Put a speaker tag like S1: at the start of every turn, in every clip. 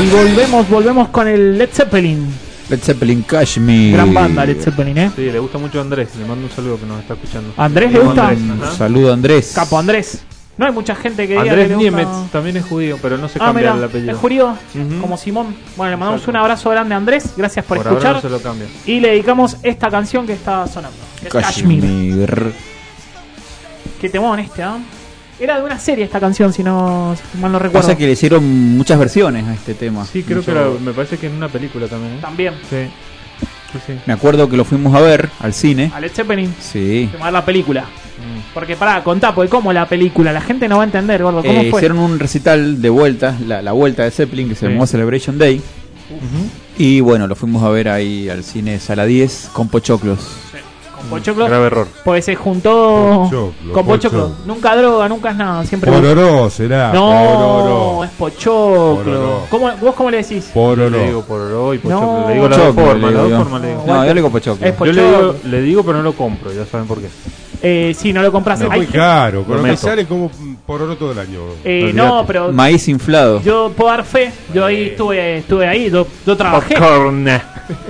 S1: Y volvemos, volvemos con el Led Zeppelin.
S2: Led Zeppelin Kashmir.
S1: Gran banda Led Zeppelin, ¿eh?
S3: Sí, le gusta mucho a Andrés. Le mando un saludo que nos está escuchando.
S1: ¿Andrés le
S3: Diego
S1: gusta? Ah.
S3: Andrés, ajá.
S2: Saludo Andrés.
S1: Capo Andrés. No hay mucha gente que diga que
S3: Andrés
S1: le gusta-
S3: Niemetz también es judío, pero no se
S1: Ah, mira,
S3: cambia el
S1: es
S3: apellido.
S1: judío,
S3: Ujú.
S1: como Simón. Bueno, le mandamos
S3: Exacto.
S1: un abrazo grande a Andrés, gracias por,
S3: Por ahora
S1: escuchar.
S3: no se lo cambia.
S1: Y le dedicamos esta canción que está sonando. que es
S2: Kashmir.
S1: Kashmir. Qué temón este, ¿ah? Era de una serie esta canción, si no si mal no recuerdo.
S2: Pasa que le hicieron muchas versiones a este tema.
S3: Sí, creo
S2: Mucho-
S3: que era- me parece que en una película también. ¿eh?
S1: También.
S3: Sí. Sí, sí.
S2: Me acuerdo que lo fuimos a ver al cine.
S1: A Led Zeppelin.
S2: Sí.
S1: se llama la película.
S3: Mm.
S1: Porque pará, contá, porque cómo la película, la gente no va a entender, gordo, cómo
S2: Eh,
S1: fue.
S2: hicieron un recital de vueltas, la, la vuelta de Zeppelin que se
S3: Sí.
S2: llamó Celebration Day. Y bueno, lo fuimos a ver ahí al cine Sala 10 con Pochoclos.
S1: Con Pochoclo,
S3: Grave error.
S1: pues se juntó
S4: Pochoclo,
S1: con Pochoclo.
S4: Pochoclo.
S1: Nunca droga, nunca es nada, siempre...
S4: Pororó será.
S1: no,
S4: Pororó.
S1: es Pochoclo.
S4: Pororó.
S1: ¿Cómo, ¿Vos cómo le decís?
S3: Yo le digo
S4: Pororó.
S3: por oro y por
S1: No.
S3: choclo. Le digo la
S2: Pochoclo,
S3: forma,
S2: le
S3: la
S2: digo yo.
S3: forma le digo.
S2: No, yo le digo Pochoclo.
S1: Es po-
S3: Yo le
S1: Pochoclo.
S3: digo, le digo, pero no lo compro, ya saben por qué.
S1: Eh, sí, no lo compras.
S4: Es
S1: Ay,
S4: muy caro. Con lo que
S3: Prometo.
S4: sale como pororó todo el año.
S1: eh, no, pero
S2: Maíz inflado.
S1: yo puedo dar fe, yo
S3: Eh.
S1: ahí estuve, estuve ahí, yo, yo trabajé,
S3: Popcorn.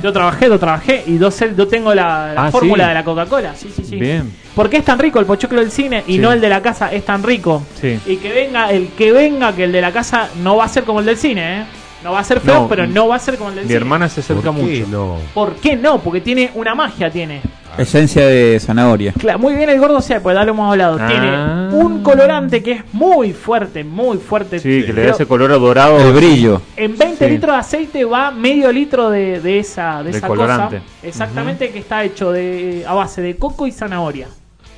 S1: yo trabajé, yo trabajé y yo, sé- yo tengo la, la
S3: Ah,
S1: fórmula
S3: sí.
S1: de la Coca-Cola. Sí, sí, sí.
S3: Bien.
S1: ¿Por qué es tan rico el pochoclo del cine y
S3: Sí.
S1: no el de la casa es tan rico?
S3: Sí.
S1: Y que venga, el que venga, que el de la casa no va a ser como el del cine, ¿eh? No va a ser feo,
S3: No,
S1: pero no va a ser como el del
S3: Mi
S1: cine.
S3: hermana se acerca
S4: ¿Por qué
S3: mucho.
S4: No.
S1: ¿Por qué no? Porque tiene una magia, tiene.
S2: Esencia de zanahoria.
S1: Cla- Muy bien el gordo sea, pues ya lo hemos hablado.
S3: Ah.
S1: Tiene un colorante que es muy fuerte, muy fuerte.
S3: Sí, que le da
S1: Pero
S3: ese color dorado.
S2: El brillo.
S1: En 20
S3: Sí.
S1: litros de aceite va medio litro de, de esa, de
S3: De
S1: esa
S3: colorante.
S1: cosa. Exactamente, que está hecho de a base de coco y zanahoria.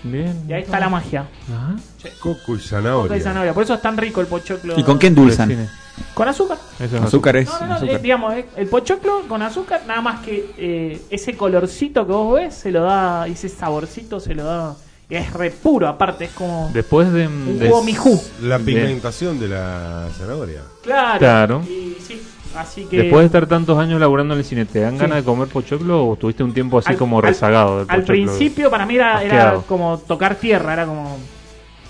S3: Bien. Ah.
S1: Y ahí está la magia.
S3: Ajá.
S4: Coco y
S1: Coco y
S4: zanahoria.
S1: zanahoria. Por eso es tan rico el pochoclo.
S2: ¿Y con qué
S3: El
S2: endulzan?
S3: cine.
S1: Con azúcar.
S3: Eso es
S2: Azúcares.
S1: No, no, no, eh,
S2: azúcar.
S1: digamos, eh, el pochoclo con azúcar, nada más que eh, ese colorcito que vos ves, se lo da, ese saborcito se lo da. y es re puro, aparte, es como
S3: Después de.
S1: un
S3: de-
S1: jugo mijú.
S4: La
S3: Bien.
S4: pigmentación de la zanahoria.
S1: Claro.
S3: Claro.
S1: Y sí, así que.
S3: Después de estar tantos años laburando en el cine, ¿te dan
S1: Sí.
S3: ganas de comer pochoclo o tuviste un tiempo así
S1: al-
S3: como
S1: al-
S3: rezagado del
S1: Al,
S3: pochoclo?
S1: principio, para mí era, era
S3: Asqueado.
S1: como tocar tierra, era como.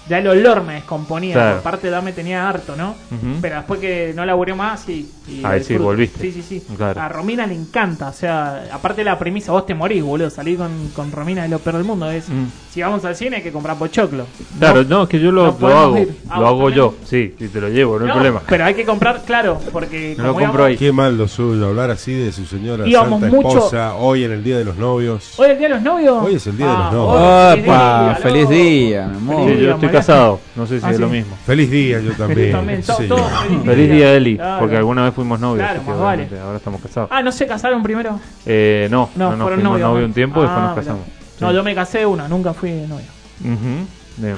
S1: Ya el olor me descomponía,
S3: Claro.
S1: aparte ya me tenía harto, ¿no?
S3: Ujú.
S1: Pero después que no laburé más y... y
S3: Ahí
S1: lo
S3: sí,
S1: disfruto.
S3: volviste.
S1: Sí, sí, sí.
S3: Claro.
S1: A Romina le encanta, o sea, aparte la premisa, vos te morís, boludo, salir con, con Romina es lo peor del mundo, es...
S3: Mm.
S1: Si vamos al cine hay que comprar pochoclo.
S3: Claro, no, es que yo
S1: no
S3: lo, lo
S1: podemos
S3: hago.
S1: ir. Ah,
S3: Lo
S1: vos
S3: hago
S1: también.
S3: yo, sí, y te lo llevo, no, hay problema.
S1: Pero hay que comprar, claro, porque...
S3: No lo
S1: como
S3: compro
S1: íbamos-
S3: ahí.
S4: Qué mal lo suyo, hablar así de su señora
S1: Íbamos
S4: santa
S1: mucho-
S4: esposa, hoy en el Día de los Novios.
S1: ¿Hoy es el día de los novios?
S4: Hoy es el día de los
S1: Ah,
S4: novios.
S1: hoy es el
S2: ¡Opa!
S1: día,
S2: ¡Feliz
S1: loco.
S2: día, mi amor!
S3: Sí,
S1: Feliz
S3: yo
S1: día,
S3: estoy
S1: Mariano.
S3: casado, no sé si
S1: ¿eh? Ah,
S3: es lo
S1: sí.
S3: mismo.
S4: Feliz día, yo también.
S1: También, to-
S4: sí.
S1: todo feliz día.
S3: Feliz día, Eli,
S1: Claro.
S3: porque alguna vez fuimos novios,
S1: Claro,
S3: así que
S1: más vale.
S3: obviamente ahora estamos casados.
S1: Ah, ¿no se casaron primero?
S3: Eh, no, no,
S1: No,
S3: nos
S1: fueron
S3: fuimos
S1: novios.
S3: novios un tiempo y después
S1: Ah,
S3: nos casamos.
S1: mirá. No,
S3: Sí.
S1: yo me casé una, nunca fui novio.
S3: Ujú. Bien.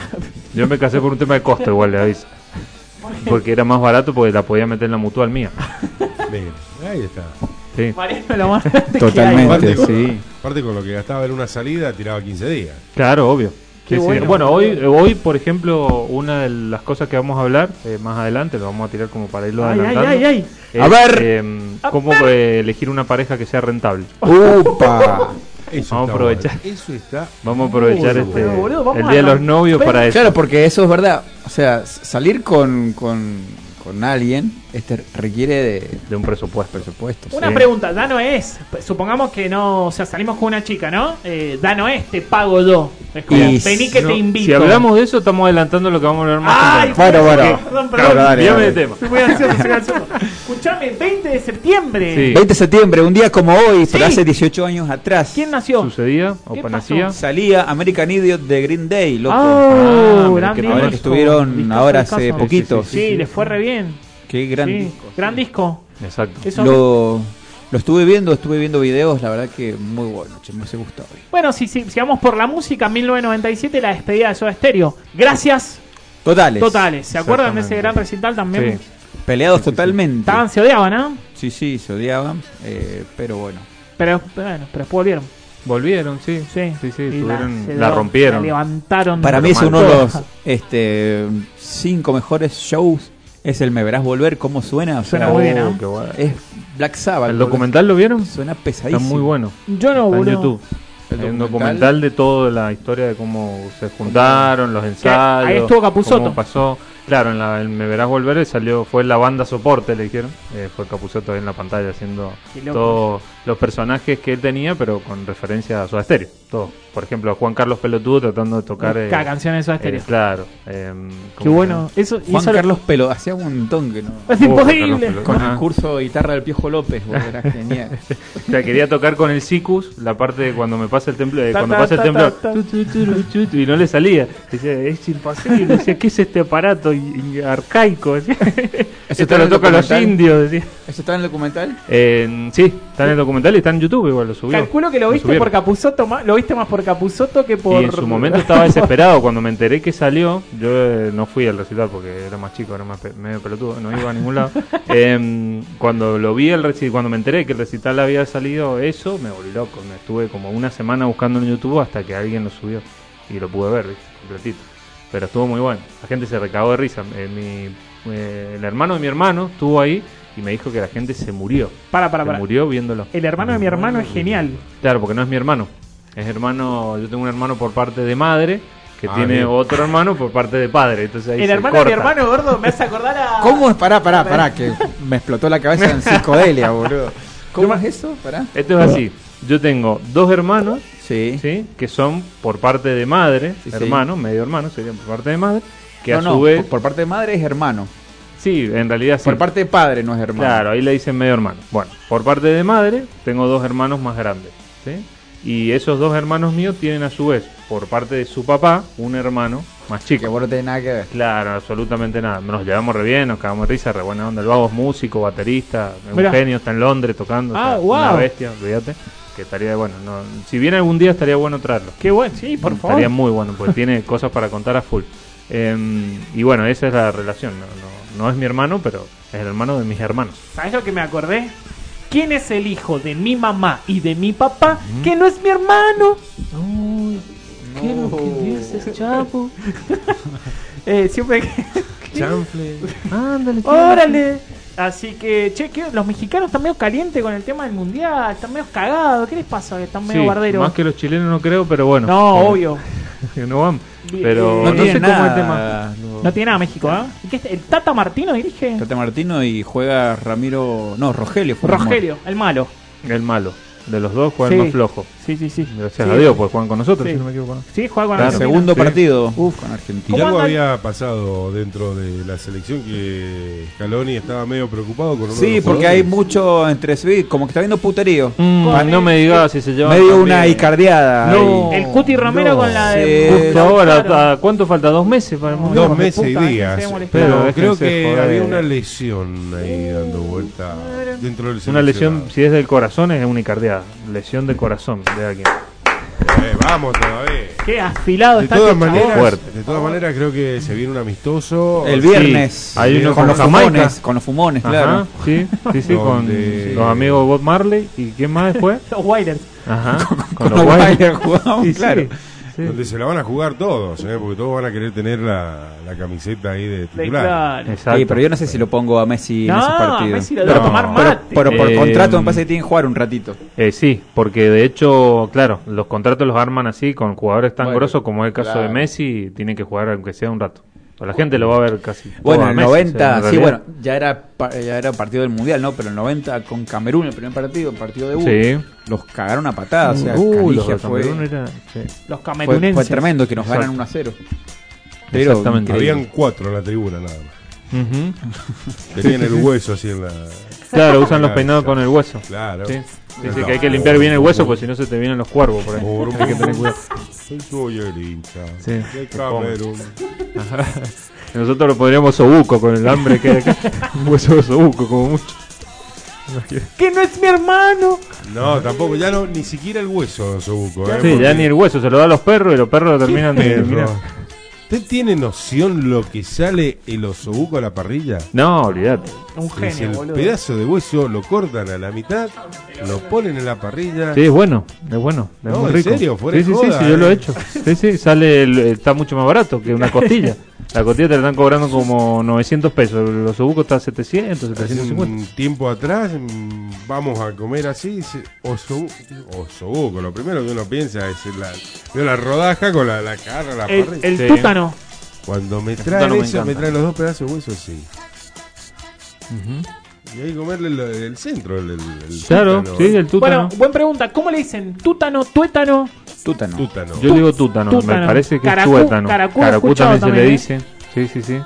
S3: Yo me casé por un tema de costo, igual le aviso. Porque era más barato porque la podía meter en la mutual mía.
S4: Bien, Ahí está.
S3: Sí,
S1: Mariano, lo más grande que
S2: Totalmente.
S1: hay.
S4: Aparte, con,
S2: sí.
S4: aparte con lo que gastaba en una salida, tiraba 15 días.
S3: claro, obvio.
S1: Qué
S3: Sí, sí.
S1: bueno.
S3: bueno, hoy, eh, hoy, por ejemplo, una de las cosas que vamos a hablar eh, más adelante, lo vamos a tirar como para irlo
S1: Ay, ay,
S3: adelantando.
S1: ay, ay.
S3: es,
S2: A ver.
S3: em,
S1: A
S3: ¿Cómo
S1: ver.
S3: eh, elegir una pareja que sea rentable?
S2: ¡Upa!
S4: Eso
S3: Vamos a
S4: está
S3: aprovechar.
S4: bueno. Eso está.
S3: Vamos a aprovechar
S4: Muy
S3: este,
S1: Pero, boludo, vamos
S3: el
S1: a
S3: día de los
S1: arran-
S3: novios
S1: Pero-
S3: para eso.
S2: Claro, porque eso es verdad. O sea, s- salir con, con, con alguien este requiere de
S3: De un presupuesto.
S2: presupuesto.
S1: Una
S3: Sí.
S1: pregunta, Dano es, supongamos que no, o sea, salimos con una chica, ¿no? Eh, Dano es, te pago yo. Es como,
S2: Y
S1: vení que
S3: No,
S1: te invito.
S3: Si hablamos de eso, estamos adelantando lo que vamos a hablar más
S1: Ay,
S3: temprano.
S2: Bueno, bueno.
S1: Perdón, perdón.
S2: Bueno, dale,
S3: Cambiame de
S2: dale.
S3: tema.
S1: Soy muy ansioso, soy muy ansioso. Escuchame, 20 de septiembre.
S3: Sí.
S2: 20 de septiembre, un día como hoy, pero
S1: Sí.
S2: hace 18 años atrás,
S1: ¿Quién nació?
S3: Sucedía o
S1: ¿Qué pasó?
S3: panacía.
S2: salía American Idiot de Green Day, loco.
S1: Ah,
S3: Ah, mira,
S1: gran
S3: qué
S1: disco.
S3: bueno
S2: que estuvieron
S1: Discazo,
S2: ahora
S1: discazo.
S2: hace
S1: Sí,
S2: poquito.
S1: Sí, les fue re bien.
S2: Qué gran
S1: Sí,
S2: disco.
S1: Gran disco.
S3: Exacto.
S1: Eso-
S2: Lo, lo estuve viendo, estuve viendo videos, la verdad que muy bueno, che, me se gustó hoy.
S1: Bueno, si, si, si vamos por la música, 1997, la despedida de Soda Stereo. Gracias
S2: Totales.
S1: totales. ¿Se acuerdan de ese gran
S3: Exactamente.
S1: recital también?
S3: Sí.
S2: Peleados totalmente.
S1: Estaban, se odiaban, ¿ah?
S2: Sí, sí, se odiaban, eh, pero bueno.
S1: Pero bueno, pero después volvieron.
S3: Volvieron, sí.
S1: Sí,
S3: sí, sí,
S1: Y
S3: tuvieron-
S1: se
S3: la
S1: lo-
S3: rompieron.
S1: la levantaron.
S2: Para mí es
S3: mal.
S2: uno de los este, cinco mejores shows. Es el Me Verás Volver, cómo suena. o
S1: Suena
S2: sea, oh,
S1: muy bien, ¿eh?
S3: Oh, qué guay.
S2: Es Black Sabbath.
S3: ¿El
S2: boludo.
S3: documental lo vieron?
S2: Suena pesadísimo.
S3: Está muy bueno.
S1: Yo no,
S3: Está en
S1: boludo.
S3: YouTube.
S2: El
S3: Hay un
S2: documental
S3: documental de toda la historia de cómo se juntaron, los ensayos.
S1: estuvo Capusotto.
S3: Cómo pasó. Claro, en, la, en Me Verás Volver salió, fue la banda soporte, le dijeron. Eh, fue Capuzoto ahí en la pantalla haciendo
S1: Qué loco.
S3: todos los personajes que él tenía, pero con referencia a su estéreo. Todo. Por ejemplo, Juan Carlos Pelotudo tratando de tocar. eh,
S1: Cada canción de su estéreo.
S3: eh, claro. eh,
S1: Qué
S3: ¿cómo
S1: bueno. Eso, y
S2: Juan
S1: eso lo-
S2: Carlos Pelo, hacía un montón que no.
S1: Es
S3: Oh,
S1: imposible.
S3: Carlos Pelot.
S2: Con
S3: Ajá.
S2: el curso de guitarra del Piojo López, boludo, era genial.
S3: se llama? O sea, quería tocar con el Sicus la parte de cuando me pasa el templo. de
S1: Ta,
S3: cuando
S1: ta,
S3: pasa el
S1: ta,
S3: templo.
S1: ta, ta.
S3: tu, tu, tu, tu, tu, y no le salía. Decía, es imposible. Decía, ¿qué es este aparato y, y arcaico? Decía, Esto
S2: está en
S3: lo
S2: el
S3: tocan los
S2: documental.
S3: indios. Decía.
S2: ¿Eso está en el documental?
S3: Eh, sí, está en el documental y está en YouTube, igual lo subió.
S1: Calculo que lo viste por Capuzoto más, lo viste más por Capuzoto que por.
S3: Y en su momento estaba desesperado. Cuando me enteré que salió, yo eh, no fui al recital porque era más chico, era más pe- medio pelotudo, no iba a ningún lado. Em, cuando lo vi el recital, cuando me enteré que el recital había salido eso, me volví loco. Me estuve como una semana buscando en YouTube hasta que alguien lo subió. Y lo pude ver, ¿viste? completito. Pero estuvo muy bueno. La gente se recagó de risa. Eh, mi- eh, el hermano de mi hermano estuvo ahí y me dijo que la gente se murió.
S1: Para, para,
S3: Se
S1: para.
S3: murió viéndolo.
S1: El hermano de mi hermano es genial.
S3: Claro, porque no es mi hermano. Es hermano, yo tengo un hermano por parte de madre, que
S4: Ah,
S3: tiene
S4: bien.
S3: otro hermano por parte de padre. Entonces ahí
S1: El
S3: se
S1: hermano de mi
S3: corta.
S1: hermano gordo me hace acordar a.
S2: ¿Cómo es? Pará, pará, pará, que me explotó la cabeza en psicodelia, boludo. ¿Cómo es eso? Pará.
S3: Esto es así. Yo tengo dos hermanos,
S2: Sí.
S3: ¿sí? Que son por parte de madre,
S2: Sí, sí.
S3: hermano, medio hermano, serían por parte de madre, que
S2: No,
S3: a su
S2: no,
S3: vez...
S2: por, por parte de madre es hermano.
S3: Sí, en realidad sí.
S2: Por parte de padre no es hermano.
S3: Claro, ahí le dicen medio hermano. Bueno, por parte de madre, tengo dos hermanos más grandes. ¿sí? Y esos dos hermanos míos tienen a su vez, por parte de su papá, un hermano más
S2: Que
S3: chico.
S2: vos no tenés nada que ver.
S3: Claro, absolutamente nada. Nos llevamos re bien, nos cagamos de risa, re buena onda. El vago es músico, baterista, es
S1: Mirá.
S3: un genio, está en Londres tocando.
S1: Ah,
S3: Una
S1: guau.
S3: bestia, olvídate. Que estaría bueno. No, si viene algún día, estaría bueno traerlo.
S1: Qué bueno, sí, por favor.
S3: Estaría muy bueno, porque tiene cosas para contar a full. Em, y bueno, esa es la relación. No, no- no es mi hermano, pero es el hermano de mis hermanos.
S1: ¿Sabes lo que me acordé? ¿Quién es el hijo de mi mamá y de mi papá que no es mi hermano? Uy, qué lo que dices, chapo. eh, siempre que.
S3: Chanfle. Ándale,
S1: ¡Órale! Así que, che, que los mexicanos están medio calientes con el tema del mundial, están medio cagados. ¿Qué les pasa? Que están medio
S3: Sí,
S1: barderos.
S3: Más que los chilenos, no creo, pero bueno.
S1: No,
S3: Bueno,
S1: obvio.
S3: que no van.
S1: Bien.
S3: Pero
S1: No
S3: no,
S1: tiene
S3: sé cómo es el tema.
S2: No.
S1: No tiene nada México, ¿ah? ¿Y qué es? ¿El Tata Martino dirige?
S2: Tata Martino y juega Ramiro. No, Rogelio. fue el
S1: Rogelio, el malo.
S3: El malo. De los dos juega el
S1: Sí.
S3: más flojo.
S1: Sí, sí, sí.
S3: Gracias
S1: Sí.
S3: a Dios, pues juegan con nosotros,
S1: Sí.
S3: si no me equivoco. ¿no?
S1: Sí, juega con
S2: mejor. El
S3: Claro.
S1: Argentina.
S2: segundo
S4: Sí.
S2: partido
S1: Uf.
S2: con
S4: Y
S2: Argentina.
S1: ¿Cómo
S4: algo
S1: andan?
S4: había pasado dentro de la selección que Scaloni estaba medio preocupado con uno de
S2: Sí,
S4: los
S2: porque hay
S4: jugadores.
S2: mucho entre sí, como que está viendo puterío.
S1: Con
S3: Ah, no
S1: el-
S3: me digas si se llevan.
S2: este Medio
S3: Mm, también.
S2: una E, icardiada.
S3: No.
S2: ahí.
S1: El Cuti Romero
S4: No.
S1: con la de.
S2: Sí.
S3: Justo
S1: Lautaro.
S3: ahora, ¿a ¿cuánto falta? ¿Dos meses para el
S1: No,
S3: mundial?
S4: Dos meses
S1: puta,
S4: y días.
S1: se molestaron.
S4: Pero
S3: Pero
S4: creo
S3: déjense
S4: que
S3: joder.
S4: había una lesión ahí dando vuelta dentro del
S3: Es una lesión,
S4: seleccionado.
S3: si es del corazón, es unicardiada. Lesión del corazón de alguien.
S4: Eh, vamos todavía.
S1: Qué afilado
S4: De
S1: está
S4: todas,
S1: este chabón.
S3: Fuerte.
S4: maneras, de todas maneras, creo que se viene un amistoso.
S2: El viernes.
S3: Sí, hay uno
S2: con
S3: con
S2: los
S3: Jamaica.
S2: fumones. Con los fumones,
S3: Ajá,
S2: claro.
S3: sí, sí, sí, con
S4: Donde-
S3: los amigos Bob Marley. ¿Y quién más después?
S1: Los Wailers.
S3: Ajá,
S2: Con,
S3: con los
S2: los
S3: Wild.
S2: Bayern jugamos,
S3: Y sí,
S2: claro.
S3: sí.
S4: Donde se la van a jugar todos, ¿eh? porque todos van a querer tener la, la camiseta ahí de
S1: De
S4: titular.
S1: claro.
S3: Exacto.
S2: Sí, pero yo no sé si lo pongo a Messi en
S1: No,
S2: ese
S1: a
S2: partido.
S1: Messi lo debe
S4: No,
S1: tomar
S4: pero-
S1: mate.
S2: Pero por
S3: Eh,
S2: contrato me parece que tienen que jugar un ratito.
S3: Eh, sí, porque de hecho, claro, los contratos los arman así con jugadores tan
S2: Bueno,
S3: grosos como es el caso de
S2: claro.
S3: Messi, tienen que jugar aunque sea un rato. O la gente lo va a ver casi.
S2: Bueno,
S3: todo
S2: en
S3: a
S2: el
S3: Messi, o sea,
S2: 90,
S3: en
S2: sí, bueno,
S3: realidad.
S2: ya era, pa- ya era partido del Mundial, ¿no? Pero en el 90 con Camerún, el primer partido, el partido de U,
S3: Sí.
S2: los cagaron a patadas. O sea,
S3: Uh, los
S2: Canilla
S3: de
S2: fue,
S3: Camerún era- sí.
S1: Los
S2: fue-
S1: camerunenses.
S2: fue tremendo que nos
S3: Exacto.
S2: ganan 1 a 0. Pero
S3: Exactamente.
S2: increíble.
S4: Habían cuatro en la tribuna nada más.
S3: Ujú.
S4: Tenían el hueso así en la.
S3: Claro, usan los
S4: Claro,
S3: peinados con el hueso.
S4: Claro.
S3: Sí. Dice que hay que limpiar bien el hueso porque si no se te vienen los cuervos por ahí. Hay que tener cuidado.
S4: Soy tuyo el hincha.
S3: Sí.
S4: De Camerún.
S3: Nosotros lo podríamos sobuco con el hambre que hay acá. Un hueso de sobuco, como mucho.
S1: Que no es mi hermano.
S4: No, tampoco, ya no, ni siquiera el hueso, Sobuco. ¿eh?
S3: Sí, ya
S4: Porque
S3: ni el hueso, se lo da a los perros y los perros lo terminan de
S4: perro.
S3: eliminar.
S4: ¿Usted tiene noción lo que sale el osobuco a la parrilla?
S3: No, olvídate.
S1: Un
S4: Es
S1: genio,
S4: el
S1: boludo.
S4: pedazo de hueso lo cortan a la mitad, lo ponen en la parrilla.
S3: Sí, es bueno, es bueno, es
S4: No,
S3: muy
S4: en
S3: rico.
S4: serio, fuera
S3: sí,
S4: de
S3: sí, sí,
S4: joda,
S3: sí, yo lo he
S4: eh.
S3: hecho. Sí, sí, sale, el- está mucho más barato que una costilla. La costilla te la están cobrando como 900 pesos, los obucos está a 700,
S4: Hace
S3: 750.
S4: un tiempo atrás mm, vamos a comer así, dice, osobu- osobuco. Lo primero que uno piensa es la, veo la rodaja con la, la cara, la
S1: El,
S4: parrilla.
S1: el
S3: Sí.
S1: tútano.
S4: Cuando me
S5: Castaño
S4: traen
S5: no me
S4: eso, me,
S5: encanta.
S4: traen los dos pedazos de hueso así. Y hay que comerle el, el centro, el, el- el
S3: Claro,
S4: tuétano,
S3: sí,
S4: ¿eh?
S3: el tútano.
S1: Bueno, buena pregunta. ¿Cómo le dicen? ¿Tútano? ¿Tuétano?
S2: Tútano.
S4: Tútano.
S3: Yo digo tútano,
S1: tútano.
S3: me parece que
S1: Caracú-
S3: es tuétano.
S1: caracú he
S3: Caracú
S1: escuchado
S3: también se le
S1: también, ¿eh?
S3: dice. Sí, sí, sí.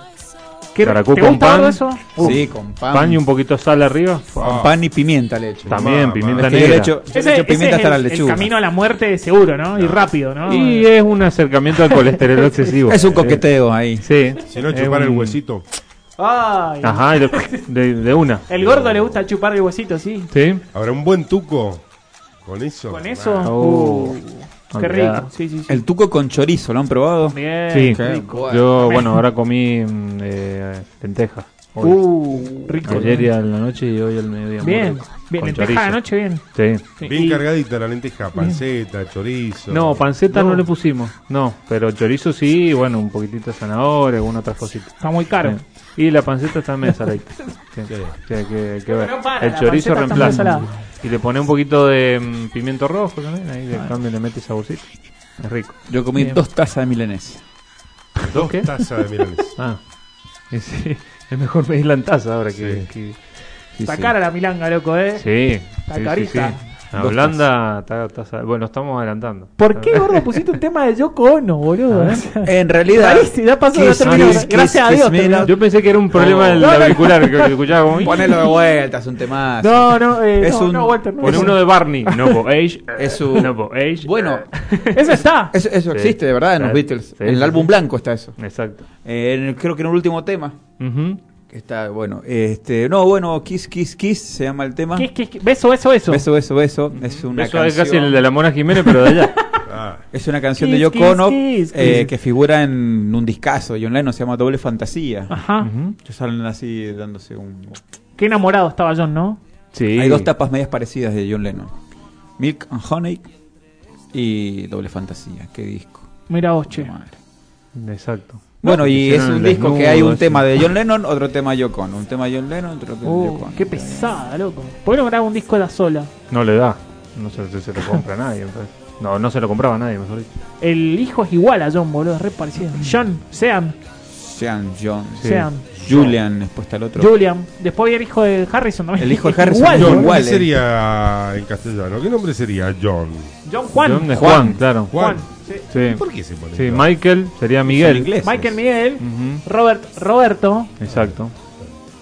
S1: ¿Qué,
S3: Caracú
S1: ¿Te
S3: con
S1: gusta
S3: pan.
S1: algo de eso?
S2: Sí, con pan.
S3: Pan y un poquito de sal arriba.
S4: Ah,
S2: Con pan y pimienta le echo.
S3: También,
S4: Mamá,
S3: pimienta
S2: Es que yo le
S3: negra.
S2: echo, yo
S1: Ese,
S2: le echo
S1: ese es
S2: pimienta
S1: el,
S2: hasta la
S1: el
S2: lechuga.
S1: camino a la muerte de seguro, ¿no? Y rápido, ¿no?
S3: Y es un acercamiento al colesterol excesivo.
S2: Es un
S3: Eh,
S2: coqueteo ahí.
S3: Sí.
S4: Si no,
S3: Es
S4: chupar el
S3: un-
S4: huesito.
S1: Ay.
S3: Ajá, y lo- de, de una.
S1: El gordo le gusta chupar el huesito, sí.
S3: Sí.
S4: Habrá un buen tuco con eso.
S1: Con eso.
S3: Ah,
S1: uh,
S3: oh,
S1: qué
S3: mirá.
S1: rico. Sí, sí, sí.
S2: El tuco con chorizo, ¿lo han probado?
S1: Bien.
S3: Sí.
S2: Qué
S3: Yo, bueno, ahora comí mm, eh, lentejas. hoy.
S1: Uh, rico.
S3: Ayer y a la noche y hoy al mediodía. muy
S1: Bien.
S3: rico.
S1: Bien,
S3: Con
S1: lenteja de
S3: chorizo.
S1: noche, bien.
S3: Sí.
S1: Sí,
S4: Bien
S1: y-
S4: cargadita la lenteja, panceta, chorizo.
S3: No, panceta no. le pusimos. No, pero chorizo sí, y bueno, un poquitito de zanahoria, alguna otra cosita.
S1: Está muy caro.
S3: Sí. Y la panceta está medio saladita. Sí. Sí, hay que, hay que ver.
S1: no para,
S3: El
S1: la panceta está medio
S3: chorizo reemplaza.
S1: salada. Ah.
S3: Y le pone un poquito de mm, pimiento rojo también, ahí de cambio le mete saborcito. Es rico.
S2: Yo comí dos tazas de milanés.
S4: Dos
S3: ¿Qué?
S4: tazas de milanesa.
S3: Ah, y sí, es mejor pedir la taza ahora que...
S4: Sí.
S3: que-
S1: Está cara la milanga, loco, ¿eh?
S3: Sí, sí, sí, sí.
S1: carita.
S3: La
S2: Dos
S3: blanda está, está sal- Bueno, estamos adelantando.
S1: ¿Por qué, gordo, pusiste un tema de Yoko Ono,
S3: Ah,
S1: boludo? eh?
S2: En realidad,
S1: Ahí sí, ya pasó, ya
S2: Kiss,
S1: terminó.
S2: kiss,
S1: Gracias a
S2: kiss,
S1: Dios,
S2: kiss me
S1: terminó.
S2: now.
S3: Yo pensé que era un problema del
S1: No, no, no.
S3: auricular que lo escuchaba como...
S2: ponelo de vuelta, es un tema.
S1: No, no, eh,
S2: Es
S1: no,
S2: un-
S1: no, Walter, no.
S3: Pone
S1: Eso-
S3: uno de Barney. No, po, Age.
S2: Es un-
S3: No, po, Age.
S2: Bueno,
S1: Eso está.
S2: eso, eso
S3: Sí.
S2: existe de verdad en los
S3: Sí,
S2: Beatles.
S3: sí,
S2: en el
S3: sí,
S2: álbum
S3: sí.
S2: blanco está eso.
S3: Exacto.
S2: Eh, en el- creo que en un último tema.
S3: Ujú.
S2: Que está, bueno, este, no, bueno, Kiss, Kiss, Kiss se llama el tema.
S1: ¿Qué, qué, qué? Beso, eso, eso.
S2: Beso, beso, beso. Es una
S3: Eso es
S2: canción.
S3: casi el de la Mona Jiménez, pero de allá.
S4: Ah,
S2: Es una canción
S1: Kiss,
S2: de Yoko
S1: kiss,
S2: Ono
S1: kiss,
S2: eh,
S1: kiss.
S2: que figura en un discazo. John Lennon se llama Doble Fantasía.
S1: Ajá.
S3: Ujú.
S2: Que salen así dándose un.
S1: Qué enamorado estaba John, ¿no?
S3: Sí.
S2: Hay dos tapas medias parecidas de John Lennon: Milk and Honey y Doble Fantasía. Qué disco.
S1: Mira vos,
S2: Qué
S1: che.
S2: madre.
S3: Exacto.
S2: Bueno, y es
S3: Hicieron
S2: un
S3: el
S2: disco que hay
S3: desnudo,
S2: un
S3: así.
S2: tema de John Lennon, otro tema de Yoko Ono. Un tema de John Lennon, otro tema de Yoko
S1: Oh,
S2: Ono.
S1: qué pesada, loco. ¿Por qué no graba un disco de la sola?
S3: No le da. No se, se- se lo compra a nadie. me parece. No, no se lo compraba a nadie, mejor dicho.
S1: El hijo es igual a John, boludo, es re parecido. John, Sean,
S2: Sean John.
S3: Mm. Sí.
S1: Sean,
S2: Julian, después está el otro.
S1: Julian. Después había el hijo de Harrison también.
S2: El hijo de Harrison,
S1: Igual, este.
S4: John,
S1: boludo.
S2: igual,
S4: ¿qué
S2: eh.
S4: sería en castellano? ¿Qué nombre sería John?
S1: John Juan.
S3: John de
S1: Juan.
S3: Juan, claro.
S4: Juan.
S3: Sí.
S4: ¿Por qué se pone?
S3: Sí,
S4: John?
S3: Michael sería Miguel.
S2: Son ingleses.
S1: Michael Miguel.
S3: Ujú.
S1: Robert, Roberto.
S3: Exacto.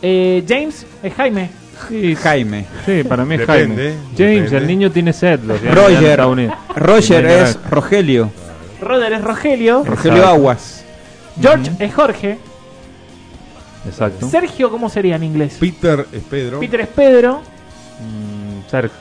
S1: eh, James es Jaime.
S3: Sí,
S2: Jaime.
S3: sí, para mí es
S4: Depende,
S3: Jaime. James,
S4: depende.
S3: el niño tiene sed. Lo tiene allá en
S2: Roger.
S3: Estados Unidos.
S2: Roger
S3: Sí,
S2: es
S3: claro.
S2: Rogelio.
S1: Roder es Rogelio.
S2: Rogelio
S3: Exacto.
S2: Aguas.
S1: George
S3: Mm.
S1: es Jorge.
S3: Exacto.
S1: Sergio, ¿cómo sería en inglés?
S4: Peter es Pedro.
S1: Peter es Pedro.
S3: Mm, Sergio.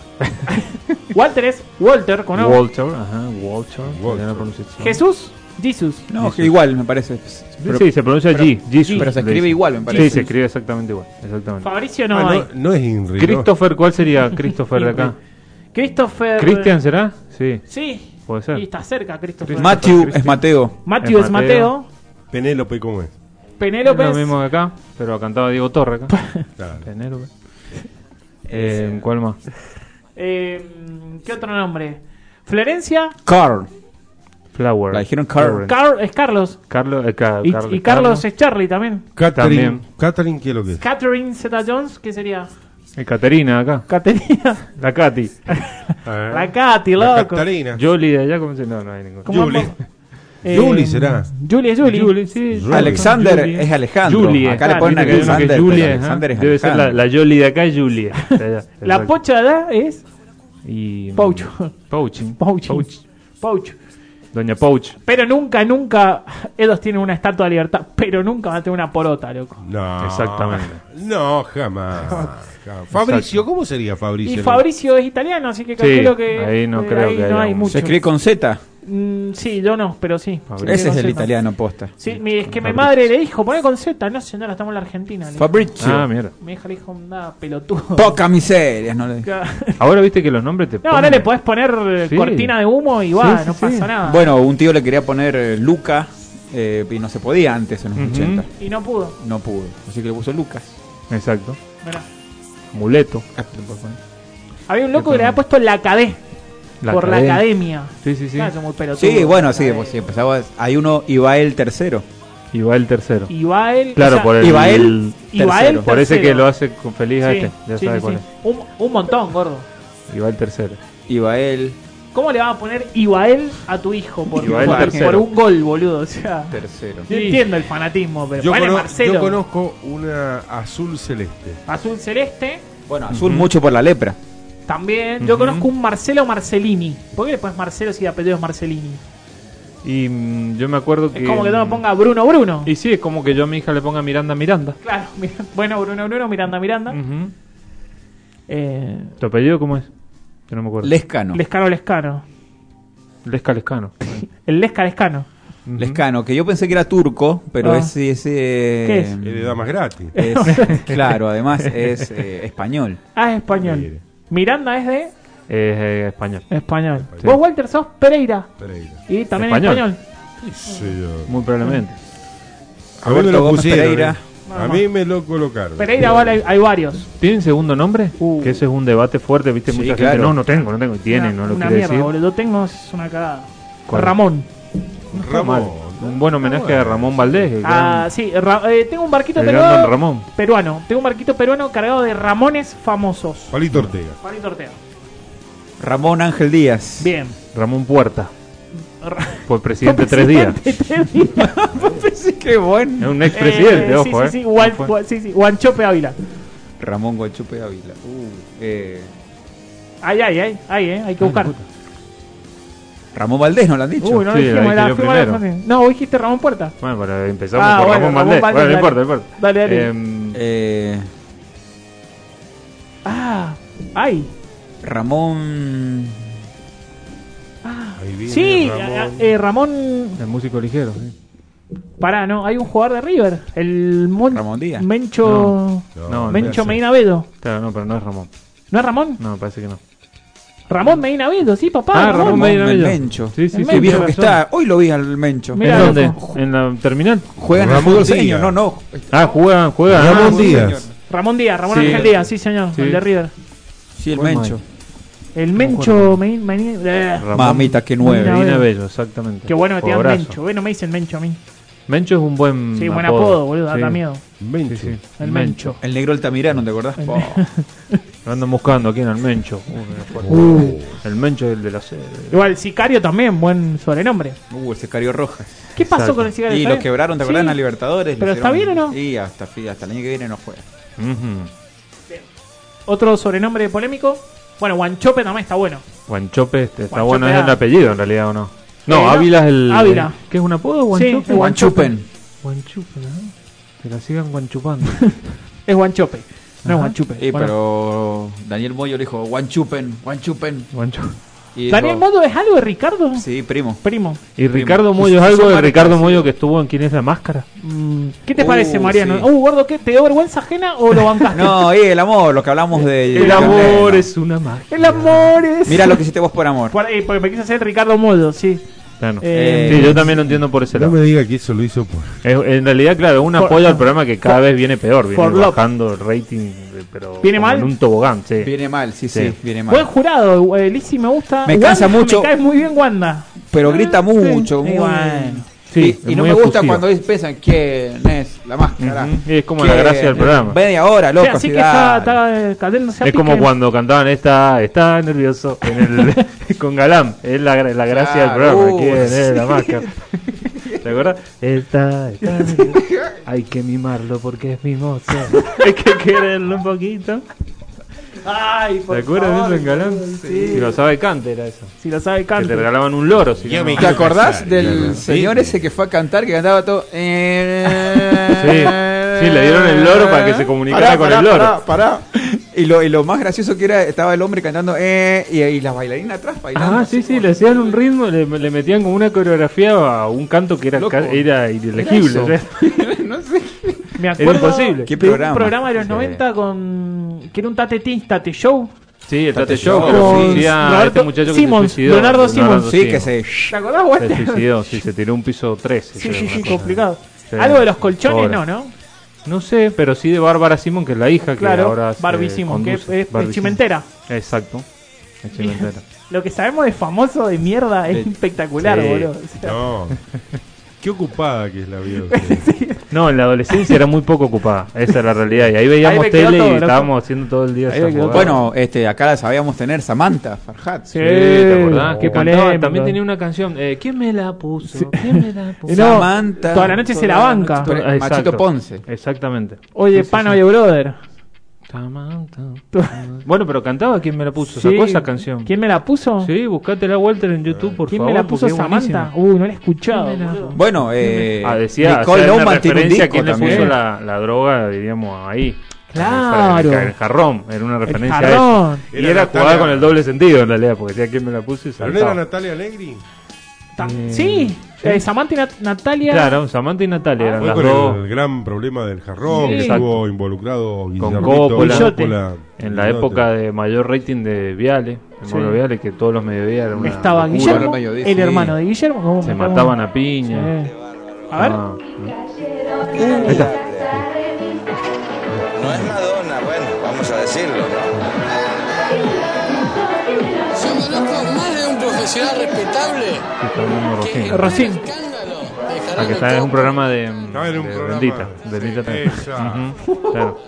S1: Walter es Walter, con O.
S3: Walter. Ajá, Walter.
S4: Walter.
S3: Buena pronunciación.
S1: Jesús, Jesus.
S2: No, que igual me parece. Pero,
S3: sí, se pronuncia G. Jesus,
S2: pero se
S3: le
S2: escribe
S3: dicen.
S2: igual, me
S3: Sí,
S2: parece.
S3: se escribe exactamente igual. Exactamente.
S1: Fabricio no hay.
S4: Ah, no, no es Henry. ¿no?
S3: Christopher, ¿cuál sería Christopher de acá?
S1: Christopher.
S3: ¿Christian será? Sí.
S1: Sí.
S3: Puede ser.
S1: pues. Y está cerca, Christopher.
S3: Matt-
S2: Matthew es Mateo.
S1: Matthew
S3: Es
S1: es Mateo.
S4: Penélope, ¿cómo es?
S1: Penélope.
S3: Es
S1: es-
S3: lo mismo que acá, pero cantaba Diego Torre acá.
S4: Claro.
S3: Penélope. Eh, ¿Cuál más?
S1: eh, ¿Qué otro nombre? Florencia.
S2: Carl.
S3: Flower.
S2: La dijeron Carl.
S1: Car- es Carlos.
S3: Carlos. eh, Ca-
S1: Y,
S3: Carl-
S1: y Carlos es Charlie también.
S4: Catherine.
S3: También.
S4: Catherine, ¿qué es lo que es?
S1: Catherine Zeta Jones, ¿qué sería?
S3: Eh, Caterina acá.
S1: Caterina.
S3: La Katy.
S4: Ah,
S1: La Katy,
S4: la
S1: loco.
S4: Catarina.
S3: Jolie de allá, ¿cómo se No, no hay ninguna.
S1: ¿Cómo
S4: Julie.
S1: vamos?
S4: Julie será.
S1: Eh, Julie es Julie.
S3: Julie, sí.
S4: Julie.
S2: Alexander
S3: Julie.
S2: es Alejandro.
S3: Julie.
S2: Acá le
S1: Ah,
S2: ponen
S3: Viste que hay uno que
S2: Alexander.
S3: es
S2: pero
S3: Julie, ajá.
S2: Alexander es
S3: Debe ser la,
S2: Alejandro.
S3: la Jolie de acá y Julie. de allá.
S1: La
S3: Exacto.
S1: pocha de edad es
S3: Y, mm,
S1: Pouch.
S3: Pouching.
S1: Pouch.
S3: Pouch.
S1: Pouch.
S3: Doña Pouch.
S1: Pero nunca, nunca. Ellos tienen una estatua de libertad, pero nunca van a tener una porota, loco.
S4: No.
S3: Exactamente.
S4: No, jamás. Jamás. Fabricio, ¿cómo sería Fabricio?
S1: Y Fabricio es italiano, así que
S3: Sí,
S1: calculo que.
S3: ahí no
S1: eh,
S3: creo que
S1: no
S3: haya
S1: hay
S3: un-
S1: mucho.
S2: Se escribe con Z.
S1: Mm, sí, yo no, pero sí.
S3: Fabricio.
S1: Se
S2: Ese es
S1: escribe
S2: el
S1: con Z.
S2: italiano posta.
S1: Sí, mi- es que mi madre le dijo, poné con Z. No, señora, estamos en la Argentina. le-
S3: Ah,
S2: Fabrizio.
S3: mira.
S1: Mi hija le dijo, una pelotudo.
S2: Poca miseria, no le
S3: Ahora viste que los nombres te
S1: No, ahora
S3: ponen-
S1: le podés poner eh,
S3: Sí.
S1: cortina de humo y va,
S3: Sí, sí,
S1: no
S3: sí.
S1: pasa nada.
S2: Bueno, un tío le quería poner eh, Luca eh, y no se podía antes en los
S3: Ujú.
S2: 80.
S1: Y no pudo.
S2: No pudo. Así que le puso Lucas.
S1: pues.
S3: Exacto.
S1: Mirá.
S3: Muleto.
S1: Ah, Había un loco que le había puesto la KD por la academia. Ah,
S3: Sí, sí, sí.
S1: Claro, son muy pelotudos.
S2: Sí, bueno, sí,
S1: La
S2: pues,
S1: de-
S2: sí, empezaba. Hay uno, Ibael tercero.
S3: Y va el tercero.
S1: Ibael.
S3: claro,
S1: o sea,
S3: por el.
S2: Ibael,
S1: Ibael
S2: tercero.
S3: Por ese
S1: tercero.
S3: que lo hace con feliz a
S1: Sí,
S3: este. Ya
S1: sí,
S3: sabe
S1: sí,
S3: cuál
S1: sí. Un, un montón, gordo.
S3: es. Y va el tercero.
S2: Ibael,
S1: ¿Cómo le vas a poner Ibael a tu hijo por,
S3: Ibael
S1: por-
S3: tercero.
S1: por un gol, boludo? O sea,
S2: tercero.
S1: yo entiendo el fanatismo, pero
S4: Yo,
S1: ponle
S4: cono-
S1: Marcelo.
S4: yo conozco una azul celeste.
S1: Azul Celeste
S2: Bueno, azul mucho por la lepra.
S1: también. Yo conozco un Marcelo Marcelini. ¿Por qué le pones Marcelo si de apellido es Marcelini?
S3: Y mm, yo me acuerdo que.
S1: Es como que no
S3: no
S1: me ponga Bruno Bruno.
S3: Y sí, es como que yo a mi hija le ponga Miranda Miranda.
S1: Claro, mira- bueno, Bruno Bruno, Miranda Miranda.
S3: Ujú.
S1: Eh,
S3: ¿Tu apellido cómo es? Yo no me acuerdo.
S2: Lescano.
S1: Lescano Lescano.
S3: Lesca Lescano.
S1: El Lesca Lescano.
S3: Ujú.
S2: Lescano, que yo pensé que era turco, pero
S1: Ah.
S2: ese... ese
S1: ¿Qué es?
S4: Es de damas gratis.
S1: Eh.
S2: es- claro, además es eh, español.
S1: Ah, es español.
S4: Mire.
S1: Miranda es de
S3: Es eh, español.
S1: español.
S4: Español.
S1: Vos, Walter, sos Pereira.
S4: Pereira.
S1: Y también es
S3: Español.
S1: español.
S4: Qué sé yo.
S3: Muy probablemente.
S4: A mí me
S2: Alberto
S4: lo
S2: Gómez
S4: pusieron.
S2: Pereira.
S4: ¿eh? A mí me lo colocaron.
S1: Pereira, vale, hay, hay varios.
S3: ¿Tienen segundo nombre?
S1: Uh.
S3: Que ese es un debate fuerte, viste,
S2: Sí,
S3: mucha gente.
S2: claro.
S3: No, no tengo, no tengo. Y tiene,
S1: una,
S3: no lo
S1: una
S3: quiere
S1: mierda,
S3: decir.
S1: boludo. Yo tengo, es una cagada.
S3: ¿Cuál?
S1: Ramón.
S4: Ramón.
S3: Un buen homenaje a Ramón Valdés. el
S1: Ah,
S3: gran-
S1: sí, Ra- eh, tengo un barquito
S3: el gran
S1: peruano,
S3: Don Ramón.
S1: peruano. Tengo un barquito peruano cargado de ramones famosos.
S4: Palito Ortega.
S1: Juanito Ortega.
S2: Ramón Ángel Díaz.
S1: Bien.
S3: Ramón Puerta.
S1: Ra-
S3: Fue presidente tres días.
S1: Presidente, tres días.
S2: Sí, qué
S3: Es
S2: bueno.
S3: un expresidente,
S1: Eh, sí,
S3: ojo,
S1: sí,
S3: eh.
S1: sí, Guan-
S3: No fue-
S1: Guan- sí, sí, Guanchope Ávila.
S2: Ramón Guachupe Ávila. Uh, eh,
S1: Ay, ay, ay, ay, eh, hay que buscar.
S2: Ramón Valdés, ¿no lo han dicho?
S1: Uy, no lo
S3: Sí,
S1: dijimos,
S3: la dije
S1: la
S3: yo
S1: fuimos a la
S3: primero.
S1: fase. No, vos dijiste Ramón Puerta.
S3: Bueno, pero empezamos
S1: Ah,
S3: por
S1: bueno, Ramón
S3: Ramón Valdés.
S1: Valdés,
S3: Bueno, no importa,
S1: dale.
S3: no importa.
S1: Dale, dale.
S3: Em,
S2: Eh,
S1: Ah, ay.
S2: Ramón.
S4: Ahí viene
S1: Sí, a- a-
S4: Ramón.
S1: eh, Ramón.
S3: el músico ligero. sí.
S1: Pará, no, hay un jugador de River. El Mon-
S2: Ramón Díaz.
S1: Mencho.
S3: No,
S1: Mencho
S3: gracias.
S1: Medina Bedo.
S3: Claro, no, pero no es Ramón.
S1: ¿No es Ramón?
S3: No, parece que no.
S1: Ramón Medina Bedo, sí, papá.
S3: Ah, Ramón Medina.
S2: el
S3: Bello.
S2: Mencho.
S3: Sí, sí,
S1: El
S3: sí.
S2: Qué
S1: Mencho,
S2: Este viejo
S3: tiene
S2: que
S3: razón.
S2: está. Hoy lo vi al Mencho.
S1: Mira,
S3: ¿En dónde?
S1: loco.
S3: ¿En la terminal?
S2: Juega en el
S4: Ramón
S2: fútbol
S4: Díaz.
S2: senior, no, no.
S3: Ah, juegan, juegan.
S4: Ramón
S3: Ah,
S4: Díaz.
S1: Ramón Díaz, Ramón
S3: Sí.
S1: Ángel Díaz, sí, señor,
S3: Sí.
S1: el de River.
S2: Sí, el
S3: Buen
S2: Mencho.
S1: El Mencho Medina. Medina- eh,
S3: Ramón
S2: Mamita, que nueve.
S1: Medina.
S3: Medina Bello, exactamente.
S1: Qué bueno que te digan
S3: Jugadorazo.
S1: Mencho. Bueno, me dicen Mencho a mí.
S3: Mencho es un buen
S1: Sí, buen apodo, boludo, da-
S3: Sí.
S1: da miedo.
S4: Mencho.
S3: Sí, sí.
S1: El Mencho.
S2: El negro Altamirano, ¿te acordás? Oh, Po.
S3: Lo andan buscando aquí en el Mencho. Uy, me acuerdo.
S4: Uh.
S3: El Mencho es el de la serie.
S1: Igual, Sicario también, buen sobrenombre.
S2: Uh, el Sicario Rojas.
S1: ¿Qué pasó
S3: Exacto.
S1: con el Sicario?
S2: Y
S1: ¿Está
S2: lo
S1: bien?
S2: quebraron, ¿te acordás?
S1: Sí.
S2: En la Libertadores. le
S1: ¿Pero está
S2: hicieron-
S1: bien o no?
S2: Y hasta, fi- hasta el año que viene no juega.
S3: Ujú.
S1: Otro sobrenombre polémico. Bueno, Guanchope también está bueno.
S3: Guanchope, este, está
S1: Guanchope
S3: bueno, es el
S1: A.
S3: apellido en realidad, ¿o no? No,
S1: Eh, no.
S3: Ávila es el...
S1: Ávila.
S3: ¿Qué es un apodo, Guanchope?
S1: es
S2: Guanchupen.
S3: Guanchupe, ¿no? Que la sigan guanchupando.
S1: Es Guanchope. No es Guanchupe.
S2: Y
S1: Bueno.
S2: pero Daniel Moyo le dijo, Guanchupen, Guanchupen.
S3: Guanchupe.
S2: Y
S1: Daniel
S2: dijo,
S1: Modo es algo de Ricardo.
S2: Sí, primo.
S1: Primo.
S3: Y Ricardo
S2: Primo.
S3: Moyo, es algo
S2: Son
S3: de
S2: varios
S3: Ricardo
S2: parecidos.
S3: Moyo que estuvo en ¿Quién es la máscara?
S1: Mm, ¿Qué te
S2: Uh,
S1: parece, Mariano?
S2: sí.
S1: Uh, gordo, ¿qué? ¿Te dio vergüenza ajena o lo bancaste?
S2: No, y el amor, lo que hablamos de...
S3: El amor
S2: Bueno.
S3: es una magia.
S1: El amor es.
S2: Mira lo que hiciste vos por amor.
S1: Por ahí, porque me quise hacer Ricardo Modo, sí.
S3: Claro.
S1: Eh,
S3: sí, yo también lo entiendo por ese
S4: No
S3: lado.
S4: me diga que eso lo hizo por.
S3: Es- en realidad, claro, es un
S1: For-
S3: apoyo al programa que cada vez viene peor. Viene
S1: For love.
S3: bajando el rating, eh, pero
S1: ¿Viene
S3: como
S1: mal?
S3: en un tobogán, sí.
S2: Viene mal, sí, sí,
S3: Sí.
S2: viene mal.
S1: Buen jurado, eh, Lizzy me gusta.
S2: Me cansa
S1: Wanda,
S2: mucho.
S1: Me cae muy bien Wanda.
S2: Pero grita
S3: eh,
S2: mucho,
S1: Sí,
S2: muy-
S1: bueno.
S3: Sí,
S2: y, y
S3: es
S2: no
S3: muy
S2: me gusta
S3: efusivo.
S2: cuando piensan quién es la máscara.
S3: Ujú, y es como la
S2: ¿Quién
S3: gracia del
S2: es?
S3: programa.
S2: Media hora,
S1: Sí,
S2: loco.
S1: así
S2: así
S1: que está,
S2: dale.
S1: está eh, cayéndose a
S3: Es como
S1: pique.
S3: cuando cantaban esta, está nervioso en el- con Galán. Es la, gra- la gracia del
S2: Claro,
S3: programa.
S2: uh,
S3: ¿Quién es
S2: sí.
S3: la máscara? ¿Te acuerdas? Está, está nervioso. Hay que mimarlo porque es mimoso. Hay que quererlo un poquito.
S1: Ay, por
S3: ¿Te acuerdas
S1: favor.
S3: de eso en Galán? Y lo sabe Cante, era eso.
S1: Si lo sabe
S3: Que te
S1: Cante.
S3: regalaban un loro. Si no, no.
S2: ¿Te acordás
S4: Claro,
S2: del
S4: claro.
S2: señor ese que fue a cantar, que cantaba todo?
S3: Sí, sí, le dieron el loro para que se comunicara con el loro.
S2: Pará, pará. Y lo, y lo más gracioso que era, estaba el hombre cantando eh, y, y las bailarinas atrás bailando.
S3: Ah,
S2: así
S3: sí, sí,
S2: como-
S3: le hacían un ritmo, le, le metían como una coreografía a un canto que era,
S2: Loco.
S3: ca- era inelegible.
S2: Era
S3: o sea,
S2: eso. no sé.
S1: Me
S3: Era
S1: acuerdo
S3: imposible.
S2: ¿Qué
S1: de
S2: programa?
S1: un programa de los
S2: Sí.
S1: 90 con... que era un tatetí, tate show.
S3: Sí, el Tate
S2: Tate
S3: Show,
S2: Show,
S3: que lo
S2: sí.
S3: conducía
S1: Roberto
S3: este muchacho que
S1: Simmons,
S3: se suicidó.
S1: Leonardo Simmons.
S2: Sí, que se.
S1: ¿Te acordás, Walter?
S3: Se suicidó, sí, se tiró un piso
S1: Sí,
S3: 13. creo,
S1: sí,
S3: una
S1: sí,
S3: cosa.
S1: complicado.
S3: Sí.
S1: Algo de los colchones,
S3: Ahora.
S1: no, ¿no?
S3: No sé, pero sí de Bárbara Simón, que es la hija que
S1: Claro,
S3: ahora. se
S1: Barbie Simon, que es,
S3: conduce.
S1: es
S3: Barbie
S1: chimentera.
S3: Simon. Exacto, es chimentera.
S1: Lo que sabemos de famoso de mierda es
S2: Sí.
S1: espectacular,
S3: Sí.
S1: boludo. O sea,
S4: No. Qué ocupada que es la vida. de ustedes.
S3: No, en la adolescencia era muy poco ocupada. Esa es la realidad. Y ahí veíamos
S1: me quedó
S3: tele
S1: todo,
S3: y
S1: loco.
S3: estábamos haciendo todo el día
S1: Ahí
S3: esa
S1: me quedó
S3: jugada.
S2: Bueno, este, acá la sabíamos tener Samantha Farhat.
S3: Sí, ¿te acordás?
S1: Oh.
S3: Que
S1: Qué
S3: cantaba,
S1: polémica.
S3: También tenía una canción. eh, ¿Quién me la puso? ¿Quién me la puso?
S1: Eh, no, toda la noche se la banca.
S2: noche, pero-
S3: Ah, exacto.
S2: Machito Ponce.
S3: Exactamente.
S1: Oye, pana, oye, brother.
S3: Samantha.
S1: Tú-
S3: Bueno, pero cantaba ¿Quién me la puso?
S1: Sí.
S3: ¿Sacó esa canción?
S1: ¿Quién me la puso?
S3: Sí, buscátela, Walter, en YouTube, por
S1: ¿Quién
S3: favor.
S1: me la puso
S3: porque es
S1: Samantha?
S3: buenísima.
S1: Uy, no la he escuchado. boludo.
S2: Bueno, eh,
S3: Ah, decía,
S2: Nicole
S3: hacía una
S2: Neumann tiene un
S3: referencia a
S2: disco
S3: quién le
S2: también.
S3: puso la, la droga, diríamos, ahí.
S1: Claro.
S3: En El jarrón, era una
S1: El
S3: referencia a eso.
S1: jarrón.
S3: Y era,
S4: Era
S3: jugada
S4: Natalia-
S3: con el doble sentido, en realidad, porque decía quién me la puso y
S4: ¿Pero no era
S3: saltaba.
S4: Natalia Negri?
S1: Ta- Sí, eh, Samantha y Nat- Natalia.
S3: Mm. Claro, Samantha y Natalia eran
S4: Ah, Fue
S3: las
S4: con
S3: dos.
S4: el gran problema del jarrón,
S1: Sí.
S4: que
S3: Exacto.
S4: estuvo involucrado Guillermito
S3: Coppola.
S4: Coppola.
S3: En la época de mayor rating de Viale, de
S1: Sí.
S3: Mauro Viale, que todos los mediodías era una
S1: Estaba
S3: locura.
S2: al
S1: Guillermo,
S2: mediodía,
S1: el
S2: sí.
S1: hermano de Guillermo. ¿cómo
S3: Se
S1: cómo-
S3: mataban a
S1: Sí.
S3: piña.
S1: A ver,
S3: Ah,
S5: No es Madonna, bueno, vamos a decirlo, ¿no?
S6: Yo conozco más de un profesional respetable
S3: sí, está hablando Rocín.
S6: que
S1: Rocín.
S6: en un escándalo dejará
S3: Ah, que está, es un programa de, de
S4: un programa.
S3: Bendita. de
S4: Sí,
S3: Bendita también.
S4: esa.
S3: Ujú, claro,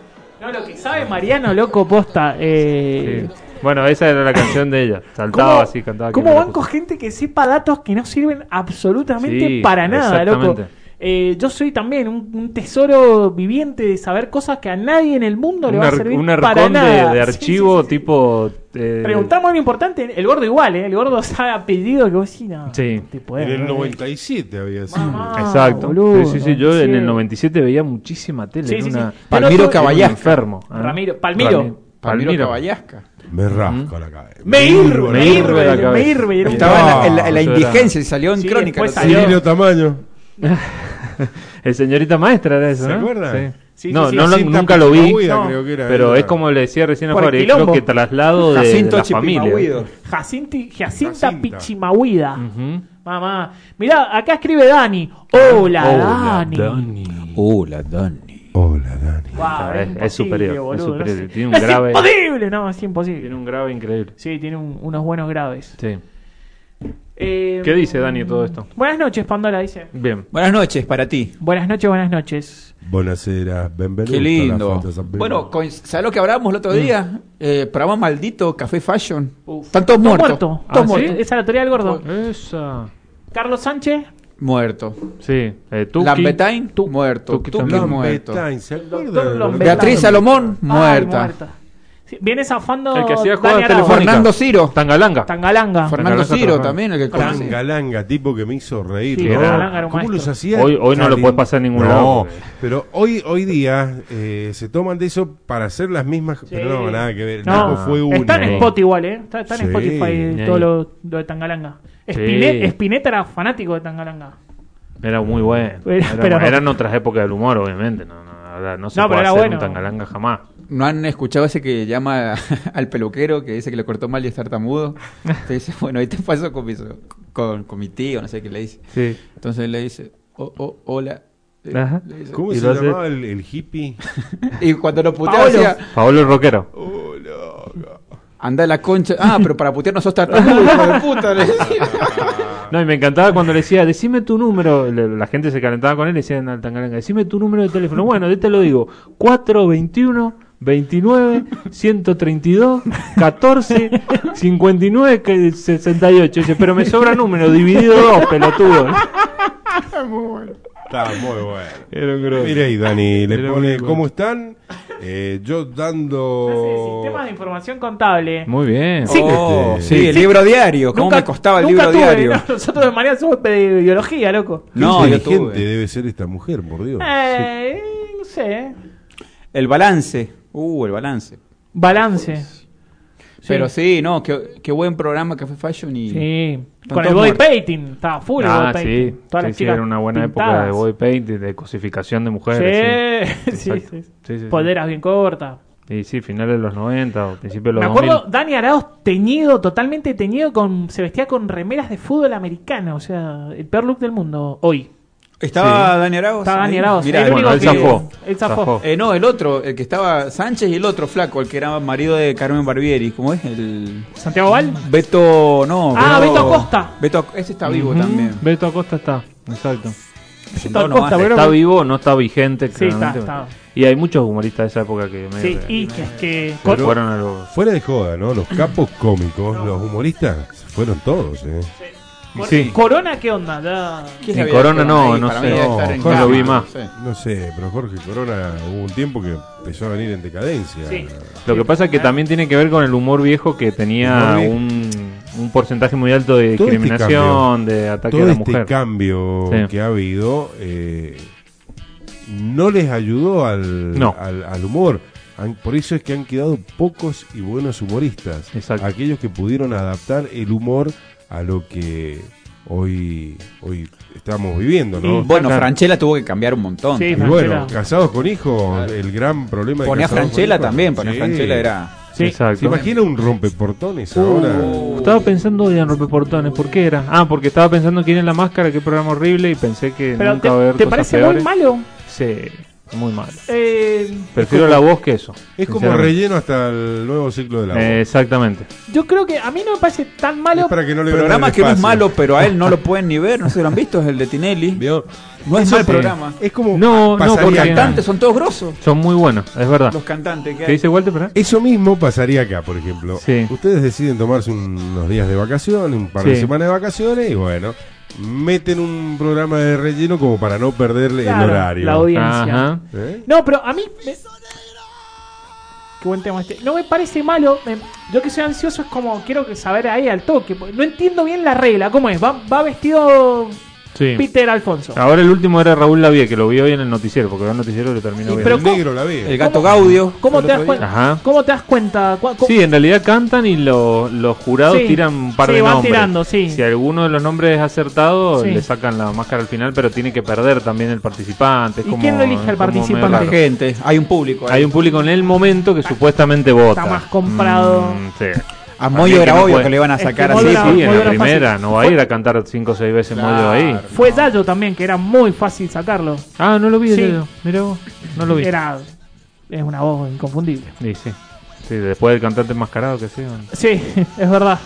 S1: no, lo que sabe Mariano, loco, posta. Eh,
S3: sí. Bueno, esa era la canción de ella.
S1: ¿Cómo,
S3: Saltaba así, cantaba.
S1: cómo
S3: que me la
S1: banco
S3: puso.
S1: gente que sepa datos que no sirven absolutamente
S3: Sí,
S1: para nada, loco?
S3: exactamente.
S1: Eh, yo soy también un, un tesoro viviente de saber cosas que a nadie en el mundo le
S3: Un,
S1: va a
S3: ar-
S1: servir
S3: un
S1: para
S3: arcón de,
S1: nada.
S3: de
S1: Sí, sí,
S3: archivo
S1: sí, sí.
S3: tipo. eh,
S1: Preguntamos lo importante, el gordo igual, ¿eh? El gordo sabe apellido que vos sí, no,
S3: Sí.
S1: no te podés,
S4: En el
S1: ¿no?
S4: 97 había sido.
S1: Mamá.
S3: Exacto.
S1: Ah, boludo,
S3: sí, sí, sí. Yo en
S1: 97.
S3: el 97 veía muchísima tele.
S1: Sí,
S3: era
S1: sí, sí.
S3: una-
S2: Palmiro
S1: Pero-
S3: era un
S2: Caballasca.
S3: enfermo. ¿eh?
S1: Ramiro- Palmiro.
S3: Rami-
S2: Palmiro
S3: Palmiro.
S2: Caballasca.
S4: Me rasco la cabeza.
S1: Me irbe, me
S3: irbe la
S1: irbe, me
S3: cabeza.
S1: irbe. era un-
S2: Estaba en la, en la- en la
S3: Ah, Eso era-
S2: indigencia y salió en
S1: Sí,
S2: crónica.
S1: después
S2: el otro
S1: salió.
S2: día.
S4: Cirilo Tamaño.
S3: El señorita maestra era eso,
S4: ¿Se
S3: ¿no?
S4: acuerda?
S3: Sí.
S1: Sí,
S3: no,
S1: sí,
S3: no,
S1: sí,
S3: lo-
S4: Cinta
S3: nunca lo vi,
S4: Pimahuida,
S1: no,
S4: creo que era,
S3: pero
S4: era.
S3: es como le decía recién a
S1: Por el
S3: Fabri, creo
S1: quilombo.
S3: que traslado de, de
S2: Jacinto
S3: la familia.
S2: Chipimahuido.
S1: Jacinti- Jacinta,
S4: Jacinta.
S1: Pichimahuida.
S3: Ujú.
S1: Mamá. Mirá, acá escribe Dani. Hola, Oh, Dani.
S2: Hola, Dani.
S4: Hola, Dani.
S1: Wow,
S3: Es- es
S1: imposible,
S3: superior, es
S1: boludo, no
S3: superior.
S1: sé.
S3: Tiene un
S1: ¡Es
S3: grave-
S1: imposible! No, es imposible.
S3: Tiene un grave increíble.
S1: Sí, tiene un- unos buenos graves.
S3: Sí.
S1: Eh,
S3: ¿Qué dice Dani de todo esto? Mm.
S1: Buenas noches, Pandora, dice.
S3: Bien.
S2: Buenas noches para ti.
S1: Buenas noches, buenas noches.
S4: Buonasera, benvenuto.
S2: Qué
S4: alla
S2: lindo.
S4: Fanta San Pedro.
S2: Bueno, coinc- ¿sabes lo que hablábamos el otro día? Eh, programa maldito, Café Fashion.
S1: Uf.
S2: Están todos muertos.
S1: muerto.
S2: Todos
S1: Ah, ¿sí?
S2: muertos.
S1: Esa es la teoría del gordo.
S3: Esa.
S1: Carlos Sánchez.
S2: Muerto.
S3: Sí. Eh, Tuki.
S2: Lambertine,
S3: Tu-
S2: muerto.
S3: Tuki
S2: Tuki,
S3: también. Ah,
S2: muerto.
S4: Lambertine, ¿se acuerdan?
S1: Doctor Lambertine.
S2: Beatriz Salomón,
S1: Ay,
S2: muerta.
S1: Sí, viene zafando.
S3: El que hacía
S1: Dani
S3: jugadas
S1: Arao.
S3: telefónicas.
S2: Fernando Ciro.
S3: Tangalanga.
S1: Tangalanga.
S2: Fernando
S3: Fernando
S2: Ciro
S3: Sotero.
S2: también, el que conoce.
S4: Tangalanga, tipo que me hizo reír.
S1: Sí,
S4: ¿no?
S1: Tangalanga era un
S4: ¿Cómo
S1: maestro.
S4: los hacía?
S3: Hoy- hoy no lo
S4: Calin-
S3: puedes pasar en ningún
S4: No,
S3: lado.
S4: Pero hoy, hoy día eh, se toman de eso para hacer las mismas. Pero no, nada que ver.
S1: No.
S4: Naco fue uno.
S1: Está en
S3: Sí.
S1: Spotify igual, ¿eh? Está, está en
S4: Sí.
S1: Spotify
S3: Sí.
S1: todo lo, lo de Tangalanga. Spine- Spinetta era fanático de Tangalanga.
S3: Era muy bueno.
S1: Era-
S3: Era-
S1: pero-
S3: Eran otras épocas del humor, obviamente. No, no, ahora no se
S1: No, pero
S3: puede
S1: era
S3: hacer
S1: bueno.
S3: un Tangalanga jamás.
S2: ¿No han escuchado ese que llama al peluquero que dice que le cortó mal y es tartamudo? Te dice, bueno, ahí te paso con mi, so- con, con mi tío, no sé qué le dice.
S3: Sí.
S2: Entonces él le dice, "Oh, oh, hola. Eh,
S3: Ajá.
S2: le dice-
S4: ¿Cómo
S3: Y
S4: se
S3: lo hace-
S4: llamaba el, el hippie?
S2: y cuando lo puteaba
S1: Paolo.
S2: decía,
S3: Paolo el Rockero.
S2: anda a la concha. Ah, pero para putear no sos tartamudo, hijo de puta. le decía.
S3: No, y me encantaba cuando le decía, decime tu número. Le- La gente se calentaba con él y decían al Tangalanga, decime tu número de teléfono. Bueno, yo te lo digo: 421 29 132 14 59 que- 68. Dice, pero me sobra número, dividido dos, pelotudo.
S4: Está muy bueno.
S3: Era un grosso.
S4: Mire ahí, Dani, le
S3: Era muy
S4: pone
S3: bueno.
S4: cómo están. Eh, yo Oh.
S1: Hace
S4: dando.
S1: sistemas de información contable.
S3: Muy bien.
S1: Sí.
S2: Oh,
S4: Sí.
S2: sí, el libro diario. ¿Cómo me costaba el
S1: nunca
S2: libro
S1: tuve,
S2: diario?
S1: no, nosotros de María somos de biología, loco.
S4: Qué
S2: No, yo
S4: inteligente
S2: tuve.
S4: debe ser esta mujer, por Dios.
S1: Eh, no sé.
S2: El balance. Uh, el balance.
S1: Balance.
S2: Pero sí, no, qué, qué buen programa Café Fashion y...
S1: Sí.
S2: Están
S1: Con el
S2: todos
S1: body
S2: muertos.
S1: painting. Estaba full el
S3: Ah,
S1: body painting.
S3: sí.
S1: Todas
S3: Sí,
S1: las
S3: sí,
S1: chicas
S3: era una buena época
S1: pintadas.
S3: de boy painting, de cosificación de mujeres.
S1: Sí, sí,
S3: Exacto.
S1: sí.
S3: Sí, sí, sí.
S1: Poleras bien cortas.
S3: Y sí, finales de los 90 o principios de
S1: Me
S3: los
S1: acuerdo
S3: 2000.
S1: Dani Araos teñido, totalmente teñido, con, se vestía con remeras de fútbol americano. O sea, el peor look del mundo hoy.
S2: ¿Estaba Dani Arauz?
S1: Está
S2: ahí?
S1: Dani Araos.
S2: Mirá,
S1: el
S2: bueno,
S1: único
S3: él
S1: que-
S3: zafó.
S1: él zafó.
S3: Zafó.
S2: Eh, no, el otro, el que estaba Sánchez y el otro flaco, el que era marido de Carmen Barbieri. ¿Cómo es? El
S1: ¿Santiago Val?
S2: Beto, no.
S1: Ah, Beto Acosta.
S2: Beto, Ac- ese está vivo
S3: Ujú.
S2: también.
S3: Beto Acosta está. Exacto.
S1: Tal
S2: nomás,
S1: cosa,
S3: está
S1: bro.
S3: vivo, no está vigente.
S1: Sí, está,
S3: claramente.
S1: está.
S3: Y hay muchos humoristas de esa época que medio
S1: Sí,
S3: que-
S1: y que es que.
S3: que
S1: Cor-
S3: fueron a los...
S4: Fuera de joda, ¿no? Los capos cómicos, los humoristas, se fueron todos, ¿eh?
S1: Cor-
S3: Sí.
S1: Corona, ¿qué onda? Ya-
S2: ¿Quién
S3: En
S2: había
S3: Corona
S2: Corona
S3: no,
S2: ahí?
S3: no
S2: Para
S3: sé,
S2: mí debe
S3: no,
S2: estar en
S3: no lo vi
S2: cama,
S3: más.
S2: no sé.
S4: No sé, pero Jorge Corona hubo un tiempo que empezó a venir en decadencia.
S1: Sí.
S3: Lo que pasa es que también tiene que ver con el humor viejo que tenía
S4: Humor viejo.
S3: un, un porcentaje muy alto de
S4: Todo este
S3: discriminación, de ataque a
S4: Todo
S3: la
S4: este
S3: mujer.
S4: cambio
S3: Sí.
S4: que ha habido eh, no les ayudó al,
S3: No.
S4: al, al humor. Han- por eso es que han quedado pocos y buenos humoristas.
S3: Exacto.
S4: Aquellos que pudieron adaptar el humor a lo que hoy, hoy estamos viviendo, ¿no?
S1: Y-
S2: Bueno,
S3: Claro.
S2: Franchella tuvo que cambiar un montón.
S1: Sí,
S4: Y bueno, casados con hijos, el gran problema de
S2: Ponía a
S4: Casados con
S2: Franchella
S4: Hijos.
S2: también, ponía a
S4: Sí.
S2: Franchella era... Uh.
S1: Sí.
S3: Exacto.
S4: ¿Se imagina un rompeportones ahora?
S3: Estaba pensando en Rompeportones, ¿por qué era? Ah, porque estaba pensando quién es la máscara, qué programa horrible y pensé que
S1: Pero
S3: nunca va a
S1: te,
S3: haber
S1: te
S3: cosas
S1: parece muy
S3: peores.
S1: malo.
S3: Sí, muy mal.
S1: Eh,
S3: Prefiero la voz que eso.
S4: es como
S3: sinceramente.
S4: relleno hasta el nuevo ciclo de la
S3: Eh, exactamente.
S1: yo creo que a mí no me parece tan
S4: voz.
S1: malo.
S4: Es para que no le vendan
S2: Programa
S4: el
S2: que no es
S4: espacio.
S2: malo, pero a él no lo pueden ni ver, no sé si lo han visto, es el de Tinelli.
S4: ¿Vio?
S2: No es
S4: Eso
S2: mal
S4: sí.
S2: programa.
S4: Es como
S3: No, no,
S4: pasaría
S3: porque
S4: acá.
S2: Cantantes son todos grosos.
S3: Son muy buenos, es verdad.
S2: Los cantantes que
S3: ¿Qué
S2: hay.
S3: dice Walter? Pará.
S4: Eso mismo pasaría acá, por ejemplo.
S3: Sí.
S4: Ustedes deciden tomarse un- unos días de vacaciones, un par de
S3: Sí.
S4: semanas de vacaciones y bueno, meten un programa de relleno como para no perderle el
S1: Claro,
S4: horario.
S1: La audiencia.
S3: Ajá.
S4: ¿Eh?
S1: No, pero a mí. me- Qué buen tema este. No me parece malo. me- Yo que soy ansioso es como quiero que saber ahí al toque. porque No entiendo bien la regla. ¿Cómo es? Va, va vestido
S3: Sí. Ah,
S1: Peter Alfonso.
S3: Ahora el último era Raúl Lavie, que lo vi hoy en el noticiero, porque veo el noticiero y lo termino
S1: Sí,
S3: viendo.
S1: pero
S4: el
S1: ¿cómo-
S4: negro la ve.
S2: El gato
S1: ¿Cómo?
S2: Gaudio.
S1: ¿Cómo
S4: el
S1: te, das
S4: otro día.
S1: cuenta?
S3: Ajá.
S1: ¿Cómo te das cuenta? ¿Cu- cu-
S3: Sí, en realidad cantan y lo- los jurados
S1: Sí.
S3: tiran un par
S1: Sí,
S3: de
S1: van
S3: nombres.
S1: tirando, sí.
S3: Si alguno de los nombres es acertado,
S1: Sí.
S3: le sacan la máscara al final, pero tiene que perder también el participante. Es
S1: ¿Y
S3: como-
S1: quién lo elige al
S3: como medio
S1: participante?
S2: La
S3: raro.
S2: gente, hay un público. ahí.
S3: Hay un público en el momento que supuestamente vota.
S1: más comprado.
S3: Mm, sí.
S2: A Moyo
S3: También
S2: era
S3: que no
S2: obvio
S3: puede.
S2: que le iban a
S1: Es que
S2: sacar
S1: Moyo
S3: Sí,
S2: así.
S1: era-
S3: sí, en
S1: Moyo
S3: la
S1: era
S3: primera.
S1: fácil.
S3: No va a ir a cantar cinco o seis veces Moyo ahí.
S2: Claro.
S1: Fue Dayo también, que era muy fácil sacarlo.
S3: Ah, no lo vi,
S1: Sí.
S3: Dayo. Mirá vos. No lo vi.
S1: Era. Es una voz inconfundible.
S3: Y sí. Sí, después del cantante enmascarado que sí. un
S1: Sí, es verdad.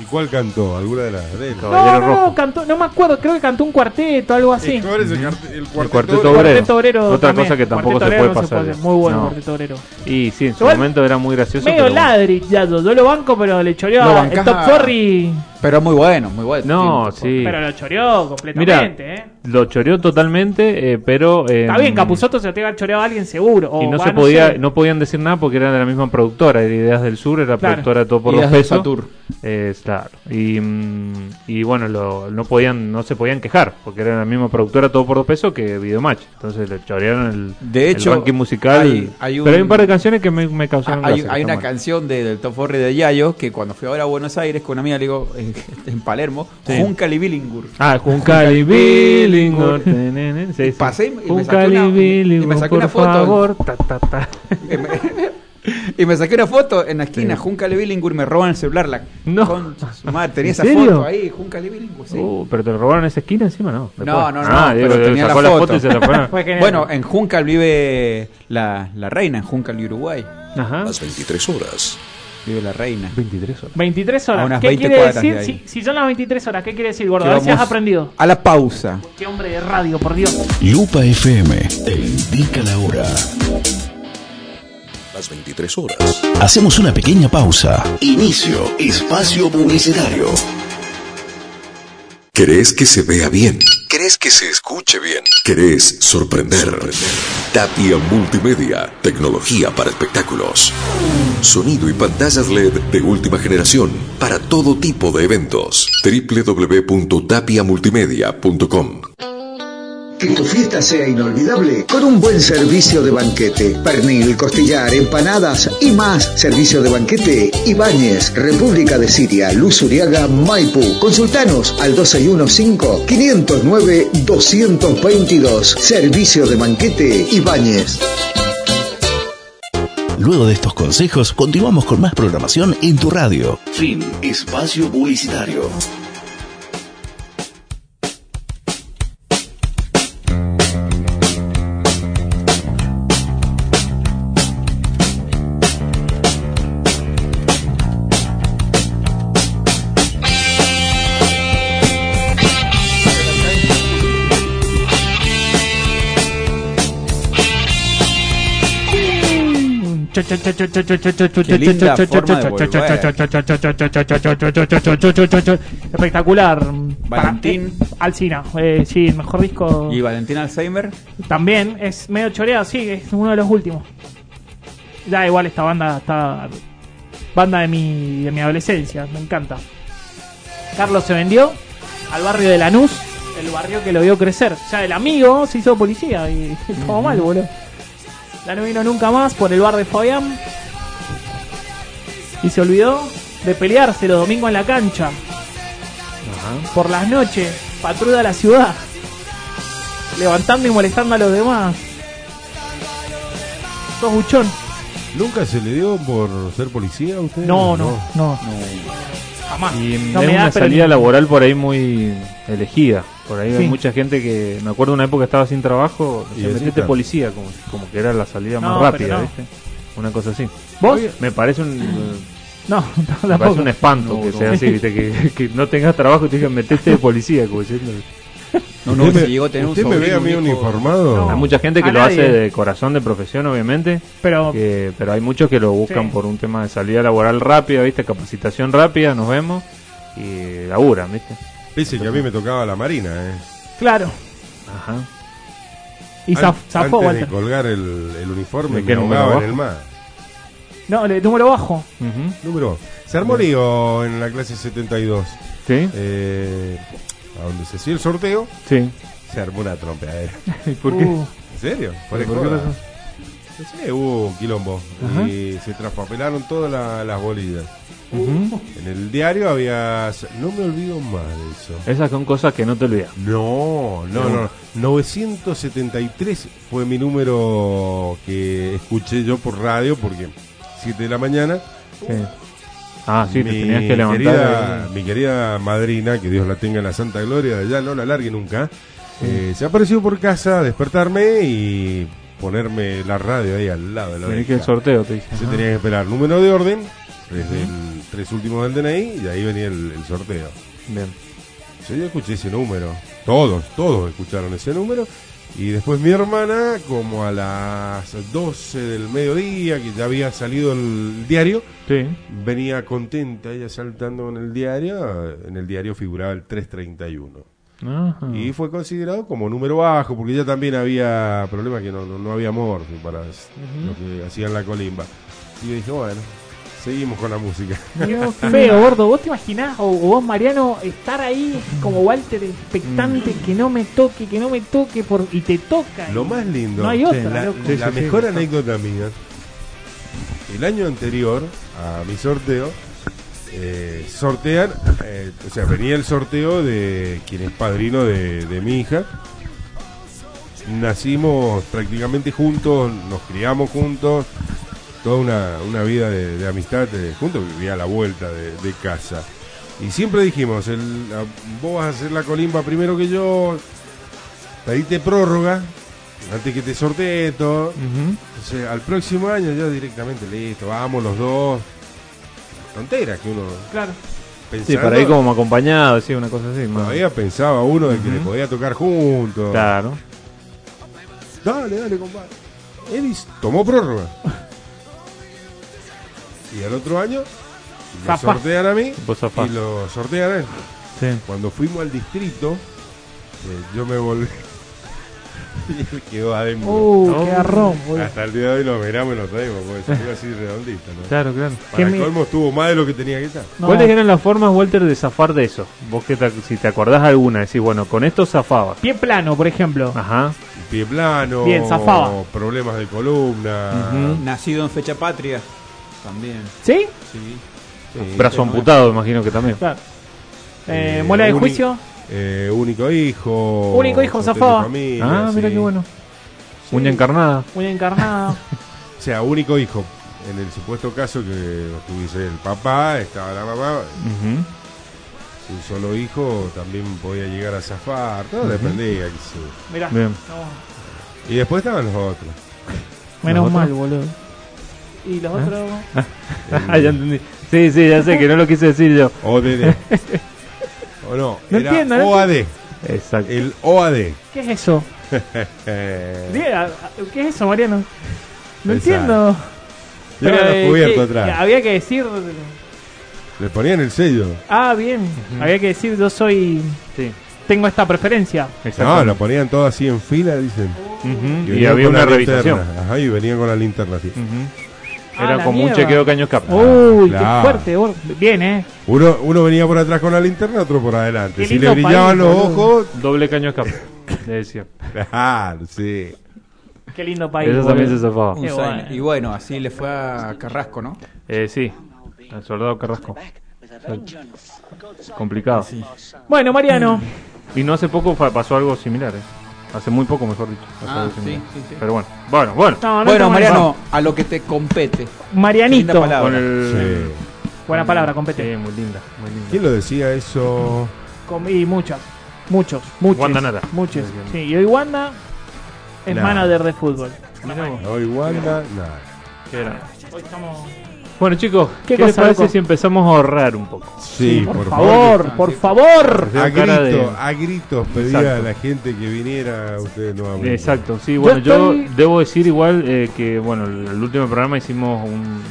S4: ¿Y cuál cantó? ¿Alguna de las de él?
S1: No,
S3: Caballero
S1: no,
S3: rojo.
S1: no, cantó, no me acuerdo, creo que cantó un cuarteto, algo así.
S4: ¿Y cuál es el, cuart- el cuarteto
S3: El cuarteto
S4: obrero?
S3: obrero.
S1: Cuarteto obrero.
S3: Otra
S1: también.
S3: cosa que tampoco
S1: Cuarteto
S3: se
S1: obrero
S3: puede pasar. eh.
S1: puede hacer. Muy bueno,
S3: No.
S1: cuarteto obrero.
S3: Y sí, en su
S1: Igual-
S3: momento era muy gracioso.
S1: Medio
S3: pero bueno.
S1: ladri, ya yo, yo lo banco, pero le choreó
S2: Lo
S1: a-
S2: bancás
S1: el Top
S2: a-
S1: Forry.
S2: Pero muy bueno, muy bueno.
S3: No,
S2: Sí,
S3: sí. Em.
S1: Pero lo choreó
S3: Mira,
S1: completamente, ¿eh?
S3: lo choreó totalmente, eh, pero. eh,
S1: Está bien, Capuzoto se te va a chorear a alguien seguro. O
S3: Y no
S1: va,
S3: se podía,
S1: sé.
S3: no podían decir nada porque eran de la misma productora, era Ideas del Sur, era
S1: Claro.
S3: productora todo por
S2: Ideas
S3: dos
S2: del
S3: pesos.
S2: Satur.
S3: Eh, claro. Y, mm, y bueno, lo- no podían, no se podían quejar, porque era la misma productora todo por dos pesos que Videomatch. Entonces le chorearon el,
S2: De
S3: el
S2: hecho,
S3: ranking musical.
S2: hay- hay un- Ah,
S3: Pero hay un par de canciones que me, me causaron
S2: Hay,
S3: gracia,
S2: hay
S3: que
S2: una
S3: están buenas.
S2: canción de- del Top 40 de Yayo que cuando fui ahora a Buenos Aires con una amiga, le digo, en, en Palermo,
S3: Sí.
S2: Juncal y Billingur.
S3: Ah, Juncali Billingham. tenenen, sí, sí.
S2: Pasé y me saqué
S3: Juncali
S2: una-
S3: Billingham,
S2: y me saqué
S3: por
S2: una foto.
S3: favor. Ta, ta, ta.
S2: y me saqué una foto en la esquina,
S3: Sí.
S2: Juncal y Billingur, me roban el celular. La
S3: No.
S2: concha su madre, tenía
S3: ¿En
S2: esa
S3: serio?
S2: foto ahí, Juncal y Billingur, sí.
S3: Uh, pero te lo robaron esa esquina encima, ¿no?
S2: No, no, no,
S3: Ah, Diego,
S2: pero tenía
S3: sacó
S2: la
S3: la
S2: foto.
S3: foto y se la fueron.
S1: Fue genial.
S2: Bueno, en Juncal vive la, la reina, en Juncal y Uruguay.
S3: Ajá.
S7: Las 23 horas.
S2: Vive la reina.
S3: 23 horas.
S1: 23 horas.
S2: A unas
S1: ¿Qué
S2: 20
S1: quiere
S2: cuadras de
S1: decir?
S2: ahí.
S1: Si, si son las 23 horas, ¿qué quiere decir, gordo?
S2: Que
S1: A ver si has
S2: vamos
S1: aprendido.
S2: A la pausa.
S1: Qué hombre de radio, por Dios.
S7: Lupa FM te indica la hora. Las 23 horas. Hacemos una pequeña pausa. Inicio espacio publicitario.
S8: ¿Crees que se vea bien?
S7: ¿Crees que se escuche bien?
S8: ¿Querés sorprender? Tapia Multimedia, tecnología para espectáculos. Sonido y pantallas LED de última generación para todo tipo de eventos. www.tapiamultimedia.com
S9: Que tu fiesta sea inolvidable con un buen servicio de banquete. Pernil, costillar, empanadas y más. Servicio de banquete Ibáñez, República de Siria, Luz Uriaga, Maipú. Consultanos al 2615-509-222. Servicio de banquete Ibáñez.
S7: Luego de estos consejos, continuamos con más programación en tu radio. Fin. Espacio publicitario.
S1: Espectacular.
S2: Valentín.
S1: Alcina. Eh, sí, el mejor disco.
S2: Y Valentín Alzheimer.
S1: También es medio choreado, sí, es uno de los últimos. Da igual esta banda, está banda de mi, de mi adolescencia, me encanta. Carlos se vendió al barrio de Lanús, el barrio que lo vio crecer. O sea, el amigo se hizo policía y todo mal, boludo. Ya no vino nunca más por el bar de Fabián. Y se olvidó de pelearse los domingos en la cancha. Por las noches, patrulla la ciudad levantando y molestando a los demás. Sos buchón.
S4: ¿Nunca se le dio por ser policía a usted?
S1: No, no, no. Jamás.
S3: Y
S1: No
S3: es
S1: me da,
S3: una
S1: pero
S3: salida
S1: ni-
S3: laboral por ahí muy elegida. Por ahí
S1: Sí.
S3: hay mucha gente que. Me acuerdo una época estaba sin trabajo,
S4: Y
S3: se
S4: así
S3: metiste
S4: está.
S3: policía, como, como que era la salida
S1: No, pero
S3: más rápida,
S1: no.
S3: ¿viste? Una cosa así.
S1: ¿Vos?
S3: Me parece un.
S1: No, no,
S3: Me parece
S1: tampoco.
S3: un espanto que sea así, ¿viste? Que, que no tengas trabajo y te digan metete de policía, como diciendo.
S2: No, no,
S4: ¿Usted,
S2: si llegó a
S4: me,
S2: tener un
S4: usted me ve
S2: sobrino,
S4: a mí
S2: un hijo-
S4: uniformado?
S1: No.
S3: Hay mucha gente que
S1: A
S3: lo
S1: nadie.
S3: hace de corazón, de profesión, obviamente.
S1: Pero
S3: que- pero hay muchos que lo buscan
S1: Sí.
S3: por un tema de salida laboral rápida, ¿viste? Capacitación rápida, nos vemos. Y laburan, ¿viste?
S4: Dice que a mí me tocaba la marina, ¿eh?
S1: claro.
S3: Ajá.
S1: Y
S4: An-
S1: zaf- zafó
S4: Antes
S1: Walter.
S4: de colgar el, el uniforme,
S3: ¿De qué
S4: me
S3: número
S4: ahogaba en
S3: abajo?
S4: el mar.
S1: No, le número bajo.
S3: Ujú.
S4: Número. Se armó lío en la clase 72.
S3: Sí,
S4: Eh, a donde se hacía el sorteo,
S3: sí.
S4: se armó una trompeadera.
S3: ¿Y por qué?
S1: Uh,
S4: ¿En serio?
S3: ¿Por qué
S4: joda.
S3: pasó?
S4: No sé, hubo un quilombo. Y se traspapelaron todas la- las bolillas.
S3: Ujú.
S4: En el diario había. No me olvido más de eso.
S3: Esas son cosas que no te olvidas.
S4: No, no, no. 973 fue mi número que escuché yo por radio, porque 7 de la mañana.
S3: Sí. Ah, sí, te
S4: mi
S3: tenías que levantar.
S4: Querida,
S3: ahí.
S4: mi querida madrina, que Dios la tenga en la santa gloria, de allá no la largue nunca. eh, se apareció por casa a despertarme y ponerme la radio ahí al lado de la
S3: Tenés que el
S4: oreja.
S3: sorteo, te dije.
S4: Se
S3: Ajá.
S4: tenía que esperar número de orden, desde el tres últimos del DNI, y ahí venía el, el sorteo.
S3: Bien.
S4: Yo ya escuché ese número. Todos, todos escucharon ese número. Y después mi hermana, como a las 12 del mediodía, que ya había salido el diario,
S3: Sí.
S4: venía contenta, ella saltando en el diario. En el diario figuraba el 331.
S3: Ajá.
S4: Y fue considerado como número bajo, porque ya también había problemas que no, no, no había morfo para lo que hacían la colimba. Y yo dije, bueno, seguimos con la música.
S1: Dios, feo, gordo. ¿Vos te imaginás, o, o vos, Mariano, estar ahí como Walter expectante,
S3: Mm.
S1: que no me toque, que no me toque, por... y te toca?
S4: Lo más lindo,
S1: ¿eh? No hay
S4: che,
S1: otra,
S4: la,
S1: loco.
S4: la
S3: Sí, sí,
S4: mejor
S3: sí.
S4: anécdota mía, el año anterior a mi sorteo, eh, sortean, eh, o sea, venía el sorteo de quien es padrino de, de mi hija. Nacimos prácticamente juntos, nos criamos juntos, toda una, una vida de, de amistad eh, juntos, vivía a la vuelta de, de casa. Y siempre dijimos, el, a- vos vas a hacer la colimba primero que yo, pediste prórroga, antes que te sortee todo.
S3: Ujú.
S4: Entonces, al próximo año yo directamente, listo, vamos los dos. Tonteras que uno
S1: Claro.
S3: Sí,
S4: pensaba.
S3: para ir como acompañado, sí, una cosa así. más-
S4: Todavía pensaba uno de que le
S3: Ujú.
S4: podía tocar juntos.
S3: Claro.
S4: Dale, dale, compadre. Edis tomó prórroga. y al otro año me
S1: Zafá.
S4: sortean a mí
S3: Vos zafás.
S4: y lo sortean a él.
S3: Sí.
S4: Cuando fuimos al distrito, eh, yo me volví. y él quedó adentro.
S1: Uh,
S3: No.
S1: qué arrón, boludo.
S3: Ah.
S4: Hasta el día de hoy lo miramos y lo traemos, porque se quedó así redondito, ¿no?
S3: Claro, claro.
S1: Qué
S4: Para
S1: mi-
S4: colmo estuvo más de lo que tenía que estar.
S1: No.
S3: ¿Cuáles eran las formas, Walter, de zafar de eso? Vos que te- si te acordás alguna, decís, bueno, con esto zafaba.
S1: Pie plano, por ejemplo.
S3: Ajá.
S4: Pie plano,
S1: Bien, zafaba.
S4: problemas de columna,
S3: Ujú.
S2: Nacido en fecha patria. También,
S1: ¿Sí?
S2: sí.
S4: sí,
S3: Brazo amputado, imagino que también.
S1: Claro. Eh,
S4: Eh,
S1: muela de
S4: uni-
S1: juicio.
S4: eh, único hijo.
S1: Único hijo,
S4: sostén de
S1: zafaba.
S4: familia,
S3: Ah, mira
S4: sí.
S3: qué bueno.
S4: Sí.
S3: Uña encarnada.
S1: Una encarnada.
S4: O sea, único hijo. En el supuesto caso que tuviese el papá, estaba la mamá,
S3: Ujú.
S4: su solo hijo también podía llegar a zafar, todo dependía. qué sé yo.
S1: Mirá.
S3: Bien.
S1: No,
S4: Y después estaban los otros.
S1: menos
S3: ¿Los
S1: mal,
S3: otros?
S1: boludo. ¿Y los otros?
S3: Ah, ya entendí. Sí, sí, ya sé que no lo quise decir yo.
S4: ODD. o no,
S1: No
S4: era
S1: entiendo, no
S4: OAD.
S3: Exacto.
S4: El OAD.
S1: ¿Qué es eso?
S4: Eh,
S1: Diga, ¿Qué es eso, Mariano? No
S4: Exacto.
S1: entiendo.
S4: Llevan
S1: Pero,
S4: los
S1: eh,
S4: cubiertos
S1: ¿qué-
S4: atrás.
S1: Había que decir.
S4: Le ponían el sello.
S1: Ah, bien. Había que decir, yo soy.
S3: Sí,
S1: Tengo esta preferencia.
S4: No,
S3: exacto.
S4: lo ponían todo así en fila, dicen.
S3: Ujú, Y,
S4: venían
S3: había
S4: con
S3: una
S4: la linterna.
S3: revisación.
S4: Ajá, y venían con la linterna así.
S3: Ujú.
S1: Ah,
S3: Era
S1: la
S3: como un
S1: mierda.
S3: chequeo caño escape.
S4: Uh.
S1: Uy,
S4: claro.
S1: qué fuerte. bor- Bien, eh.
S4: Uno, uno venía por atrás con la linterna, otro por adelante.
S1: Qué
S4: Si le
S1: lindo país,
S4: brillaban los
S1: boludo.
S4: ojos,
S3: Doble caño escape. Le decía.
S4: claro, sí.
S1: Qué lindo país.
S3: Eso también se
S1: boludo.
S3: zafaba.
S2: Un
S1: Qué
S2: sign.
S1: bueno.
S2: Y bueno, así le fue a Carrasco, ¿no?
S3: Eh, sí, el soldado Carrasco. Complicado.
S1: Bueno, Mariano.
S3: Y no hace poco fa- pasó algo similar, ¿eh? Hace muy poco, mejor dicho. pasó
S2: Ah,
S3: algo
S2: sí,
S3: similar.
S2: sí, sí.
S3: Pero bueno, bueno, bueno.
S1: No, no
S2: Bueno,
S1: estamos-
S2: Mariano, a lo que te compete. Linda
S1: Marianito.
S2: palabra.
S3: Con el...
S4: Sí.
S1: Buena palabra, compete.
S3: Sí, muy linda, muy linda.
S4: ¿Quién lo decía eso?
S1: Com- y muchas. Muchos. Muchos.
S3: Guandanara.
S1: Muchos. Sí, y hoy Wanda es
S4: Nah.
S1: manager de fútbol.
S4: Hoy Wanda, nada.
S3: ¿Qué era?
S1: Hoy estamos.
S3: Bueno, chicos,
S1: ¿Qué
S3: ¿qué, les
S1: cosa,
S3: parece
S1: loco?
S3: si empezamos a ahorrar un poco?
S4: Sí,
S1: por, favor, por favor.
S4: A
S3: Tengo cara de-
S4: gritos, a gritos pedía
S3: Exacto.
S4: a la gente que viniera a ustedes nuevamente.
S3: Exacto, sí, bueno,
S1: Yo
S3: yo,
S1: estoy-
S3: debo decir igual eh, que, bueno, el, el último programa hicimos un...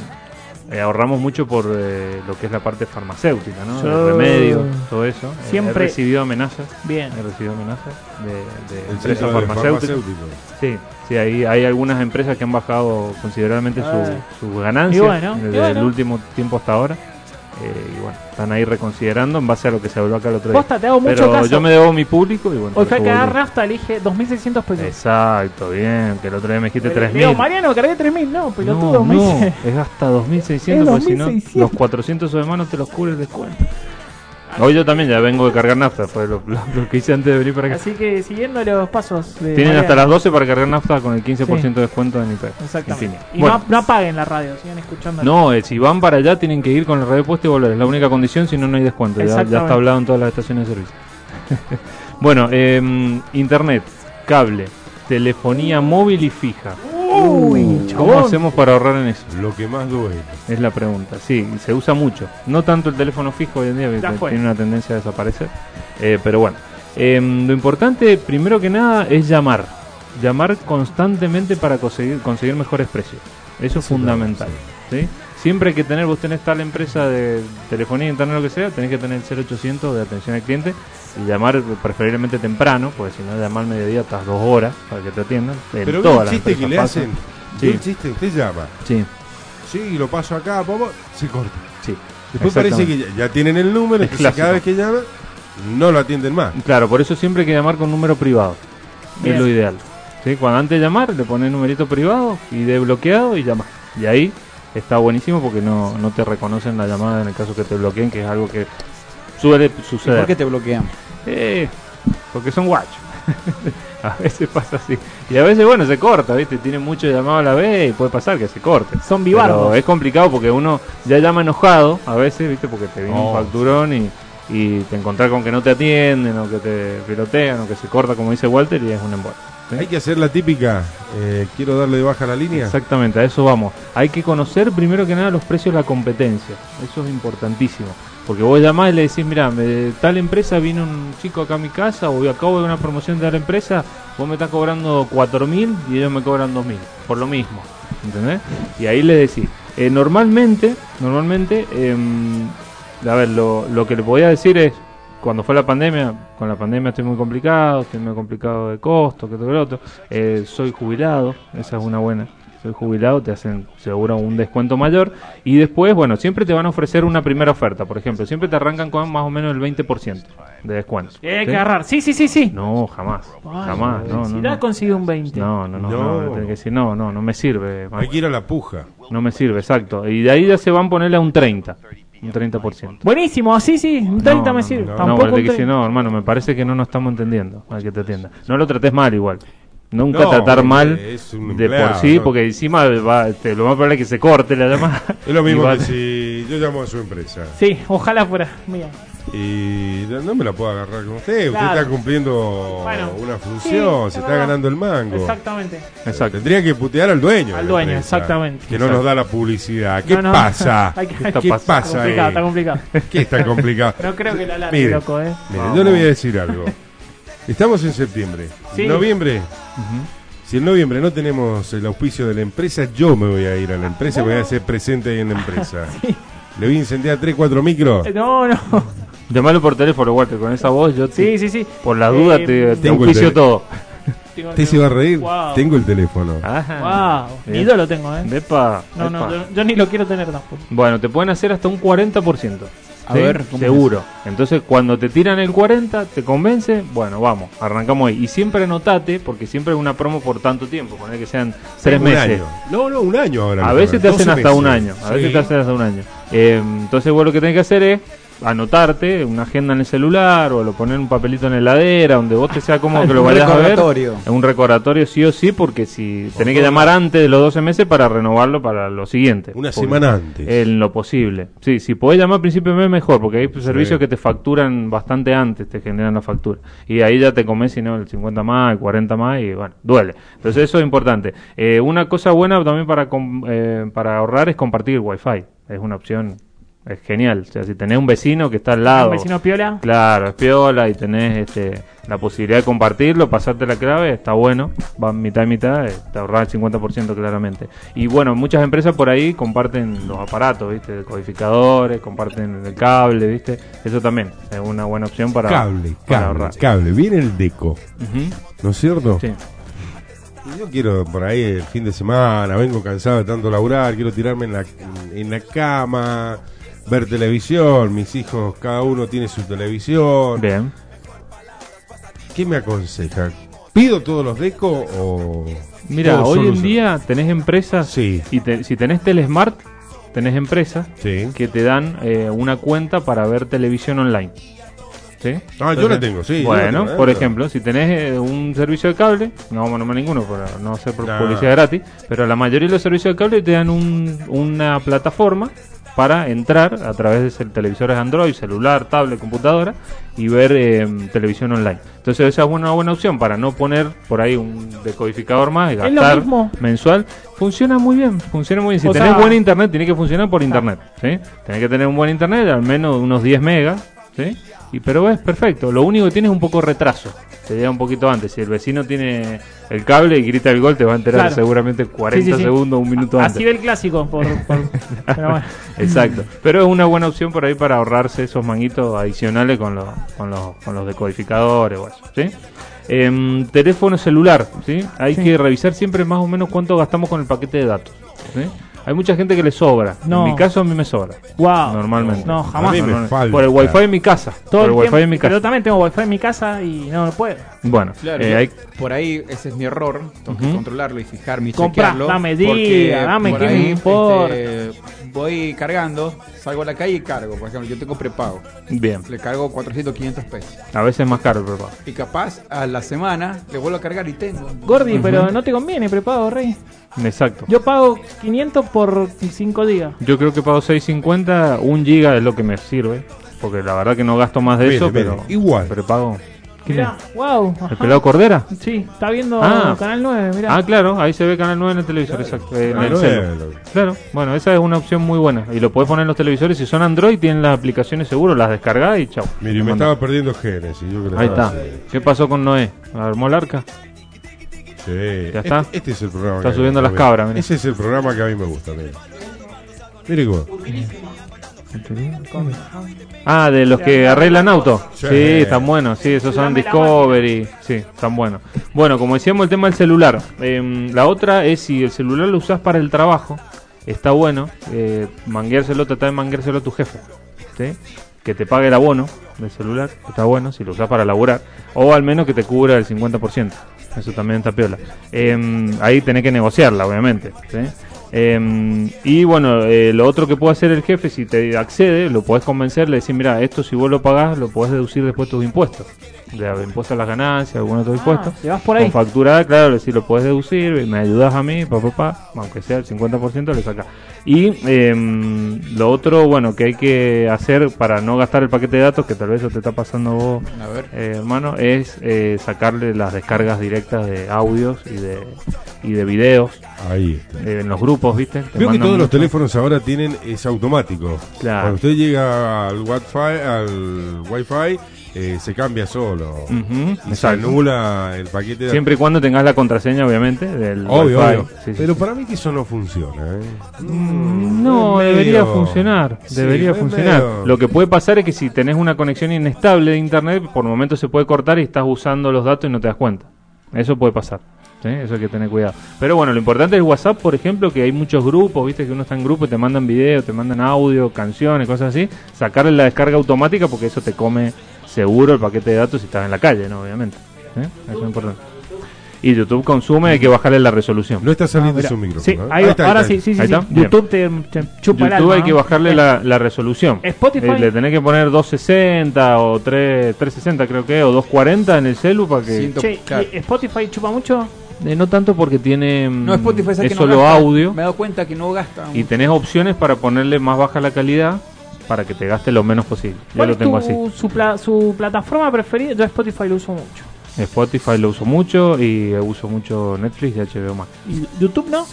S3: eh, ahorramos mucho por eh, lo que es la parte farmacéutica, ¿no?
S1: Yo-
S3: El remedio, todo eso. Eh,
S1: Siempre-
S3: he recibido amenazas,
S1: Bien.
S3: he recibido amenazas de, de
S4: El
S3: empresas
S4: sello de
S3: farmacéuticas.
S4: farmacéutico.
S3: Sí, sí, hay, hay algunas empresas que han bajado considerablemente su-
S1: Ah.
S3: sus ganancias
S1: Y bueno, y
S3: desde el
S1: bueno.
S3: último tiempo hasta ahora. Eh, y bueno, están ahí reconsiderando en base a lo que se habló acá el otro día.
S1: Posta, te hago mucho
S3: Pero
S1: caso.
S3: yo me debo mi público y bueno.
S1: Hoy
S3: por
S1: fue a
S3: eso
S1: cagar
S3: volví.
S1: rafta, elige 2.600 pesos.
S3: Exacto, bien, que el otro día me dijiste
S1: Le digo,
S3: 3.000.
S1: Mariano, cargué 3.000. No, pelotudo,
S3: No,
S1: me
S3: no,
S1: dice.
S3: es hasta 2.600,
S1: Es
S3: porque si no,
S1: 2600.
S3: los 400 de mano te los cubre el descuento. Hoy yo también ya vengo de cargar nafta, fue lo, lo- lo que hice antes de venir para acá.
S1: Así que siguiendo los pasos de
S3: Tienen
S1: Mariano.
S3: hasta las 12 para cargar nafta con el 15%
S1: Sí.
S3: de descuento de mi país.
S1: Exactamente. Y
S3: Bueno.
S1: no, no apaguen la radio, sigan escuchando.
S3: No, eh, si van para allá tienen que ir con el radio puesto y volver. Es la única condición, si no, no hay descuento. Ya- Ya,
S1: Exactamente.
S3: está hablado en todas las estaciones de servicio. bueno, eh, internet, cable, telefonía móvil y fija.
S1: Uy,
S3: ¿Cómo
S1: chabón.
S3: hacemos para ahorrar en eso?
S4: Lo que más duele.
S3: Es la pregunta. Sí, y se usa mucho. No tanto el teléfono fijo hoy en día,
S1: Ya
S3: porque
S1: fue.
S3: tiene una tendencia a desaparecer. Eh, pero bueno, Eh, lo importante, primero que nada, es llamar. Llamar constantemente para conseguir, conseguir mejores precios. Eso es fundamental. ¿sí? Siempre hay que tener, vos tenés tal empresa de telefonía, internet, lo que sea, tenés que tener el 0800 de atención al cliente y llamar preferiblemente temprano, porque si no, llamar al mediodía estás dos horas para que te atiendan. En
S4: Pero ve
S3: todas
S4: el
S3: las
S4: chiste que
S3: empresas
S4: le
S3: pasa.
S4: hacen.
S3: Sí.
S4: Ve el chiste, usted llama.
S3: Sí,
S4: Sí, y lo paso acá, vamos, se corta.
S3: sí.
S4: Después parece que
S3: exactamente.
S4: ya, ya tienen el número,
S3: Es
S4: entonces cada
S3: clásico.
S4: vez que llaman, no lo atienden más.
S3: Claro, por eso siempre hay que llamar con número privado.
S1: Bien.
S3: Es lo ideal. ¿Sí? Cuando antes de llamar, le pones numerito privado y desbloqueado y llamas. Y ahí está buenísimo porque no, no te reconocen la llamada en el caso que te bloqueen, que es algo que suele
S2: ¿Y por
S3: suceder.
S2: qué te bloquean?
S3: Eh, porque son guachos. a veces pasa así. Y a veces, bueno, se corta, ¿viste? Tiene mucho llamado a la vez y puede pasar que se corte.
S1: Son
S3: Pero
S1: bibardos.
S3: es complicado porque uno ya llama enojado a veces, ¿viste? Porque te viene
S4: Oh.
S3: un facturón y, y te encontrás con que no te atienden o que te pilotean o que se corta, como dice Walter, y es un embole. ¿sí?
S4: Hay que hacer la típica, eh, quiero darle de baja la línea.
S3: Exactamente, a eso vamos. Hay que conocer primero que nada los precios de la competencia. Eso es importantísimo. Porque vos llamás y le decís, mira, me- tal empresa vino un chico acá a mi casa o acabo de ver una promoción de la empresa, vos me estás cobrando 4.000 y ellos me cobran 2.000, por lo mismo. ¿Entendés? Y ahí le decís, eh, normalmente, normalmente, em, a ver, lo, lo que le podía decir es, cuando fue la pandemia, con la pandemia estoy muy complicado, estoy muy complicado de costo, que todo lo otro, Eh, soy jubilado, esa es una buena, soy jubilado, te hacen seguro un descuento mayor y después, bueno, siempre te van a ofrecer una primera oferta, por ejemplo, siempre te arrancan con más o menos el 20% de descuento.
S1: Eh, Hay
S3: ¿sí?
S1: que agarrar. Sí, sí, sí, sí.
S3: No, jamás,
S1: Ay,
S3: jamás, no,
S1: si
S3: no,
S1: da,
S3: no.
S1: consigue un 20.
S3: No, no, no,
S4: No.
S3: no, tenés que decir, no, no, no me sirve.
S4: Hay que ir a la puja.
S3: No me sirve, exacto. Y de ahí ya se van a ponerle a un 30. Un 30%.
S1: Buenísimo, sí, sí. Un 30
S3: No,
S1: me
S3: no,
S1: sirve.
S3: No,
S1: Tampoco
S3: no,
S1: un
S3: que si
S1: 30.
S3: no, hermano, me parece que no nos estamos entendiendo al que te atienda. No lo trates mal igual. Nunca
S4: No,
S3: tratar
S4: porque
S3: mal
S4: es un
S3: de
S4: empleado,
S3: por sí,
S4: ¿no?
S3: porque encima va, te- lo más probable es que se corte la llamada.
S4: Es lo
S3: Y
S4: mismo
S3: va-
S4: que si yo llamo a su empresa
S1: Sí, ojalá fuera. Mira.
S4: y no no me la puedo agarrar con usted.
S1: Claro.
S4: Usted está cumpliendo
S1: Bueno,
S4: una
S1: sí,
S4: función,
S1: es
S4: se está
S1: verdad.
S4: ganando el mango.
S1: Exactamente.
S3: Exacto.
S4: Tendría que putear al dueño.
S1: Al
S4: de la
S1: dueño,
S4: empresa,
S1: exactamente.
S4: Que no nos da la publicidad. ¿Qué
S1: No, no.
S4: pasa?
S1: Hay que-
S4: ¿Qué,
S1: Está
S3: pas-
S1: Está
S4: pasa ahí?
S1: complicado, está complicado.
S4: ¿Qué está complicado?
S1: No creo que la largue,
S4: Mire,
S1: loco, eh.
S4: mire, yo le voy a decir algo. Estamos en septiembre.
S1: Sí.
S4: Noviembre Si en noviembre no tenemos el auspicio de la empresa, yo me voy a ir a la empresa y me voy a hacer presente ahí en la empresa. Le voy a incendiar 3, 4 micros.
S1: Eh, No, no.
S3: Llamalo por teléfono, Walter, con esa voz yo
S1: Sí,
S3: te-
S1: sí, sí.
S3: por la duda
S1: Eh,
S3: te, te
S4: Tengo el
S3: auspicio
S4: teléfono.
S3: todo.
S1: tengo-
S4: Usted se va a reír.
S1: Wow.
S4: Tengo el teléfono.
S3: Ah, Ajá.
S1: Wow.
S3: Bien.
S1: Ídolo tengo, ¿eh?
S3: Epa,
S1: No,
S3: epa.
S1: no, yo, yo ni lo quiero tener tampoco.
S3: Bueno, te pueden hacer hasta un 40%.
S2: A
S3: ¿sí?
S2: ver, ¿cómo
S3: seguro. Entonces, cuando te tiran el 40, te convence, bueno, vamos, arrancamos ahí. Y siempre anotate, porque siempre es una promo por tanto tiempo, poner que sean tres
S4: Un
S3: meses.
S4: año. No, no, un año ahora.
S3: A
S4: me
S3: veces te
S4: parece.
S3: hacen
S4: 12
S3: hasta un año.
S4: meses.
S3: A veces
S4: Sí.
S3: te hacen hasta un año. Eh, entonces, vos lo que tenés que hacer es anotarte una agenda en el celular o lo poner un papelito en la heladera donde vos te sea cómodo que lo
S2: Un
S3: vayas a ver.
S2: recordatorio.
S3: Es Un recordatorio sí o sí porque si tenés que llamar antes de los 12 meses para renovarlo para lo siguiente.
S4: Una
S3: Porque- eh,
S4: semana antes.
S3: En lo posible. Sí, si podés llamar a principio de mes mejor porque hay servicios que te facturan bastante antes, te generan la factura. Y ahí ya te comes si no el 50 más, el 40 más y bueno, duele. Entonces eso es importante. Eh, una cosa buena también para, com- eh, para ahorrar es compartir wifi. Es una opción, es genial. O sea, si tenés un vecino que está al lado.
S1: ¿Un vecino piola?
S3: Claro, es piola y tenés este, la posibilidad de compartirlo, pasarte la clave, está bueno, va mitad y mitad, eh, te ahorras el 50% claramente. Y bueno, muchas empresas por ahí comparten los aparatos, ¿viste? Codificadores, comparten el cable, ¿viste? Eso también es una buena opción para,
S4: Cable,
S3: para
S4: cable,
S3: ahorrar.
S4: cable. Viene el deco.
S3: Ujú,
S4: ¿No es cierto?
S3: sí.
S4: Yo quiero por ahí el fin de semana, vengo cansado de tanto laburar, quiero tirarme en la, en la cama, ver televisión, mis hijos, cada uno tiene su televisión.
S3: Bien.
S4: ¿Qué me aconseja? ¿Pido todos los decos o...?
S3: Mira,
S4: todos
S3: hoy
S4: solo
S3: en
S4: se-
S3: día tenés empresas,
S4: Sí.
S3: y te- si tenés Telesmart, tenés empresas
S4: Sí.
S3: que te dan eh, una cuenta para ver televisión online. ¿Sí?
S4: Ah, yo la tengo, sí, yo la
S3: Bueno,
S4: tengo,
S3: por
S4: eh.
S3: ejemplo, si tenés eh, un servicio de cable, no vamos a nombrar ninguno para no hacer
S4: Nah.
S3: publicidad gratis, pero la mayoría de los servicios de cable te dan un- una plataforma para entrar a través de cel- televisores Android, celular, tablet, computadora y ver eh, televisión online. Entonces esa es una buena opción para no poner por ahí un decodificador más y
S1: Es lo
S3: gastar
S1: mismo.
S3: mensual. Funciona muy bien, funciona muy bien. Si
S1: O
S3: tenés
S1: sea-
S3: buen internet, tiene que funcionar por internet. ¿sí? Tenés que tener un buen internet, al menos unos 10 megas. ¿sí? Y, pero es perfecto. Lo único que tiene es un poco de retraso. Te llega un poquito antes. Si el vecino tiene el cable y grita el gol, te va a enterar
S1: Claro.
S3: seguramente 40
S1: Sí, sí, sí.
S3: segundos, un minuto antes.
S1: Así ve el clásico. Por, por- pero bueno.
S3: Exacto. Pero es una buena opción por ahí para ahorrarse esos manguitos adicionales con los, con los, con los decodificadores o eso, ¿sí? Em, teléfono celular, ¿sí? Hay que revisar siempre más o menos cuánto gastamos con el paquete de datos, ¿sí? Hay mucha gente que le sobra.
S1: No.
S3: En mi caso a mí me sobra.
S1: Wow.
S3: Normalmente.
S1: No,
S4: A
S1: jamás.
S4: mí me
S3: Normalmente.
S4: falta.
S3: Por el wifi en mi casa.
S1: Todo
S3: por
S1: el
S3: el wifi
S1: tiempo.
S3: en mi
S1: Pero
S3: casa.
S1: también tengo wifi en mi casa y no, no puedo.
S3: Bueno,
S2: Claro,
S3: eh,
S2: yo-
S3: hay-
S2: por ahí ese es mi error. Tengo que controlarlo y fijarme y
S1: Comprá,
S2: chequearlo.
S1: dame
S2: porque
S1: día, dame,
S2: por
S1: ¿qué me
S2: ahí,
S1: importa?
S2: este, voy cargando, salgo a la calle y cargo. Por ejemplo, yo tengo prepago.
S3: bien.
S2: Le cargo 400, 500 pesos.
S3: A veces es más caro, pero
S2: Y capaz a la semana le vuelvo a cargar y tengo.
S1: Gordi, pero no te conviene, prepago, rey.
S3: Exacto.
S1: Yo pago 500 por 5 días.
S3: Yo creo que pago 6.50, un giga es lo que me sirve. Porque la verdad que no gasto más de
S4: Mire,
S3: eso,
S4: mire,
S3: pero.
S4: igual.
S3: Pero pago. ¿Quién
S1: Mirá,
S3: es?
S1: wow.
S3: ¿El pelado Cordera?
S1: Sí, está viendo
S3: Ah.
S1: Canal 9, mirá.
S3: Ah, claro, ahí se ve Canal 9 en el televisor, exacto. en
S4: Canal
S3: el
S4: 9,
S3: celu.
S4: eh, lo-
S3: Claro, bueno, esa es una opción muy buena. Y lo puedes poner en los televisores. Si son Android, tienen las aplicaciones seguro, las descargas y chao.
S4: Mire, me estaba perdiendo Génesis. Yo creo
S3: Ahí está. ¿Qué pasó con Noé? ¿Armó el arca?
S4: Sí.
S3: Ya está.
S4: Este, este es el programa.
S3: Está
S4: que a mí
S3: subiendo
S4: me
S3: las
S4: gusta.
S3: cabras, mire.
S4: Ese es el programa que a mí me gusta. Mire, mire cómo.
S3: Ah, de los que arreglan auto.
S4: Sí.
S3: Sí, están buenos. Sí, esos son
S1: Dame la
S3: Discovery. Sí, están buenos. Bueno, como decíamos, el tema del celular. Em, la otra es si el celular lo usás para el trabajo, está bueno eh, mangueárselo, tratar de mangueárselo a tu jefe. ¿sí? Que te pague el abono del celular, está bueno si lo usás para laburar. O al menos que te cubra el 50%. Eso también está piola. Em, ahí tenés que negociarla, obviamente. ¿sí? Eh, y bueno, eh, lo otro que puede hacer el jefe, si te accede, lo podés convencer, le decís, mira, esto si vos lo pagás, lo podés deducir después tus impuestos. De impuestos a las ganancias, algún otro impuesto.
S1: te Ah, vas por ahí.
S3: Con facturada, claro, le decís, lo podés deducir, me ayudás a mí, papá, papá, aunque sea el 50% le sacás. Y eh, lo otro, bueno, que hay que hacer para no gastar el paquete de datos, que tal vez eso te está pasando vos,
S2: A ver.
S3: eh, hermano, es eh, sacarle las descargas directas de audios y de, y de videos
S4: Ahí está.
S3: eh, en los grupos, ¿viste? Te
S4: Veo que
S3: mandan
S4: todos los
S3: mucho.
S4: teléfonos ahora tienen es automático.
S3: Claro.
S4: Cuando usted llega al Wi-Fi, al wifi eh, se cambia solo.
S3: Ujú,
S4: Y se
S3: exacto.
S4: anula el paquete de
S3: Siempre y cuando tengas la contraseña, obviamente, del
S4: Obvio,
S3: Wi-Fi.
S4: obvio.
S3: Sí, sí.
S4: Pero para mí que eso no funciona, ¿eh?
S3: No,
S4: Es
S3: debería
S4: medio-
S3: funcionar,
S4: Sí,
S3: debería
S4: es
S3: funcionar.
S4: medio-
S3: Lo que puede pasar es que si tenés una conexión inestable de internet, por momentos se puede cortar y estás usando los datos y no te das cuenta. Eso puede pasar. ¿sí? Eso hay que tener cuidado. Pero bueno, lo importante es WhatsApp, por ejemplo, que hay muchos grupos, viste que uno está en grupo y te mandan video, te mandan audio, canciones, cosas así. Sacarle la descarga automática porque eso te come seguro el paquete de datos si estás en la calle, ¿no? Obviamente. ¿sí? Eso es importante. Y YouTube consume, hay que bajarle la resolución.
S4: No está
S1: Ah,
S4: saliendo
S1: mira.
S4: su micrófono.
S1: Sí,
S4: ¿eh?
S1: ahí,
S4: está,
S1: ahora
S4: está.
S1: sí, sí, sí.
S3: Ahí
S1: sí.
S3: está, bien.
S1: YouTube te, te chupa el
S3: YouTube
S1: alma,
S3: hay que
S1: ¿no?
S3: bajarle
S1: Eh,
S3: la, la resolución.
S1: Spotify.
S3: Eh, Le tenés que poner 260 o 3, 360 creo que, o 240 en el celu para que...
S2: Ciento-
S1: Che,
S2: claro.
S1: ¿y eh, ¿Spotify chupa mucho?
S3: Eh, no tanto porque tiene... mm,
S2: No, Spotify es el
S3: es
S2: que no
S3: solo
S2: gasta.
S3: audio
S2: Me he dado cuenta que no gasta.
S3: y tenés opciones para ponerle más baja la calidad para que te gaste lo menos posible. Yo
S1: ¿Cuál
S3: lo
S1: es
S3: tengo
S1: tu- Su, pla- su plataforma preferida? Yo Spotify lo uso mucho.
S3: así. Spotify lo uso mucho y eh, uso mucho Netflix y HBO Max.
S1: ¿Y YouTube no?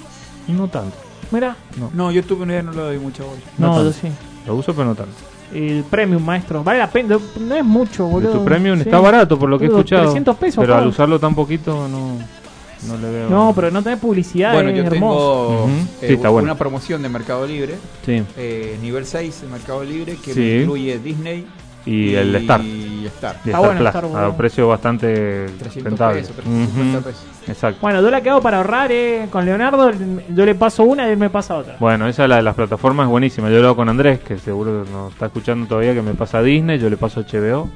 S3: No tanto.
S1: Mira.
S2: No, YouTube no, ya no lo doy mucha bola.
S3: No
S1: No,
S3: tanto.
S1: yo sí.
S3: Lo uso pero no tanto.
S1: El premium, maestro. Vale la pena. No es mucho, boludo.
S3: tu premium
S1: Sí.
S3: está barato por lo que he
S1: Boludo,
S3: escuchado.
S1: 300 pesos,
S3: pero al
S1: pa.
S3: usarlo tan poquito no, no le veo...
S1: No, pero no tenés publicidad.
S2: Bueno,
S1: es
S2: yo
S1: hermoso.
S2: tengo
S3: Ujú.
S2: eh,
S3: Sí,
S2: una
S3: está bueno.
S2: promoción de Mercado Libre,
S3: Sí.
S2: eh, nivel 6 de Mercado Libre, que
S3: Sí.
S2: me incluye Disney
S3: Y el Star.
S2: Y Star.
S3: de
S1: Está
S3: Star
S1: bueno
S3: Plus,
S1: Star, boludo.
S3: a un precio bastante
S2: 300
S3: rentable.
S2: pesos, 350
S3: Ujú,
S2: pesos.
S3: Exacto.
S1: Bueno, yo la que hago para ahorrar eh, con Leonardo, yo le paso una y él me pasa otra.
S3: Bueno, esa la de las plataformas es buenísima. Yo lo hago con Andrés, que seguro nos está escuchando todavía, que me pasa Disney, yo le paso HBO.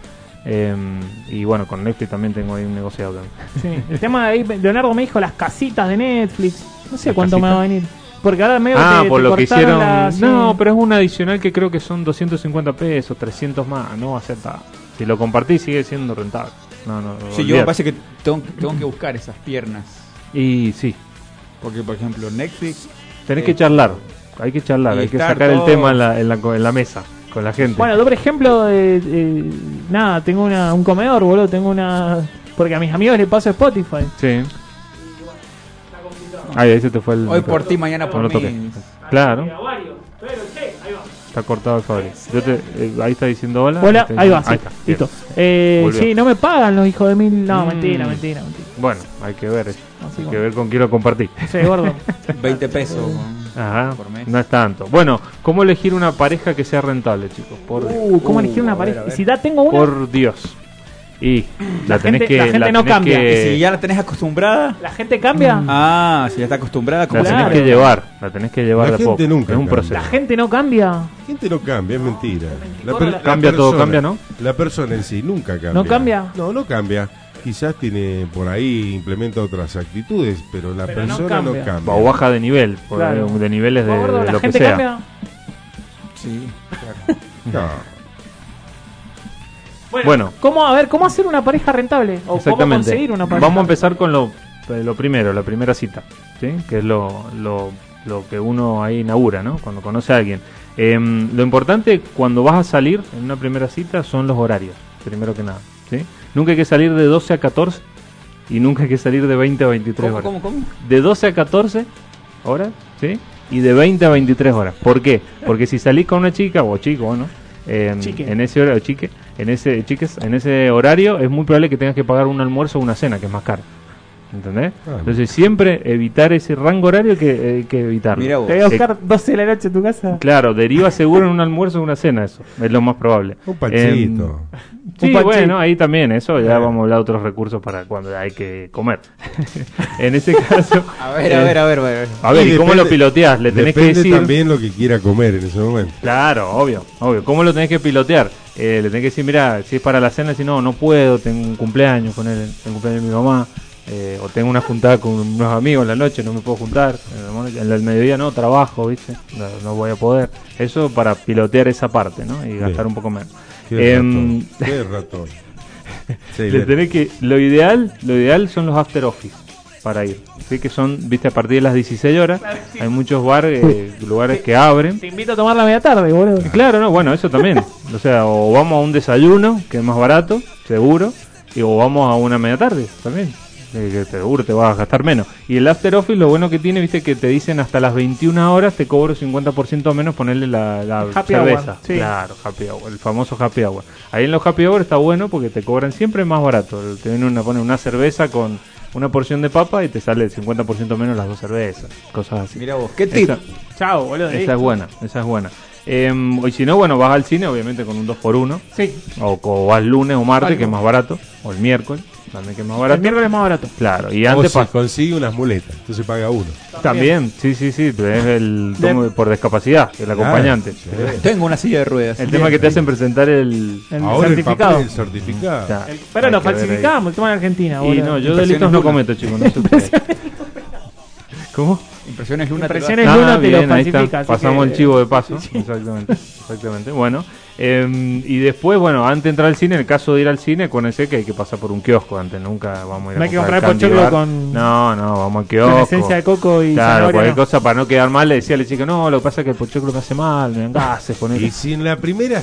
S3: em, y bueno, con Netflix también tengo ahí un negociado. también.
S1: Sí. El tema de ahí, Leonardo me dijo las casitas de Netflix. No sé cuánto me
S3: casitas?
S1: va a venir. Porque ahora medio
S3: Ah,
S1: te-
S3: por
S1: te
S3: lo que
S1: cortaron
S3: hicieron.
S1: la- sí.
S3: No, pero es un adicional que creo que son 250 pesos, 300 más. No va a ser nada. Si lo compartís, sigue siendo rentable. No, no,
S2: Sí, yo me
S3: olvidate.
S2: parece que tengo, tengo que buscar esas piernas.
S3: Y sí,
S2: Porque, por ejemplo, Netflix.
S3: tenés
S2: Eh,
S3: que charlar. Hay que charlar,
S2: y
S3: hay que
S2: estar
S3: sacar el
S2: todos-
S3: tema en la, en, la, co- en la mesa con la gente.
S1: Bueno, yo por ejemplo, eh, eh, nada, tengo una, un comedor, boludo. Tengo una. Porque a mis amigos les paso Spotify.
S3: Sí. Ahí, ahí se te fue el.
S2: Hoy por ti, mañana
S3: No lo
S2: por
S3: toques.
S2: mí.
S3: Claro, está cortado el Fabri. Yo te- eh, ahí está diciendo hola.
S1: Hola,
S3: Está
S1: ahí va,
S3: diciendo-
S1: sí,
S3: está, bien.
S1: listo. Eh,
S3: Volvió.
S1: sí, no me pagan los hijos de mil. No,
S3: Mm.
S1: mentira, mentira, mentira.
S3: Bueno, hay que ver eso.
S1: Así
S3: Hay que
S1: bueno.
S3: ver con quién lo compartí.
S1: Sí, gordo.
S2: 20 pesos.
S3: Ajá,
S2: Por mes.
S3: no es tanto. Bueno, ¿cómo elegir una pareja que sea rentable, chicos? Por,
S1: Uh, ¿cómo
S2: Uh,
S1: elegir
S2: a
S1: una
S2: ver, a
S1: pareja?
S2: ver.
S1: Si ya tengo una,
S3: por Dios. Y la, tenés
S1: gente-
S3: que.
S1: la gente no
S3: tenés
S1: cambia.
S3: que-
S2: si ya la tenés acostumbrada.
S1: la gente cambia.
S3: Mm.
S2: Ah, si ya está acostumbrada.
S3: la
S2: como
S1: Claro.
S3: tenés
S2: siempre.
S3: que llevar. La tenés que llevar
S4: La
S3: de a
S4: gente
S3: poco.
S4: nunca
S3: es un
S4: cambia.
S3: proceso.
S1: La gente no cambia.
S4: La gente no cambia, es mentira. La la
S3: Cambia todo, cambia, ¿no?
S4: La persona en sí nunca cambia.
S1: ¿No cambia?
S4: No, no cambia. Quizás tiene por ahí, implementa otras actitudes, pero la
S1: Pero no
S4: persona no
S1: cambia.
S4: cambia.
S3: O baja de nivel, por-
S1: Claro.
S3: de niveles de,
S1: Gordo,
S3: de
S1: la
S3: Eh, lo que
S1: gente
S3: sea.
S1: cambia.
S2: Sí.
S4: No.
S3: Bueno.
S1: ¿Cómo, a ver, ¿cómo hacer una pareja rentable? ¿O cómo
S3: Exactamente.
S1: conseguir una pareja?
S3: Vamos a empezar con lo, eh, lo primero, la primera cita, ¿sí? que es lo, lo, lo que uno ahí inaugura, ¿no? cuando conoce a alguien. Em, lo importante cuando vas a salir en una primera cita son los horarios, primero que nada. ¿sí? Nunca hay que salir de 12 a 14 y nunca hay que salir de 20 a 23
S2: ¿Cómo,
S3: horas
S2: cómo, cómo?
S3: de 12 a 14 horas, ¿sí? Y de 20 a 23 horas. ¿Por qué? Porque si salís con una chica o chico, ¿no? En,
S1: Chique.
S3: en ese horario, chique, en ese, chiques, en ese horario es muy probable que tengas que pagar un almuerzo o una cena, que es más caro. ¿Entendés?
S4: Ah.
S3: Entonces siempre evitar ese rango horario que, eh, que evitarlo.
S2: Mira vos.
S1: Te voy a
S3: Eh,
S1: buscar 12 de la noche en tu casa.
S3: Claro, deriva seguro en un almuerzo o una cena, eso. Es lo más probable.
S4: Un
S3: Em,
S4: panchito. Ah.
S3: Sí,
S1: Un panchito.
S3: bueno, ahí también, eso ya vamos a hablar de otros recursos para cuando hay que comer. en ese caso.
S2: A ver, a
S3: eh,
S2: ver, a ver, a ver.
S3: a ver,
S4: Y
S3: ¿y cómo
S4: depende-
S3: lo piloteas? Le tenés que
S4: Depende
S3: decir.
S4: también lo que quiera comer en ese momento.
S3: Claro, obvio, obvio. ¿Cómo lo tenés que pilotear? Eh, le tenés que decir, mira, si es para la cena, si no, no puedo, tengo un cumpleaños con él, tengo un cumpleaños de mi mamá, eh, o tengo una juntada con unos amigos en la noche, no me puedo juntar, en la mo- en el mediodía no, trabajo, ¿viste? No, no voy a poder. Eso para pilotear esa parte, ¿no? Y gastar un poco menos.
S4: Qué
S3: Em,
S4: ratón. Qué ratón. Sí,
S3: le
S4: bien.
S3: tenés que, lo ideal, lo ideal son los after office para ir. Sí que son, viste, a partir de las 16 horas, hay muchos bares, eh, lugares que abren.
S1: Te invito a tomar la media tarde, boludo.
S3: Claro, no, bueno, eso también. O sea, o vamos a un desayuno, que es más barato, seguro, y o vamos a una media tarde también. eh, que seguro te vas a gastar menos. Y el After Office lo bueno que tiene, viste, que te dicen hasta las 21 horas te cobro 50% menos ponerle la, la
S1: El happy
S3: cerveza.
S1: hour, sí.
S3: Claro, happy hour, el famoso happy hour. Ahí en los happy hour está bueno porque te cobran siempre más barato. Te viene una, ponen una cerveza con una porción de papa y te sale el 50% menos las dos cervezas, cosas así.
S2: Mira vos, qué tip.
S3: Esa-
S1: Chao, boludo.
S3: esa es buena, esa es buena. Em, y si no, bueno, vas al cine, obviamente con un 2x1.
S1: Sí,
S3: O, o vas lunes o martes, que es más barato. O el miércoles, también que es más
S1: el
S3: barato.
S1: miércoles es más barato.
S3: Claro, y
S4: O
S3: antes
S4: se
S3: pa-
S4: consigue unas muletas, entonces paga uno.
S3: también. Sí, sí, sí. pero Es el
S1: De-
S3: como por discapacidad, el acompañante.
S2: Tengo una silla de ruedas.
S3: El tema es que te hacen presentar el.
S1: El
S4: Ahora
S1: certificado.
S4: el papel, el certificado.
S3: Ya,
S1: El- pero
S3: hay
S1: lo
S3: que ver ahí.
S1: falsificamos, el tema de Argentina,
S3: Y
S1: boludo.
S3: no, yo
S2: Impresiones
S3: delitos no
S2: Luna.
S3: cometo, chicos. No se ustedes. ¿Cómo?
S2: Impresiones Luna. te lo
S1: Impresiones
S3: Ah,
S1: Luna te lo
S3: bien, ahí está.
S1: falsifica. así
S3: Pasamos
S1: que-
S3: el chivo de paso. Exactamente. Exactamente. Bueno. em, y después, bueno, antes de entrar al cine, en el caso de ir al cine, acuérdense que hay que pasar por un kiosco antes. Nunca vamos a ir a
S1: No hay que
S3: comprar
S1: comprar
S3: candy
S1: pochoclo
S3: bar.
S1: con-
S3: No, no, vamos al
S1: Con
S3: kiosco.
S1: esencia de coco y
S3: Claro,
S1: zanahoria,
S3: cualquier
S1: no.
S3: cosa para no quedar mal, le decía al chico, no, lo que pasa es que el pochoclo me hace mal, me dan gases,
S4: Y
S3: ponele.
S4: si en la primera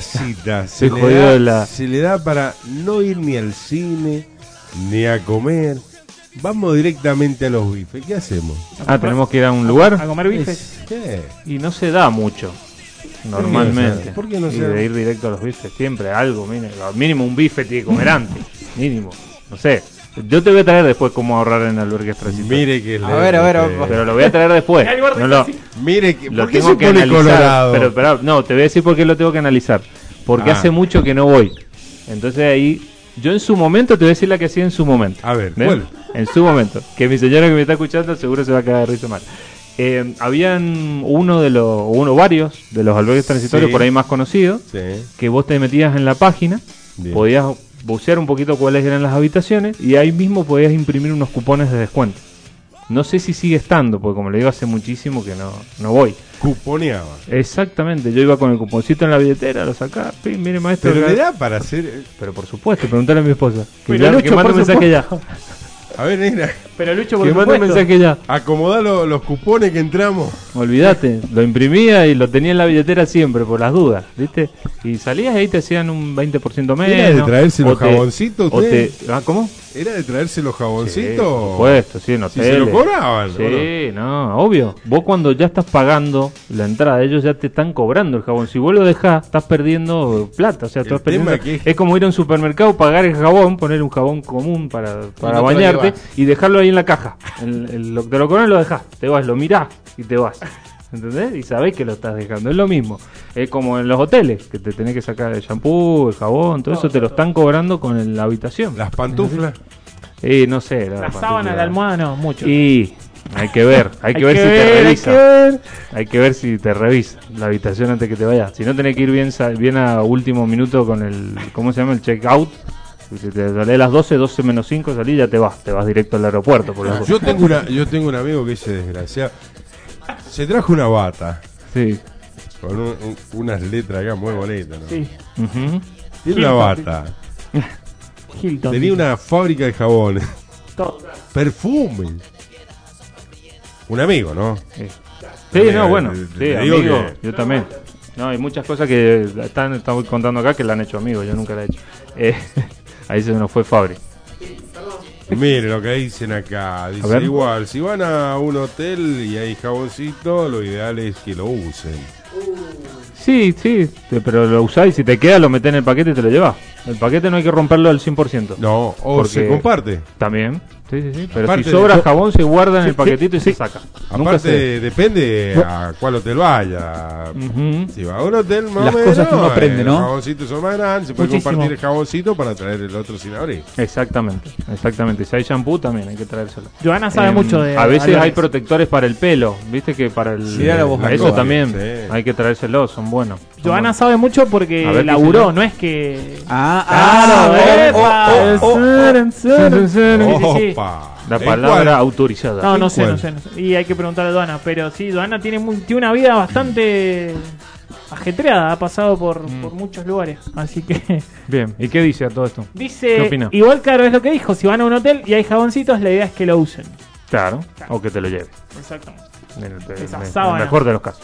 S4: cita
S3: Se
S4: se, le
S3: jodió
S4: da,
S3: la-
S4: se le da para no ir ni al cine, ni a comer, vamos directamente a los bifes. ¿Qué hacemos?
S3: Ah, tenemos que ir a un lugar.
S1: A comer bifes.
S4: ¿Qué?
S3: Y no se da mucho. Normalmente.
S4: ¿Por qué no se
S3: Y
S4: da?
S3: de ir directo a los bifes, siempre algo, mire, lo mínimo un bife tiene que comer antes. Mínimo. No sé. Yo te voy a traer después cómo ahorrar en albergues transitorios.
S4: Mire que
S2: A ver, a ver, a ver.
S3: Pero lo voy a traer después.
S1: Mirá el gordo
S3: No
S1: que
S3: lo,
S1: está
S4: Mire que
S3: lo
S4: ¿por qué
S3: tengo
S4: se
S3: que
S4: pone
S3: analizar.
S4: colorado?
S3: Pero, esperá, no, te voy a decir por qué lo tengo que analizar. Porque
S4: Ah.
S3: hace mucho que no voy. Entonces ahí, yo en su momento te voy a decir la que hacía en su momento.
S4: A ver,
S3: ¿Ven?
S4: ¿cuál?
S3: En su momento. Que mi señora que me está escuchando seguro se va a quedar de risa mal. Eh, habían uno de los, uno varios de los albergues transitorios
S4: Sí.
S3: por ahí más conocidos,
S4: Sí,
S3: que vos te metías en la página,
S4: Bien.
S3: podías bucear un poquito cuáles eran las habitaciones y ahí mismo podías imprimir unos cupones de descuento. No sé si sigue estando, porque como le digo hace muchísimo que no, no voy.
S4: cuponeaba.
S3: Exactamente, yo iba con el cuponcito en la billetera, lo sacaba, pim, mire maestro.
S4: Pero
S3: acá.
S4: le da para hacer.
S3: Pero por supuesto, preguntale a mi esposa. Que,
S1: Pero
S3: ya,
S1: Lucho,
S3: que mande
S1: por
S3: un mensaje ya.
S1: supuesto.
S4: A ver, nena,
S1: Pero Lucho, por
S3: Que mande un
S1: supuesto.
S3: mensaje ya.
S4: acomodá lo- los cupones que entramos.
S3: Olvídate, lo imprimía y lo tenía en la billetera siempre, por las dudas, ¿viste? Y salías y ahí te hacían un 20% menos.
S4: Era de traerse
S3: o
S4: los
S3: te-
S4: jaboncitos,
S3: o
S4: usted.
S3: te- ah, ¿Cómo?
S4: ¿Era de traerse los
S3: Sí,
S4: jaboncitos?
S3: por supuesto, sí, en
S4: Si se lo
S3: hoteles.
S4: cobraban,
S3: Sí, no, obvio. Vos cuando ya estás pagando la entrada, ellos ya te están cobrando el jabón. Si vos lo dejás, estás perdiendo plata. O sea,
S4: El
S3: estás
S4: tema
S3: perdiendo.
S4: que-
S3: Es como ir a un supermercado, pagar el jabón, poner un jabón común para, para
S2: no te lo
S3: bañarte
S2: llevas.
S3: y dejarlo ahí en la caja. El, el- lo- te lo cobran, lo dejás, te vas, lo mirás y te vas. ¿Entendés? Y sabés que lo estás dejando. Es lo mismo. Es como en los hoteles, que te tenés que sacar el shampoo, el jabón, todo eso te lo están cobrando con el- la habitación.
S4: Las pantuflas.
S3: Y no sé. la
S1: La
S3: pantufla.
S1: sábana, la almohada, no, mucho.
S3: Y hay que ver, hay que ver si te revisa.
S1: Hay que ver.
S3: Hay que ver si te revisa la habitación antes que te vayas. Si no tenés que ir bien, sa- bien a último minuto con el, ¿cómo se llama? El check out. Y Si te salís a las 12, 12 menos 5, salís y ya te vas. Te vas directo al aeropuerto. Por las
S4: Yo tengo, una, yo tengo un amigo que se desgraciado. Se trajo una bata
S3: Sí.
S4: con un- un- unas letras acá muy bonitas. ¿no?
S3: Ujú.
S4: Tiene una bata.
S1: Hilton.
S4: Tenía una fábrica de jabones. Perfumes. Un amigo, ¿no?
S3: Sí, Sí,
S4: Eh,
S3: no, bueno.
S4: te-
S3: Sí,
S4: te digo
S3: amigo,
S4: que-
S3: yo también. No, hay muchas cosas que están, estamos contando acá que la han hecho amigos. Yo nunca la he hecho. Eh, ahí se nos fue Fabri.
S4: Mire lo que dicen acá.
S3: A
S4: Dice
S3: ver.
S4: igual, si van a un hotel y hay jaboncito, lo ideal es que lo usen.
S3: Sí, sí, te- pero lo usáis, si te queda lo metés en el paquete y te lo llevas. El paquete no hay que romperlo al 100%.
S4: No, o
S3: Porque-
S4: se comparte.
S3: También. Sí, sí, sí. Pero
S4: Aparte
S3: si
S4: de
S3: sobra
S4: todo-
S3: jabón se guarda en el paquetito y se saca. Nunca se...
S4: Aparte, depende a cuál hotel vaya.
S3: Ujú.
S4: Si va a un hotel, más
S2: Las
S4: o
S2: cosas que uno
S4: menos,
S2: aprende,
S4: eh,
S2: ¿no?
S4: Los jaboncitos son más grandes, se puede
S1: Muchísimo.
S4: compartir el jaboncito para traer el otro sin abrir.
S3: Exactamente, exactamente. Si hay shampoo también hay que traérselo.
S1: Joana sabe
S3: Em,
S1: mucho de.
S3: A veces
S1: valores.
S3: hay protectores para el pelo, viste que para el...
S2: Mirá la voz,
S3: eso
S2: Jacob.
S3: también
S4: Sí.
S3: hay que traérselo, son buenos. son
S1: Joana
S3: buenos.
S1: sabe mucho
S3: A
S1: porque
S3: ver,
S1: laburó,
S3: ¿qué
S1: no es que.
S2: Ah,
S1: Claro,
S2: ah,
S1: epa.
S2: oh, oh, oh, oh.
S1: Zurun, zurun, zurun. Sí, sí, sí.
S4: Opa.
S3: La
S4: ¿En
S3: palabra
S4: cuál?
S3: autorizada.
S1: No, no
S4: ¿En
S1: sé, no
S4: cuál?
S1: sé, no sé. Y hay que preguntarle a Doana, pero sí, Doana tiene, mu- tiene una vida bastante
S3: Mm.
S1: ajetreada, ha pasado por, por muchos lugares, así que
S3: Bien, ¿y qué dice a todo esto?
S1: dice,
S3: ¿Qué opina?
S1: igual claro es lo que dijo, si van a un hotel y hay jaboncitos, la idea es que lo usen.
S3: Claro, o que te lo lleve.
S1: Exactamente.
S3: En el, en
S1: Esa
S3: el- en el
S1: sábana.
S3: mejor de los casos.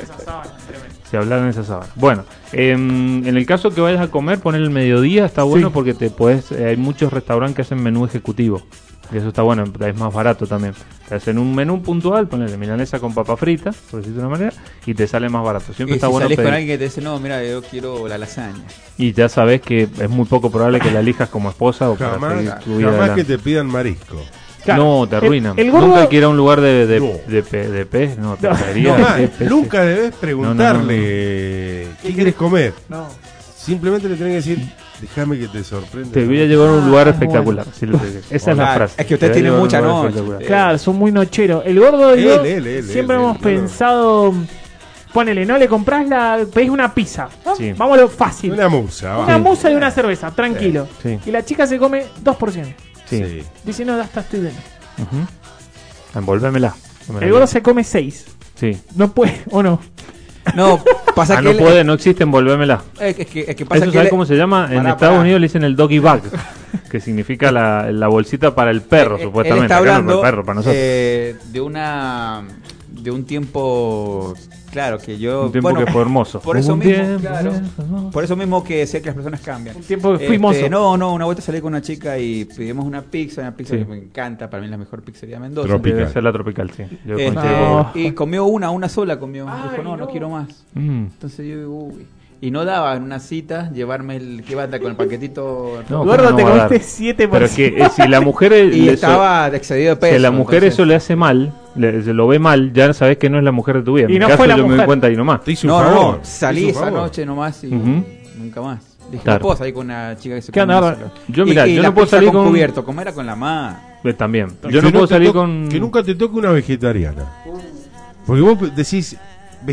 S1: Esa sábana, tremendo.
S3: Se hablaron esas sábanas. Bueno, em, en el caso que vayas a comer, poner el mediodía está bueno
S1: Sí.
S3: porque te podés, eh, hay muchos restaurantes que hacen menú ejecutivo. Y eso está bueno, es más barato también. Te hacen un menú puntual, ponele milanesa con papa frita, por decirlo de una manera, y te sale más barato. Siempre
S2: Y
S3: está
S2: si
S3: bueno
S2: salís con
S3: pedir.
S2: alguien que te dice, no, mira, yo quiero la lasaña.
S3: Y ya sabes que es muy poco probable que la elijas como esposa o para seguir
S4: Jamás,
S3: tu vida
S4: jamás que
S3: adelante.
S4: te pidan marisco.
S1: Claro,
S3: No, te
S1: el-
S3: arruinan.
S1: el gordo-
S3: Nunca quiera un lugar de, de,
S4: No.
S3: de pe- de pez, no, te
S1: No,
S3: arruinaría.
S4: No,
S3: De
S4: más,
S3: pez.
S4: nunca debes preguntarle qué quieres comer.
S1: No.
S4: Simplemente le tenés que decir, déjame que te sorprenda.
S3: Te voy a llevar a un lugar espectacular. sí, lo que- esa es la
S2: Ah,
S3: frase.
S2: es que usted
S3: Te voy a
S2: tiene
S3: llevar a un
S2: mucha
S3: lugar
S2: noche.
S3: espectacular.
S2: Eh,
S1: Claro, son muy nocheros. El
S3: Eh,
S1: gordo y yo
S4: Él, él, él,
S1: siempre
S4: él,
S1: hemos
S4: él,
S1: pensado. Ponele, no le compras la. pedís una pizza. ¿no?
S3: Sí.
S1: Vámonos fácil.
S4: Una musa, va.
S1: Una musa y una cerveza, tranquilo.
S3: Sí.
S1: Y la chica se come dos porciones.
S3: Sí.
S4: Sí.
S1: Dice, no, hasta estoy bien.
S3: Ujú. Envolvémela.
S1: El gordo se come seis.
S3: Sí.
S1: No puede, o no.
S2: No, pasa
S3: Ah,
S2: que.
S3: no
S2: él-
S3: puede, no existe envolvémela.
S2: Es que, es que- es que pasa
S3: Eso
S2: que
S3: sabe
S2: él-
S3: cómo se llama. En
S2: Pará,
S3: Estados
S2: pará.
S3: Unidos le dicen el doggy bag, que significa la, la bolsita para el
S2: Eh,
S3: perro,
S2: él- él
S3: supuestamente.
S2: está
S3: Acá no,
S2: hablando
S3: para el perro, para nosotros.
S2: eh, de una. De un tiempo. Claro, que yo.
S3: un tiempo
S2: bueno,
S3: que fue hermoso.
S2: Por eso
S3: Un
S2: mismo,
S3: tiempo
S2: claro.
S3: hermoso.
S2: Por eso mismo que sé que las personas cambian. Este,
S1: Un tiempo que fui mozo.
S2: No, no, una vuelta salí con una chica y pedimos una pizza, una pizza
S3: Sí.
S2: que me encanta, para mí es la mejor pizzería de Mendoza.
S4: Tropical.
S3: Debe ser la tropical, sí. Yo
S2: Este,
S3: coincido con-
S2: Y comió una, una sola comió. Dijo, no, no,
S1: no.
S2: quiero más.
S3: Mm.
S2: Entonces yo digo, uy. Y no daba en una cita llevarme el que bata con el paquetito.
S3: No,
S1: Gordo,
S3: ¿cómo
S1: te
S3: va a dar?
S1: comiste siete
S3: Pero es que eh, si la mujer
S2: Y
S3: le-
S2: estaba excedido de peso.
S3: si a la mujer
S2: entonces-
S3: eso le hace mal, le- se lo ve mal, ya sabes que no es la mujer de tu vida.
S1: Y
S3: En mi
S1: no
S3: caso
S1: fue la
S3: yo me
S1: mujer.
S3: doy cuenta ahí nomás.
S4: Te hice un
S2: No,
S4: favor.
S2: no, salí
S4: te hice un
S2: esa
S4: favor.
S2: noche nomás y
S3: Ujú.
S2: nunca más. Dije,
S3: Claro.
S2: no puedo salir con una chica que se
S1: ¿Qué onda,
S2: come
S1: Bárbara?
S2: sola.
S3: Yo, mira, yo
S2: la
S3: no puedo
S2: pizza
S3: salir con-
S2: cubierto, como era con la ma.
S3: Yo Eh, también.
S4: Que
S3: Yo no,
S4: te
S3: puedo salir
S4: toque-
S3: con.
S4: Que nunca te toque una vegetariana. Porque vos decís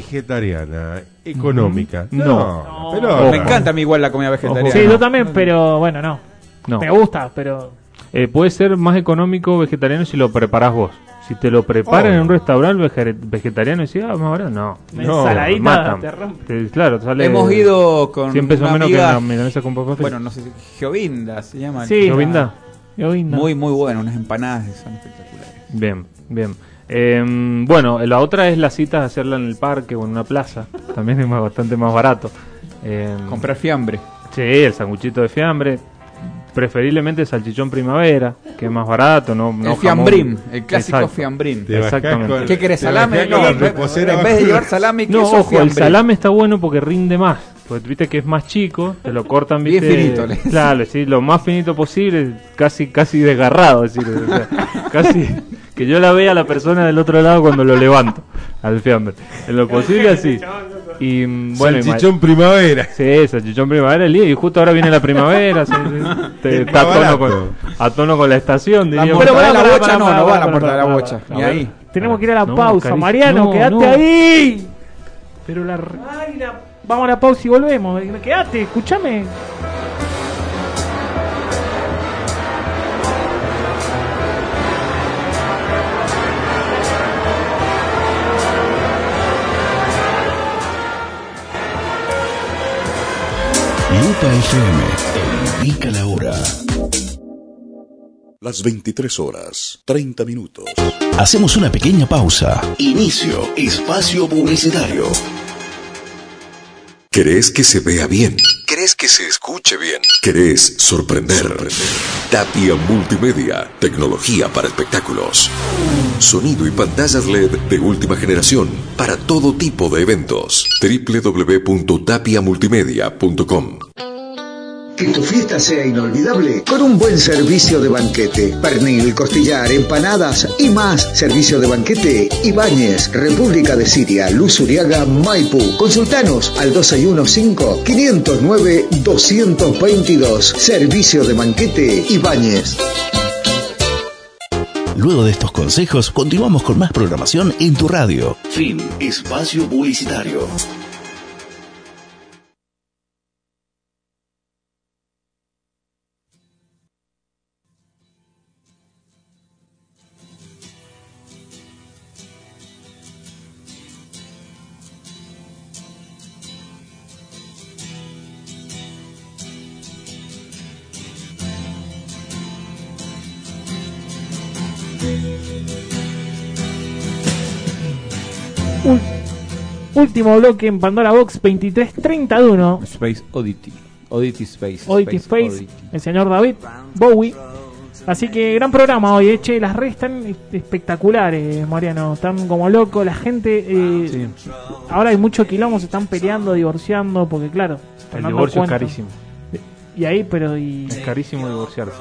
S4: vegetariana, económica.
S3: No.
S1: No.
S4: No, pero-
S2: Me encanta a mí igual la comida vegetariana.
S1: Sí, yo también, pero bueno, no.
S3: No.
S1: Me gusta, pero.
S3: Eh, puede ser más económico vegetariano si lo preparás vos. Si te lo preparan en un
S4: Obvio.
S3: restaurante veje- vegetariano y decís, ah, más barato, no.
S1: Una
S3: no,
S1: ensaladita
S3: matan.
S1: te rompe.
S3: Te- claro, sale.
S2: Hemos ido con
S3: 100 pesos
S2: una
S3: menos
S2: amiga-
S3: que una milanesa con papas fritas.
S2: Bueno, no sé si... Giovinda se llama.
S1: Sí.
S3: ¿No brinda?
S1: Yo vi, no.
S2: Muy, muy bueno. Unas empanadas que son espectaculares.
S3: Bien, bien. Em, bueno, la otra es las citas, hacerla en el parque o en una plaza. También es más- bastante más barato. Em,
S2: Comprar fiambre.
S3: Sí, el sanguchito de fiambre. Preferiblemente salchichón primavera, que es más barato. No,
S2: el
S3: no jamón.
S2: fiambrín. El clásico
S3: Exacto.
S2: fiambrín.
S4: Te bajás
S3: Exactamente.
S4: con-
S2: ¿Qué querés?
S4: te bajás
S2: Salame.
S4: con
S2: No,
S4: la
S2: en vez-
S4: reposera
S2: en vez de
S4: abajo.
S2: llevar salame y
S3: No,
S2: queso,
S3: ojo, el
S2: fiambre.
S3: salame está bueno porque rinde más. Porque viste que es más chico, te lo cortan
S2: Bien
S3: viste,
S2: finito, le-
S3: Claro, sí, lo más finito posible, casi casi desgarrado, es decir, o sea, casi que yo la vea a la persona del otro lado cuando lo levanto al fiambre. En lo posible así. Y mm, bueno, y ma-
S4: Salchichón primavera.
S3: Sí, salchichón primavera, el día, y justo ahora viene la primavera, sí, sí, te-
S4: El
S3: está a tono,
S4: pavarato.
S3: con, a tono con la estación, diríamos.
S2: Pero para la
S1: Pará, pará,
S2: bocha no,
S1: pará,
S2: no va
S1: pará,
S2: la puerta de la
S1: pará,
S2: bocha.
S1: pará,
S2: Ni ahí.
S1: Tenemos que ir a la
S3: No,
S1: pausa.
S3: Caricia,
S1: Mariano,
S3: no,
S1: quédate
S3: no.
S1: ahí.
S3: Pero la re-
S1: Ay, la- Vamos a la pausa y volvemos. Quédate, escúchame.
S7: Lupa FM te indica la hora.
S8: Las 23 horas, 30 minutos.
S7: Hacemos una pequeña pausa. Inicio espacio publicitario.
S8: ¿Querés que se vea bien? ¿Querés que se escuche bien? ¿Querés sorprender? Tapia Multimedia, tecnología para espectáculos. Sonido y pantallas LED de última generación para todo tipo de eventos. www.tapiamultimedia.com
S9: Que tu fiesta sea inolvidable con un buen servicio de banquete. Pernil, costillar, empanadas y más. Servicio de banquete. Ibáñez, República de Siria, Luz Uriaga, Maipú. Consultanos al 209-509-222. Servicio de banquete. Ibáñez.
S7: Luego de estos consejos, continuamos con más programación en tu radio. Fin espacio publicitario.
S1: Ul- último bloque en Pandora Box 2331.
S2: Space Oddity. Oddity Space.
S1: Oddity Space, el señor David Bowie. Así que gran programa hoy, eh, che. Las redes están espectaculares, Mariano. Están como loco. La gente. eh, Ahora hay mucho quilombo, se están peleando, divorciando, porque claro. se están
S3: El
S1: dando
S3: divorcio es
S1: cuenta.
S3: carísimo.
S1: Y ahí, pero. ¿Y,
S3: Es carísimo divorciarse.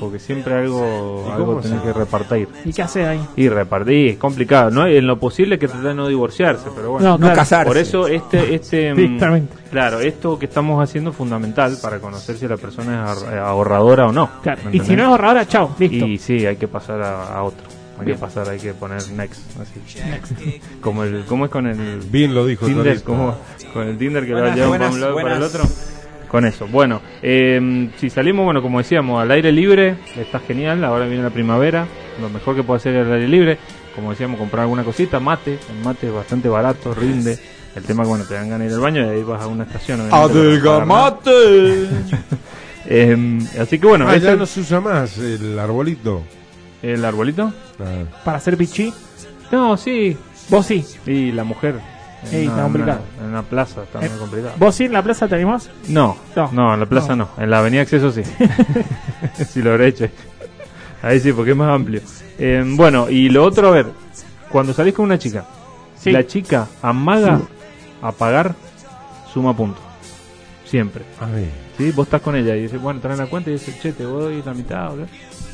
S3: Porque siempre
S4: ¿Y
S3: algo,
S4: cómo
S3: algo
S4: se-
S3: tenés que repartir.
S1: ¿y qué haces ahí?
S3: Y repartir, es complicado. ¿no? En lo posible que tratar de no divorciarse, pero bueno.
S1: No,
S2: No
S1: claro.
S2: casarse.
S3: Por eso este, este mm,
S1: Directamente.
S3: claro, esto que estamos haciendo es fundamental para conocer si la persona es ahor- eh, ahorradora o no.
S1: Claro.
S3: ¿me
S1: Y si no es
S3: entendés?
S1: ahorradora, chao, listo.
S3: y sí, hay que pasar a, a otro. Hay que pasar, hay que poner next, así. Como el, ¿cómo es con el
S4: Bien lo dijo
S3: Tinder?
S4: Torito.
S3: ¿Cómo? con el Tinder que
S2: Buenas,
S3: lo llevan para
S2: buenas,
S3: un lado y para el
S2: buenas.
S3: otro. Con eso. Bueno, eh, si salimos, bueno, como decíamos, al aire libre, está genial. Ahora viene la primavera. Lo mejor que puedo hacer es al aire libre. Como decíamos, comprar alguna cosita, mate. El mate es bastante barato, rinde. El tema es que, bueno, te dan ganas de ir al baño y ahí vas a una estación. obviamente, para pagar nada. Eh, así que bueno,
S4: Ah,
S3: ese-
S4: ya no se usa más el arbolito.
S3: ¿el arbolito?
S4: Ah.
S1: Para hacer pichí.
S3: No, sí.
S1: Vos sí.
S3: Y la mujer.
S1: Sí, está complicado.
S3: Una, en una plaza, está
S1: Eh,
S3: muy complicado.
S1: ¿Vos sí en la plaza te animás?
S3: No,
S1: No.
S3: no, en la plaza no. En la avenida Acceso sí. si lo habré hecho. Ahí sí, porque es más amplio. Eh, bueno, y lo otro, a ver. Cuando salís con una chica,
S1: Sí.
S3: la chica amaga a pagar, suma punto. Siempre.
S4: A ver.
S3: ¿Sí? Vos estás con ella y dices, bueno, trae la cuenta y dices, che, te doy la mitad, ¿ok?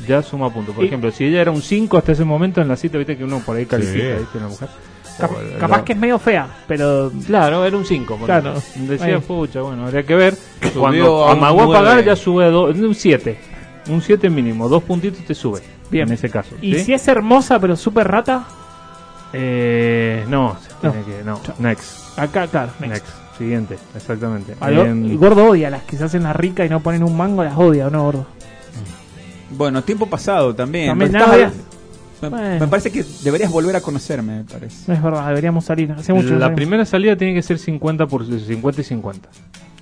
S3: ya suma punto. Por
S1: Y-
S3: ejemplo, si ella era un 5 hasta ese momento en la cita, viste que uno por ahí califica,
S4: Sí.
S3: viste, una mujer.
S1: Cap-
S3: O Oh, la-
S1: capaz que es medio fea, pero.
S3: Claro, era un 5.
S1: Claro.
S3: Decía,
S1: Ahí.
S3: pucha, bueno, habría que ver.
S2: Subió
S3: Cuando
S2: a un
S3: amagó a pagar,
S2: nueve.
S3: ya sube a do- un 7. Un 7 mínimo, dos puntitos te sube.
S1: Bien.
S3: Bien, en ese caso.
S1: ¿Y
S3: ¿sí?
S1: si es hermosa pero súper rata?
S3: Eh, no, se
S1: No.
S3: tiene que. No, next.
S1: Acá, claro.
S3: Next.
S1: next.
S3: Siguiente, exactamente.
S1: Al-
S3: Em,
S1: el gordo odia a las que se hacen las ricas y no ponen un mango, las odia, ¿o no, gordo?
S2: Bueno, tiempo pasado también.
S1: También
S2: Pero
S1: nada,
S2: estás- me,
S1: Bueno.
S2: me parece que deberías volver a conocerme, me parece.
S1: No es verdad, deberíamos salir. Hace mucho que no
S3: la
S1: salimos.
S3: primera salida tiene que ser 50 por 50 y 50.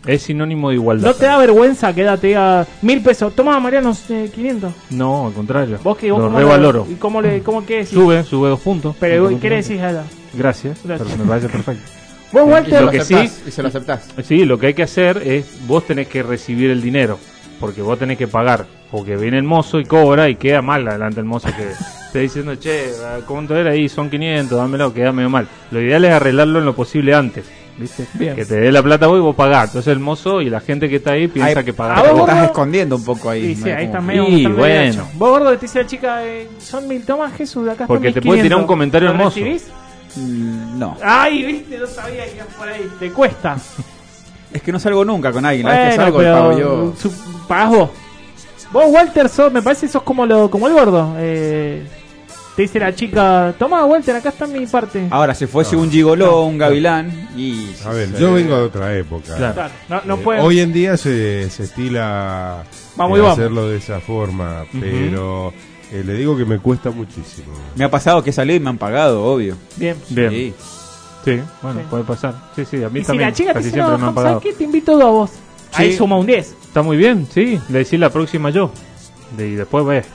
S3: Es sinónimo de igualdad.
S1: ¿No te da vergüenza que ella te diga mil pesos? Toma, Mariano, eh, 500.
S3: No, al contrario.
S1: Vos que vos
S3: Lo
S1: cómo lo-
S3: revaloro.
S1: ¿Y cómo, le, cómo qué decís?
S3: Sube, sube dos puntos.
S1: Pero, ¿y
S3: Dos
S1: ¿qué le
S3: puntos.
S1: decís a ella?
S3: Gracias,
S1: Gracias.
S3: pero me parece perfecto.
S1: Vos,
S3: se lo
S1: Walter,
S3: que
S2: aceptás,
S3: sí-
S2: Y se lo aceptás.
S3: Sí, lo que hay que hacer es, vos tenés que recibir el dinero, porque vos tenés que pagar, porque viene el mozo y cobra y queda mal adelante el mozo que está diciendo, che, ¿cuánto era? Y son 500, dámelo, queda medio mal. Lo ideal es arreglarlo en lo posible antes, ¿viste?
S1: Bien.
S3: Que te dé la plata vos y vos pagás. Entonces el mozo y la gente que está ahí piensa
S2: Ahí-
S3: que
S1: a
S3: pagaste
S1: vos,
S2: Te
S3: vos.
S1: gordo.
S2: estás escondiendo un poco ahí.
S1: Sí, sí,
S2: ¿no?
S1: ahí está
S2: Como-
S1: medio.
S3: Y
S1: está medio
S3: bueno.
S1: derecho. Vos, gordo, que te dice la chica, eh, son mil, toma, Jesús, acá
S3: Porque
S1: están
S3: te puede tirar
S1: 1500.
S3: un comentario
S1: ¿Lo
S3: hermoso.
S1: recibís?
S2: Mm, No.
S1: Ay, viste, no sabía que era por ahí. Te cuesta.
S2: Es que no salgo nunca con alguien. La vez que salgo,
S1: pero,
S2: pago yo.
S1: su- pagás vos. Vos, Walter, sos, me parece que sos como, lo, como el gordo. Eh, te dice la chica, toma, Walter, acá está mi parte.
S3: Ah.
S2: Ahora, si fuese un gigoló, un gavilán. Y.
S4: A ver, yo vengo de otra época.
S3: Claro.
S1: Claro, no, no
S4: Eh,
S1: puede-
S4: Hoy en día se, se estila
S1: Vamos
S4: eh,
S1: y vamos.
S4: hacerlo de esa forma, pero eh, le digo que me cuesta muchísimo.
S2: Me ha pasado que salí y me han pagado, obvio.
S1: Bien.
S3: Bien, sí,
S2: Sí.
S3: bueno,
S1: Sí.
S3: puede pasar. Sí, sí, a mí
S1: Y si
S3: también.
S1: la chica te
S3: casi
S1: dice,
S3: siempre
S1: no,
S3: me han
S1: Hans,
S3: pagado.
S1: ¿sabes qué? Te invito todo a vos. Ahí
S2: Sí.
S1: suma un 10.
S3: Está muy bien, sí. Le decís la próxima yo. De- y después ves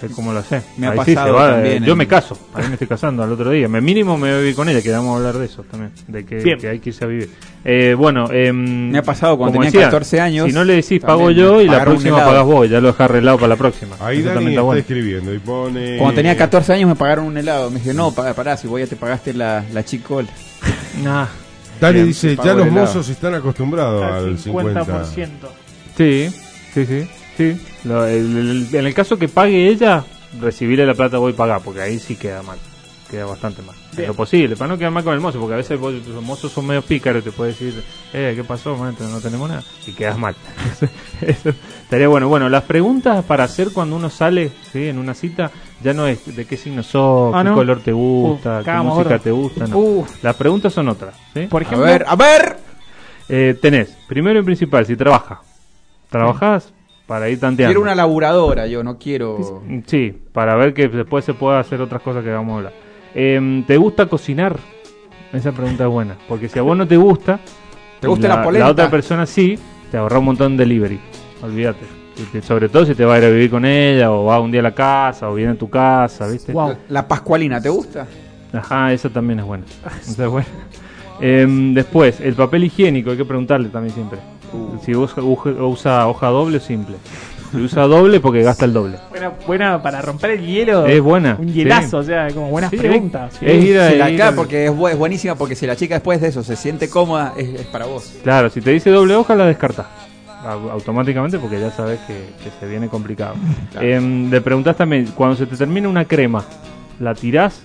S3: ve cómo lo hace.
S2: Me ha
S3: Ahí sí
S2: pasado
S3: se va,
S2: también
S3: Yo
S2: en-
S3: me caso. A mí me estoy casando al otro día. Me mínimo me voy a vivir con ella, que vamos a hablar de eso también. De que,
S1: Bien.
S3: que hay que irse a vivir. Eh, bueno, me
S2: ha pasado cuando tenía 14 años,
S3: Si no le decís
S2: también
S3: pago yo y la
S2: pagaron un
S3: próxima
S2: helado.
S3: pagás vos, ya lo dejás arreglado para la próxima.
S4: Ahí
S3: Eso
S4: Dani
S3: también
S4: está
S3: está bueno.
S4: escribiendo y pone... eh,
S2: Cuando tenía 14 años me pagaron un helado. Me dije, no, pa- pará, si voy ya te pagaste la, la chicola.
S3: Ah,
S4: Dani
S2: Bien,
S4: dice,
S2: pago
S4: ya
S2: el
S4: los
S2: helado".
S4: mozos están acostumbrados al 50%.
S3: sí, sí, sí. sí. Lo- el- el- en el caso que pague ella, recibirle la plata voy a pagar, porque ahí sí queda mal. Queda bastante mal. En
S1: Bien.
S3: lo posible, para no quedar mal con el mozo, porque a veces vos- los mozos son medio pícaros, te puede decir, eh, ¿qué pasó, maestro? No tenemos nada. Y quedas mal. Eso estaría bueno. Bueno, las preguntas para hacer cuando uno sale ¿sí? en una cita, ya no es de qué signo sos,
S1: Ah,
S3: qué
S1: ¿no?
S3: color te gusta,
S1: Uh,
S3: qué
S1: cagamos,
S3: música
S1: gordo.
S3: te gusta. no.
S1: Uh.
S3: Las preguntas son otras. ¿sí?
S1: Por
S2: A
S1: ejemplo,
S2: ver, a ver.
S3: Eh, tenés, primero y principal, si trabaja. ¿Trabajás? Para ir tanteando. Mm,
S2: Quiero una laburadora, yo no quiero.
S3: Sí, para ver que después se pueda hacer otras cosas que vamos a hablar. Em, ¿Te gusta cocinar? Esa pregunta es buena. Porque si a vos no te gusta.
S2: ¿Te gusta la polenta?
S3: otra persona sí, te ahorra un montón de delivery. Olvídate. Y te- Sobre todo si te va a ir a vivir con ella, o va un día a la casa, o viene a tu casa, ¿viste?
S1: Guau.
S2: La pascualina, ¿te gusta?
S3: Ajá, esa también es buena. Esa es buena. Em, después, el papel higiénico, hay que preguntarle también siempre. Si usa, uja- usa hoja doble o simple. Si usa doble porque gasta el doble.
S1: Buena, buena para romper el hielo.
S3: Es buena,
S1: Un hielazo,
S3: sí.
S1: o sea, como buenas
S3: Sí,
S1: preguntas.
S3: es-
S1: Sí.
S3: ir a-
S2: Se la-
S3: ir
S2: claro,
S3: al-
S2: porque es, bu- es buenísima, porque si la chica después de eso se siente cómoda, es, es para vos.
S3: Claro, si te dice doble hoja, la descartás. Au- Automáticamente porque ya sabes que, que se viene complicado.
S2: Claro.
S3: Em, le preguntás también, cuando se te termina una crema, ¿la tirás?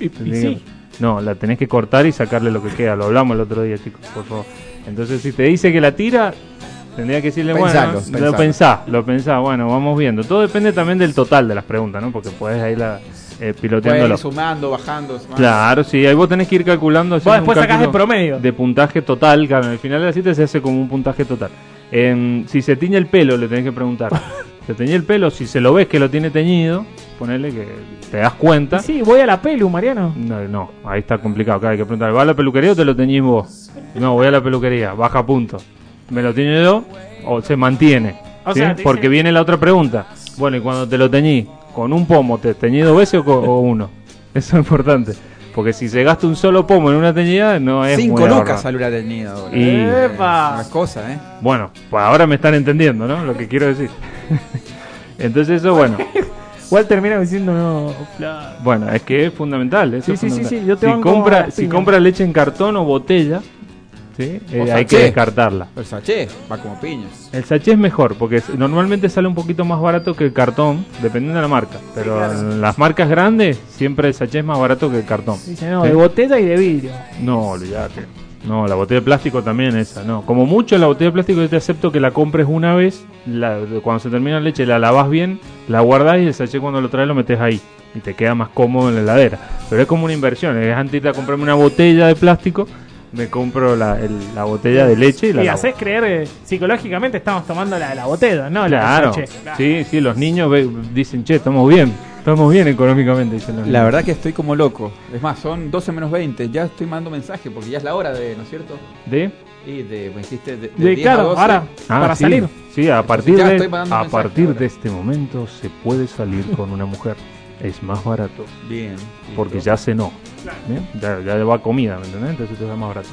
S1: y sí.
S3: No, la tenés que cortar y sacarle lo que queda. Lo hablamos el otro día, chicos, por favor. Entonces, si te dice que la tira, tendría que decirle,
S2: Pensalo,
S3: bueno,
S2: pensalo.
S3: lo pensá, lo pensá, bueno, vamos viendo. Todo depende también del total de las preguntas, ¿no? Porque puedes ahí la, eh,
S2: Puedes
S3: piloteándolo.
S2: ir sumando, bajando. sumando.
S3: Claro, sí, ahí vos tenés que ir calculando. haciendo
S1: después
S3: un
S1: sacás
S3: cálculo
S1: el promedio.
S3: De puntaje total, claro. Al final de la cita se hace como un puntaje total. Em, si se tiñe el pelo, le tenés que preguntar. ¿Se teñe el pelo? Si se lo ves que lo tiene teñido, ponele que te das cuenta.
S1: Sí, voy a la pelu, Mariano.
S3: No, no, ahí está complicado. Claro, hay que preguntar, ¿va a la peluquería o te lo teñís vos? No, voy a la peluquería, baja punto. ¿Me lo tiñe yo o se mantiene?
S1: O
S3: ¿sí?
S1: sea, te
S3: Porque
S1: dicen-
S3: viene la otra pregunta. Bueno, y cuando te lo teñís, ¿con un pomo te teñí dos veces o, co- o uno? Eso es importante. Porque si se gasta un solo pomo en una teñida, no es muy
S2: Cinco
S3: ahorrado.
S2: lucas salió la teñida. boludo.
S3: Y-
S1: ¡Epa!
S2: Una cosa, ¿eh?
S3: Bueno, pues ahora me están entendiendo, ¿no? Lo que quiero decir. Entonces eso, bueno,
S1: Igual termina diciendo no. fla-
S3: bueno, es que es fundamental. eso
S1: Sí,
S3: es
S1: sí, sí,
S3: fundamental.
S1: sí, yo te
S3: si
S1: banco a
S3: compra,
S1: las
S3: si
S1: piñas.
S3: compra leche en cartón o botella, ¿sí? Eh, hay
S2: sachet.
S3: que descartarla.
S2: El sachet va como piñas.
S3: El sachet es mejor porque es- normalmente sale un poquito más barato que el cartón, dependiendo de la marca. Pero en las marcas grandes siempre el sachet es más barato que el cartón.
S1: Dice no,
S3: ¿Sí?
S1: de botella y de vidrio.
S3: No, olvídate. No, la botella de plástico también esa, no. Como mucho la botella de plástico yo te acepto que la compres una vez, la- cuando se termina la leche la lavas bien, la guardás y el sachet cuando lo traes lo metes ahí y te queda más cómodo en la heladera. Pero es como una inversión, es antes de ir a comprarme una botella de plástico, me compro la, el- la botella de leche y la
S1: Y
S3: lavo.
S1: haces creer, eh, psicológicamente estamos tomando la de la botella, ¿no? La
S3: Claro,
S1: del sachet. Claro.
S3: sí, sí, los niños ve- dicen, che, estamos bien, estamos bien económicamente, dicen los
S2: La
S3: niños.
S2: verdad que estoy como loco. Es más, son 12 menos 20. Ya estoy mandando mensaje porque ya es la hora de, ¿no es cierto?
S3: ¿De?
S2: Y de, pues, dijiste, de, de
S1: De
S2: 10 a
S1: claro,
S2: 12.
S1: ahora,
S3: Ah,
S1: para
S3: sí,
S1: salir.
S3: Sí, a partir,
S2: ya
S3: de,
S2: estoy mandando
S3: a
S2: mensaje
S3: partir
S2: ahora.
S3: de este momento se puede salir con una mujer. Es más barato,
S2: Bien.
S3: porque
S2: listo.
S3: ya cenó. ¿bien? Ya, ya va comida, ¿me entendés? Entonces te da más barato.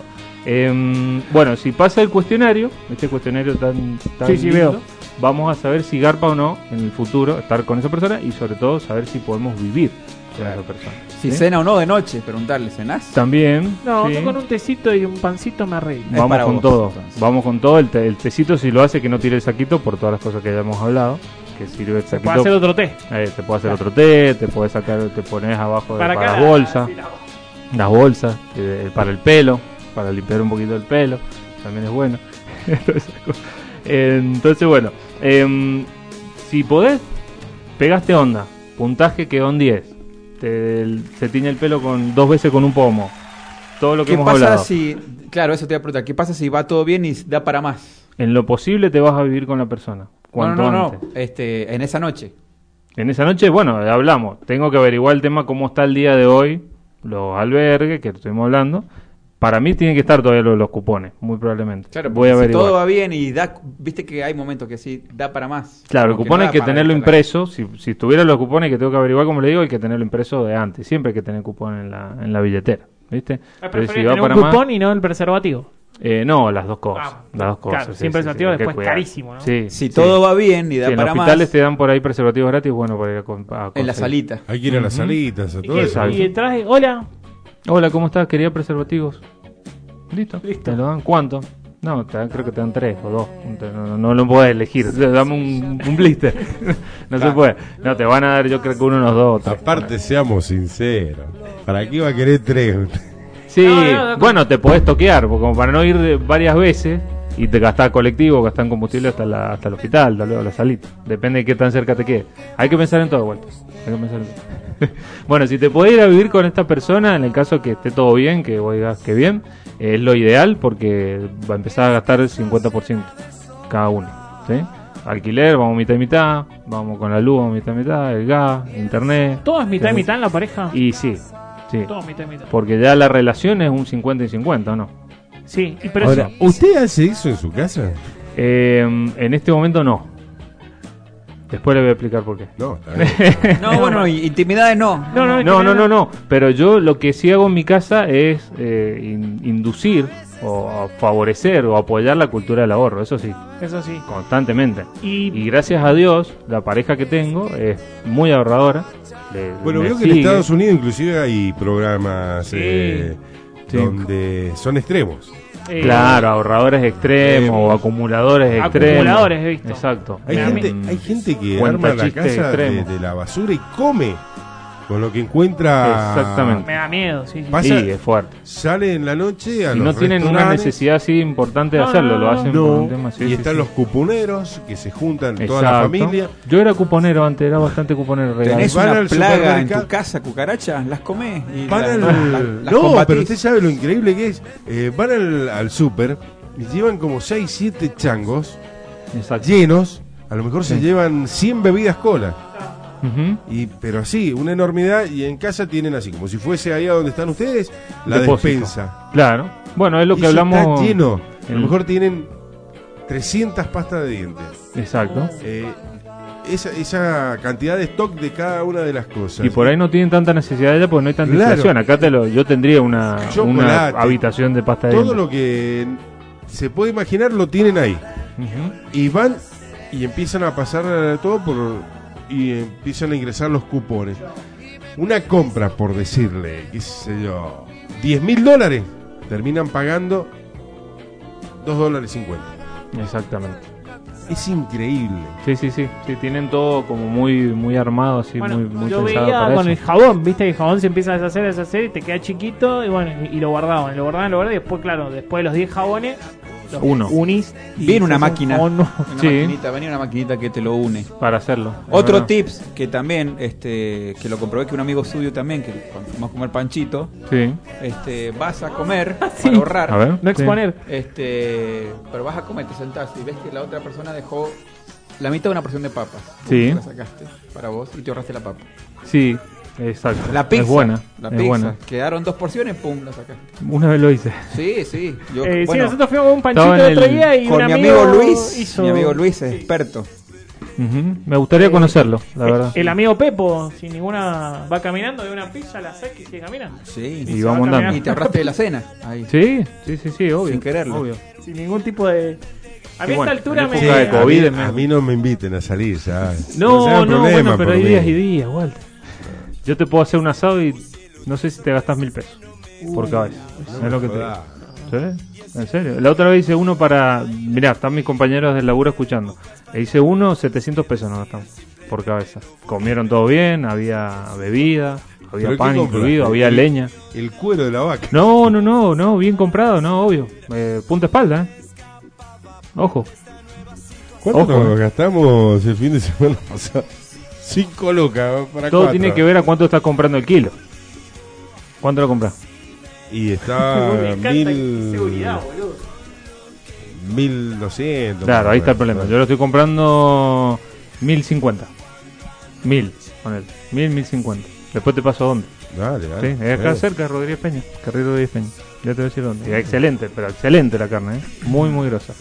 S3: Em, bueno, si pasa el cuestionario, este cuestionario tan, tan
S1: Sí, sí,
S3: lindo,
S1: veo.
S3: vamos a saber si garpa o no en el futuro estar con esa persona y sobre todo saber si podemos vivir con esa persona.
S2: Si
S3: ¿sí?
S2: cena o no de noche, preguntarle, ¿cenás?
S3: También.
S1: No,
S3: sí.
S1: yo con un tecito y un pancito me arreglo.
S2: Es
S3: Vamos
S2: para
S3: con
S2: vos,
S3: todo,
S2: entonces.
S3: vamos con todo. El, te- el tecito si lo hace que no tire el saquito por todas las cosas que ya hemos hablado, que sirve el
S1: Se puede
S3: saquito.
S1: hacer otro té.
S3: Eh, te puede hacer otro té, te puedes sacar, te pones abajo de- para,
S1: acá
S3: las
S1: la-
S3: bolsas,
S1: sí, la bolsa.
S3: las bolsas, eh, para el pelo, para limpiar un poquito el pelo, también es bueno. Todas esas cosas. Eh, Entonces, bueno, em, si podés, pegaste onda, puntaje quedó en 10, te- se tiñe el pelo con dos veces con un pomo, todo lo que
S2: ¿Qué
S3: hemos
S2: pasa
S3: hablado.
S2: si.? Claro, eso te iba a preguntar. ¿Qué pasa si va todo bien y da para más?
S3: En lo posible te vas a vivir con la persona.
S2: No,
S3: Cuanto
S2: no, no,
S3: antes.
S2: no. Este, en esa noche.
S3: En esa noche, bueno, hablamos. Tengo que averiguar el tema cómo está el día de hoy, los albergues que estuvimos hablando. Para mí tienen que estar todavía lo de los, cupones, muy probablemente.
S2: Claro,
S3: voy
S2: porque
S3: a
S2: si
S3: averiguar.
S2: todo va bien y da. Viste que hay momentos que sí, da para más.
S3: Claro, el
S2: Como
S3: cupón
S2: no
S3: hay
S2: da
S3: que
S2: para
S3: tenerlo
S2: el terreno.
S3: impreso. Si, si tuviera los cupones que tengo que averiguar, como le digo, hay que tenerlo impreso de antes. Siempre hay que tener cupón en la, en la billetera, ¿viste?
S1: Es
S3: Pero si
S1: preferible
S3: va
S1: Ah, tener
S3: para
S1: un
S3: más-
S1: cupón y no el preservativo.
S3: eh, no, las dos cosas.
S1: Ah,
S3: las dos cosas.
S1: claro, siempre el preservativo
S3: hay que
S1: después
S3: cuidar.
S1: carísimo, ¿no?
S3: Sí,
S2: Si
S3: sí.
S2: todo va bien y da
S3: Sí, en los
S2: para más.
S3: hospitales te dan por ahí preservativos gratis, bueno, para ir a, con- a
S2: En la
S3: conseguir.
S2: salita.
S4: Hay que ir a las salitas, a
S1: Y,
S4: todo eso.
S3: Exacto.
S1: y el traje, hola,
S3: Hola, ¿cómo estás? Quería preservativos. Listo.
S1: Listo.
S3: ¿Te lo dan? ¿Cuánto? No, te dan- creo que te dan tres o dos. No, no- no lo puedes elegir. Dame un, un blister. No se puede. No, te van a dar, yo creo que uno, unos dos. o tres.
S4: Aparte, seamos sinceros. ¿Para qué va a querer tres?
S3: Sí,
S1: No, no, no,
S3: bueno, te podés toquear, porque como para no ir de- varias veces y te gastar colectivo, gastar combustible hasta, la- hasta el hospital, tal vez, o la salita. Depende de qué tan cerca te quede. Hay que pensar en todo, Walter. Hay que pensar en todo. bueno, si te podés ir a vivir con esta persona, en el caso que esté todo bien, que vos digas que bien, eh, es lo ideal porque va a empezar a gastar el 50% cada uno. ¿sí? Alquiler, vamos mitad y mitad, vamos con la luz, vamos mitad y mitad, el gas, internet.
S1: todo es mitad y
S3: Sí.
S1: mitad en la pareja.
S3: Y sí, sí.
S1: Todo mitad y mitad.
S3: Porque ya la relación es un 50 y 50, ¿o ¿no?
S1: Sí, y pero
S4: Ahora,
S1: eso-
S4: ¿usted hace eso en su casa?
S3: Eh, en este momento no. Después le voy a explicar por qué.
S4: No, está bien.
S2: No, bueno, y- intimidades no.
S1: No, no,
S3: No, no, no, no. Pero yo lo que sí hago en mi casa es eh, in- inducir o favorecer o apoyar la cultura del ahorro, eso sí,
S1: Eso sí.
S3: constantemente.
S1: Y,
S3: Y gracias a Dios, la pareja que tengo es muy ahorradora. le-
S4: Bueno,
S3: me
S4: veo que en
S3: sigue.
S4: Estados Unidos inclusive hay programas eh,
S3: Sí.
S4: donde son extremos.
S1: eh,
S3: Claro, ahorradores extremos o acumuladores extremos.
S1: Acumuladores he visto.
S3: Exacto.
S4: Hay,
S1: Me-
S4: gente,
S3: Mm,
S4: hay gente que
S3: cuenta
S4: arma la
S3: chistes
S4: casa de,
S3: extremos.
S4: de la basura y come con lo que encuentra.
S3: Exactamente.
S1: Me da miedo, sí. sí.
S4: Pasa-
S3: Sí, es fuerte.
S4: Sale en la noche a
S3: Y
S4: los
S3: no tienen una
S4: restaurantes,
S3: necesidad así importante de
S1: No,
S3: hacerlo,
S1: no,
S3: lo
S1: no,
S3: hacen por
S4: No,
S3: un tema sí,
S4: y
S3: sí,
S4: están
S3: sí.
S4: los cuponeros que se juntan toda la
S3: Exacto.
S4: familia.
S3: Yo era cuponero antes, era bastante cuponero real.
S2: Tenés
S4: Van
S2: una
S4: al
S2: plaga en
S4: supermercado.
S2: tu casa, cucarachas, las comés. Y
S4: Van
S2: la-
S4: al-
S2: la- las
S4: no,
S2: combatís.
S4: pero usted sabe lo increíble que es. Eh, van al, al súper y llevan como 6, 7 changos
S3: Exacto.
S4: llenos. A lo mejor se llevan 100 bebidas cola.
S3: Ujú.
S4: Y, pero así, una enormidad, y en casa tienen así, como si fuese ahí a donde están ustedes, la
S3: Depósito.
S4: despensa.
S3: Claro. Bueno, es lo que
S4: Eso
S3: hablamos.
S4: Está lleno. A lo
S3: Mm.
S4: mejor tienen 300 pastas de dientes.
S3: Exacto.
S4: Eh, esa, esa cantidad de stock de cada una de las cosas.
S3: Y por ahí no tienen tanta necesidad de ella porque no hay tanta
S4: Claro.
S3: inflación. Acá te lo, yo tendría una, una
S4: Chocolate.
S3: habitación de pasta de
S4: Todo
S3: dientes.
S4: lo que se puede imaginar lo tienen ahí.
S3: Ujú.
S4: Y van y empiezan a pasar eh, todo por. Y empiezan a ingresar los cupones. Una compra, por decirle, qué sé yo, 10 mil dólares. Terminan pagando 2 dólares 50.
S3: Exactamente.
S4: Es increíble.
S3: Sí, sí, sí. Sí, tienen todo como muy, muy armado, así,
S1: Bueno,
S3: muy, muy
S1: yo
S3: pensado
S1: veía
S3: para
S1: con el
S3: eso.
S1: jabón, viste que el jabón se empieza a deshacer, deshacer y te queda chiquito y bueno, y lo guardaban, lo guardaban, lo guardaban y después, claro, después de los 10 jabones, los
S3: Uno.
S1: unís y
S2: Viene una
S1: haces un
S2: máquina.
S1: jabón nuevo.
S2: Una
S3: Sí.
S2: maquinita, venía una maquinita que te lo une.
S3: Para hacerlo. es
S2: Otro
S3: verdad.
S2: tips que también, este, que lo comprobé que un amigo suyo también, que cuando fuimos a comer panchito,
S3: Sí.
S2: este, vas a comer
S1: Ah, sí.
S2: para ahorrar.
S3: A ver.
S1: No exponer.
S2: Este, pero vas a comer, te sentás y ves que la otra persona dejó la mitad de una porción de papas.
S3: Sí.
S2: Vos La sacaste para vos y te ahorraste la papa.
S3: Sí. Exacto.
S2: La pizza.
S3: Es buena.
S2: La
S3: es
S2: pizza.
S3: buena.
S2: Quedaron dos porciones, pum, la sacaste.
S3: Una vez lo hice.
S2: Sí, sí. Yo,
S1: Eh,
S2: bueno,
S1: sí, nosotros fuimos a un panchito
S3: estaba en
S1: el otro
S3: el-
S1: día y
S2: con
S1: un
S2: mi amigo Luis,
S1: hizo-
S2: mi amigo Luis es experto.
S3: Ujú. Me gustaría conocerlo, la
S1: Eh,
S3: verdad.
S1: El amigo Pepo, sin ninguna. Va caminando de una pizza, la saca y sigue caminando.
S2: Sí.
S3: Y
S1: se va
S3: vamos
S1: a
S3: andando.
S2: Y te ahorraste de la cena. Ahí.
S3: Sí, sí, sí, sí, obvio.
S2: Sin quererlo.
S3: Obvio.
S1: Sin ningún tipo de. A mí
S3: Y bueno,
S1: a esta altura
S3: en
S1: me.
S3: época de
S4: a, mí,
S3: COVID,
S4: a mí no me inviten a salir, ¿sabes?
S3: No,
S4: sea
S3: no,
S4: problema
S3: bueno, pero
S4: por
S3: hay
S4: mí.
S3: días y días, Walter. Yo te puedo hacer un asado y no sé si te gastas mil pesos
S2: Uh,
S3: por cabeza. es lo que te digo.
S4: Joda.
S3: ¿Sí? ¿En serio? La otra vez hice uno para. Mirá, están mis compañeros del laburo escuchando. E hice uno, 700 pesos nos gastamos por cabeza. Comieron todo bien, había bebida,
S4: ¿Pero
S3: había
S4: qué
S3: pan
S4: compraste?
S3: incluido, había
S4: El-
S3: leña.
S4: El cuero de la vaca.
S3: No, no, no, no, bien comprado, no, obvio. Eh, punta espalda, ¿eh? Ojo.
S4: ¿Cuánto
S3: Ojo.
S4: nos gastamos el fin de semana pasado? Cinco lucas para
S3: Todo
S4: cuatro.
S3: tiene que ver a cuánto estás comprando el kilo. ¿Cuánto lo compras?
S4: Y está
S1: Me encanta que-
S4: mil...
S1: seguridad, boludo.
S4: 1200.
S3: Claro, ahí está el problema. Yo
S4: Yo
S3: lo estoy comprando 1050. 1000, ponele. 1000, 1050. Después te paso dónde.
S4: Dale,
S3: Sí,
S4: dale.
S3: es acá
S4: dale.
S3: cerca, Rodríguez Peña. Carril Rodríguez Peña. Ya te voy a decir dónde. Y excelente, pero excelente la carne, ¿eh? Muy, muy grosa.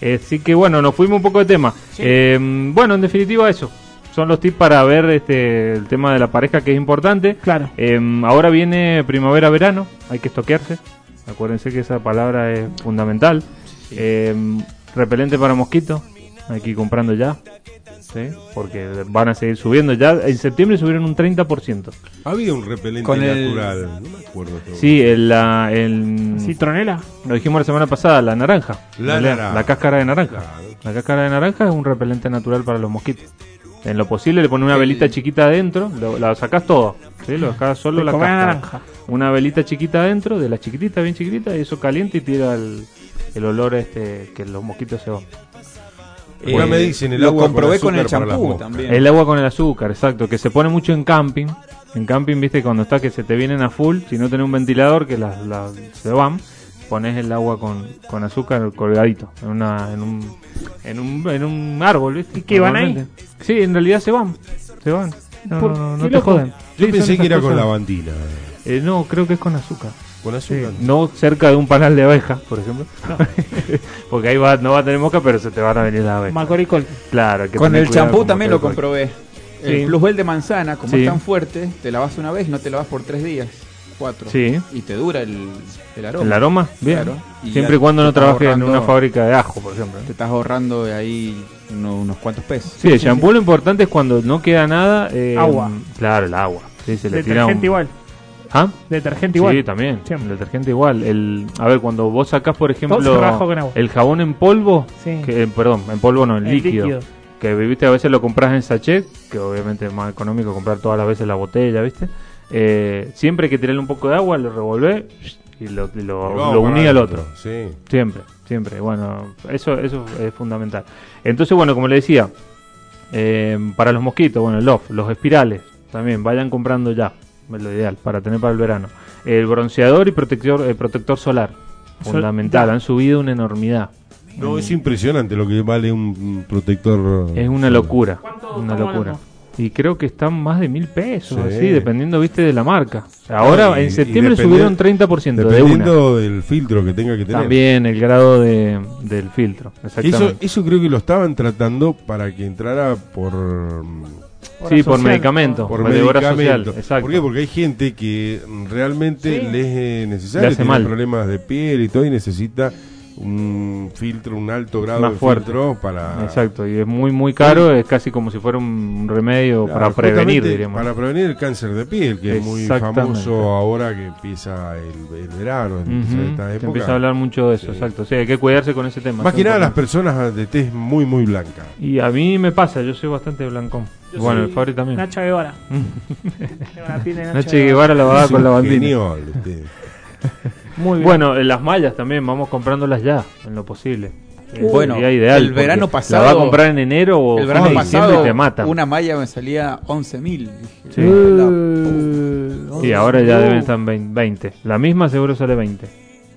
S3: Eh, Así que bueno, nos fuimos un poco de tema. Eh, bueno, en definitiva, eso. Son los tips para ver este, el tema de la pareja que es importante.
S1: Claro.
S3: Eh, ahora viene primavera-verano, hay que estoquearse. Acuérdense que esa palabra es fundamental. Eh, repelente para mosquitos, hay que ir comprando ya. ¿sí? Porque van a seguir subiendo. Ya en septiembre subieron un 30%.
S4: Había un repelente
S2: Con el-
S4: natural. No me acuerdo. todo.
S3: Sí, el, la, el-
S1: Citronela.
S3: lo dijimos la semana pasada, la naranja.
S4: La naranja.
S3: la cáscara de naranja.
S4: Claro.
S3: La cáscara de naranja es un repelente natural para los mosquitos. En lo posible le pones una velita chiquita adentro, lo- la sacás todo. ¿sí? Lo sacás solo
S1: Te
S3: la
S1: comés la
S3: cáscara.
S1: naranja.
S3: Una velita chiquita adentro, de la chiquitita, bien chiquitita, y eso calienta y tira el, el olor este que los mosquitos se van.
S4: Acá
S3: eh,
S4: me dicen el
S2: Eh, lo
S4: agua con
S2: comprobé con, el
S4: azúcar para las
S2: champú
S4: moscas.
S2: también.
S3: El agua con el azúcar, exacto, que se pone mucho en camping. En camping, viste, cuando está que se te vienen a full, si no tenés un ventilador, que las las- se van, pones el agua con, con azúcar colgadito, en, una, en, un, en, un, en un árbol, ¿viste?
S1: ¿Y qué, van ahí?
S3: Normalmente. Sí, en realidad se van, se van. No,
S1: ¿Por
S3: no, no
S1: qué
S3: te
S1: loco?
S3: joden. Sí,
S4: Yo
S3: son
S4: pensé
S3: esas
S4: que era con
S3: cosas.
S4: lavandina.
S3: Eh, no, creo que es con azúcar.
S4: Con
S3: Sí,
S4: azúcar.
S3: no cerca de un panal de abejas, por ejemplo. Porque ahí va, no va a tener mosca, pero se te van a venir las abejas.
S1: Macaulay Culkin.
S3: Claro, hay que
S2: Con
S3: tener
S2: el
S3: cuidado
S2: champú
S3: con
S2: también lo
S3: Macaulay Culkin.
S2: comprobé.
S3: Sí.
S2: El plusbel de manzana, como
S3: Sí.
S2: es tan fuerte, te lavas una vez y no te lavas por tres días, cuatro.
S3: Sí.
S2: Y te dura el, el aroma.
S3: ¿El aroma? Bien.
S2: Claro. Y
S3: Siempre
S2: ya
S3: y cuando
S2: te
S3: no
S2: está
S3: trabajes en
S2: ahorrando-
S3: una fábrica de ajo, por ejemplo. ¿eh?
S2: Te estás ahorrando de ahí uno- unos cuantos pesos.
S3: Sí, el shampoo lo importante es cuando no queda nada. eh,
S1: Agua.
S3: Claro, el agua. Sí, se le tira
S1: Detergente
S3: un-
S1: igual.
S3: ¿Ah?
S1: Detergente igual.
S3: Sí, también.
S1: Siempre.
S3: El detergente igual. El, a ver, cuando vos sacás, por
S1: se raja con agua.
S3: ejemplo, el jabón en polvo,
S1: Sí.
S3: que, eh, perdón, en polvo no, en
S1: El
S3: líquido,
S1: líquido.
S3: que viste, a veces lo compras en sachet, que obviamente es más económico comprar todas las veces la botella, ¿viste? Eh, siempre hay que tirarle un poco de agua, lo revolver y lo, y lo-
S4: Y vamos
S3: lo
S4: para
S3: uní al
S4: adentro,
S3: otro.
S4: Sí.
S3: Siempre, siempre. Bueno, eso, eso es fundamental. Entonces, bueno, como le decía, eh, para los mosquitos, bueno, el off, los espirales también, vayan comprando ya, es lo ideal, para tener para el verano. El bronceador y protector, el protector solar,
S1: Sol-
S3: fundamental, han subido una enormidad.
S4: No, es impresionante lo que vale un protector.
S3: Mm. Es una locura,
S1: ¿Cuánto
S3: una
S1: estamos
S3: locura.
S1: hablando?
S3: Y creo que están más de mil pesos,
S4: Sí. Ah,
S3: así, dependiendo, viste, de la marca. Ahora,
S4: Y- y
S3: en septiembre
S4: depende-
S3: subieron 30% de una.
S4: Dependiendo del filtro que tenga que tener.
S3: También el grado de, del filtro,
S4: Eso,
S3: exactamente.
S4: eso creo que lo estaban tratando para que entrara por, mm,
S1: Hora
S3: Sí, por
S1: social.
S3: medicamento.
S4: por
S3: Por de obra
S4: medicamento.
S3: social, exacto.
S4: ¿Por qué? Porque hay gente que mm, realmente
S1: Sí.
S4: les es eh, necesario,
S3: Le hace
S4: tiene
S3: mal.
S4: problemas de piel y todo, y necesita un filtro, un alto grado
S3: Más
S4: de
S3: fuerte.
S4: filtro para...
S3: Exacto, y es muy, muy caro, es casi como si fuera un remedio
S4: Claro,
S3: para prevenir,
S4: Ah, justamente
S3: diríamos.
S4: Para prevenir el cáncer de piel, que es muy
S3: Exactamente.
S4: famoso ahora que empieza el, el verano,
S3: Ujú,
S4: empieza esta
S3: se
S4: época.
S3: empieza a hablar mucho de eso, exacto. O sea, hay que cuidarse con ese tema.
S4: Más que
S3: Son
S4: nada las
S3: como-
S4: personas de tez muy, muy blanca.
S3: Y a mí me pasa, yo soy bastante blancón. bueno, el Fabri también.
S1: Nacho Guevara. Tengo la piel de Nacho
S3: Nacho Guevara la va
S4: Es
S3: con
S4: un
S3: la bandina.
S4: genial, este. usted.
S1: Muy bien.
S3: Bueno, eh, las mallas también, vamos comprándolas ya, en lo posible. Eh,
S2: Bueno,
S3: sería ideal,
S2: el
S3: porque
S2: verano pasado-
S3: La va a comprar en enero o
S2: el verano
S3: fin de diciembre
S2: pasado
S3: te mata.
S2: una malla me salía 11.000. mil.
S3: Sí.
S1: Eh,
S3: Y ahora ya deben estar vein- 20. La misma seguro sale 20.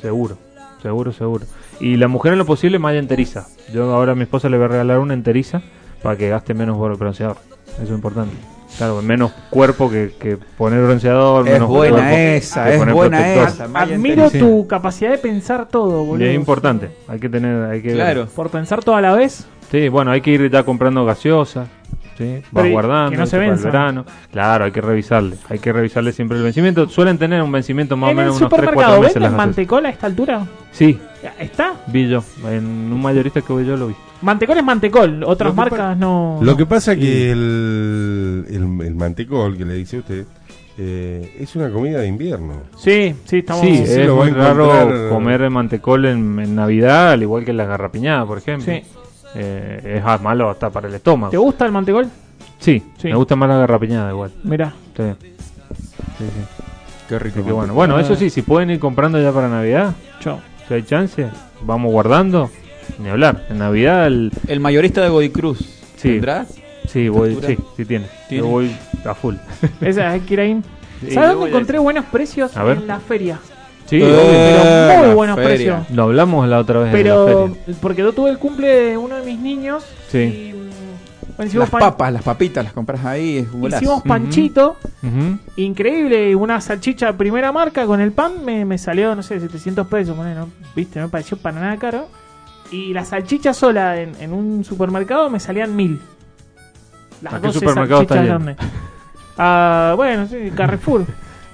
S3: Seguro, seguro, seguro. Y la mujer en lo posible malla enteriza. Yo ahora a mi esposa le voy a regalar una enteriza para que gaste menos bor- bronceador. Eso es importante. Claro, menos cuerpo que, que poner bronceador.
S2: Es
S3: menos cuerpo
S2: buena
S3: que
S2: esa, es
S3: poner
S2: buena
S3: protector.
S2: esa. malla
S1: Admiro
S2: inteligente.
S1: tu capacidad de pensar todo,
S3: Y
S1: boludo.
S3: es importante. Hay que tener, hay que ver.
S2: Claro.
S1: Por pensar todo a la vez.
S3: Sí, bueno, hay que ir ya comprando gaseosa. ¿sí? Vas
S1: Pero y-
S3: guardando
S1: que no se
S3: para el
S1: venzan.
S3: verano. Claro, hay que revisarle. Hay que revisarle siempre el vencimiento. Suelen tener un vencimiento más o
S1: en el
S3: menos unos 3 4
S1: supermercado,
S3: meses las
S1: ¿venden
S3: gaseosas.
S1: mantecola a esta altura?
S3: Sí,
S1: ¿Está?
S3: vi yo. En un mayorista que voy yo lo vi.
S1: Mantecol es mantecol. Otras
S4: Lo que pa-
S1: marcas no.
S4: Lo que pasa que el, el, el mantecol que le dice usted eh, es una comida de invierno.
S1: Sí, sí, estamos.
S3: sí,
S4: sí
S3: es
S4: lo va
S3: muy
S4: a encontrar-
S3: raro comer el mantecol en, en Navidad, al igual que las garrapiñadas, por ejemplo.
S1: Sí.
S3: Eh, es ah, malo hasta para el
S1: ¿Te
S3: estómago.
S1: gusta el mantecol?
S3: Sí,
S1: Sí.
S3: me gusta más la garrapiñada igual.
S1: Mirá.
S3: Sí. Sí, sí.
S2: Qué rico.
S3: Así que bueno, bueno, eso sí, si pueden ir comprando ya para Navidad,
S1: Yo.
S3: si hay chance, vamos guardando. Ni hablar. En Navidad, el,
S2: El mayorista de Godicruz.
S3: Sí.
S2: ¿Tendrá?
S3: sí, voy,
S2: Factura.
S3: sí, sí tiene.
S2: Tiene.
S3: Yo voy a full.
S1: Esa es Kirain.
S3: Sí,
S1: ¿Sabes
S3: yo voy
S1: dónde
S3: a-
S1: encontré buenos precios?
S3: A ver.
S1: En la feria.
S3: Sí,
S2: Eh,
S3: obvio.
S1: Pero muy
S2: la
S1: buenos
S2: feria.
S1: precios.
S3: lo hablamos la otra vez en la
S1: Pero.
S3: feria.
S1: Porque yo tuve el cumple de uno de mis niños.
S3: Sí.
S1: Y, mm, bueno, hicimos,
S2: Las
S1: pan-
S2: papas, las papitas, las compras ahí. Es un golazo.
S1: hicimos panchito.
S3: Ujú.
S1: Increíble, una salchicha de primera marca con el pan me, me salió, no sé, 700 pesos, ponele, ¿no? viste, no me pareció para nada caro. Y la salchicha sola en, en un supermercado me salían mil. Las
S3: ¿A qué
S1: 12
S3: supermercado está
S1: salchichas
S3: yendo?
S1: grandes. Ah, bueno, sí, Carrefour.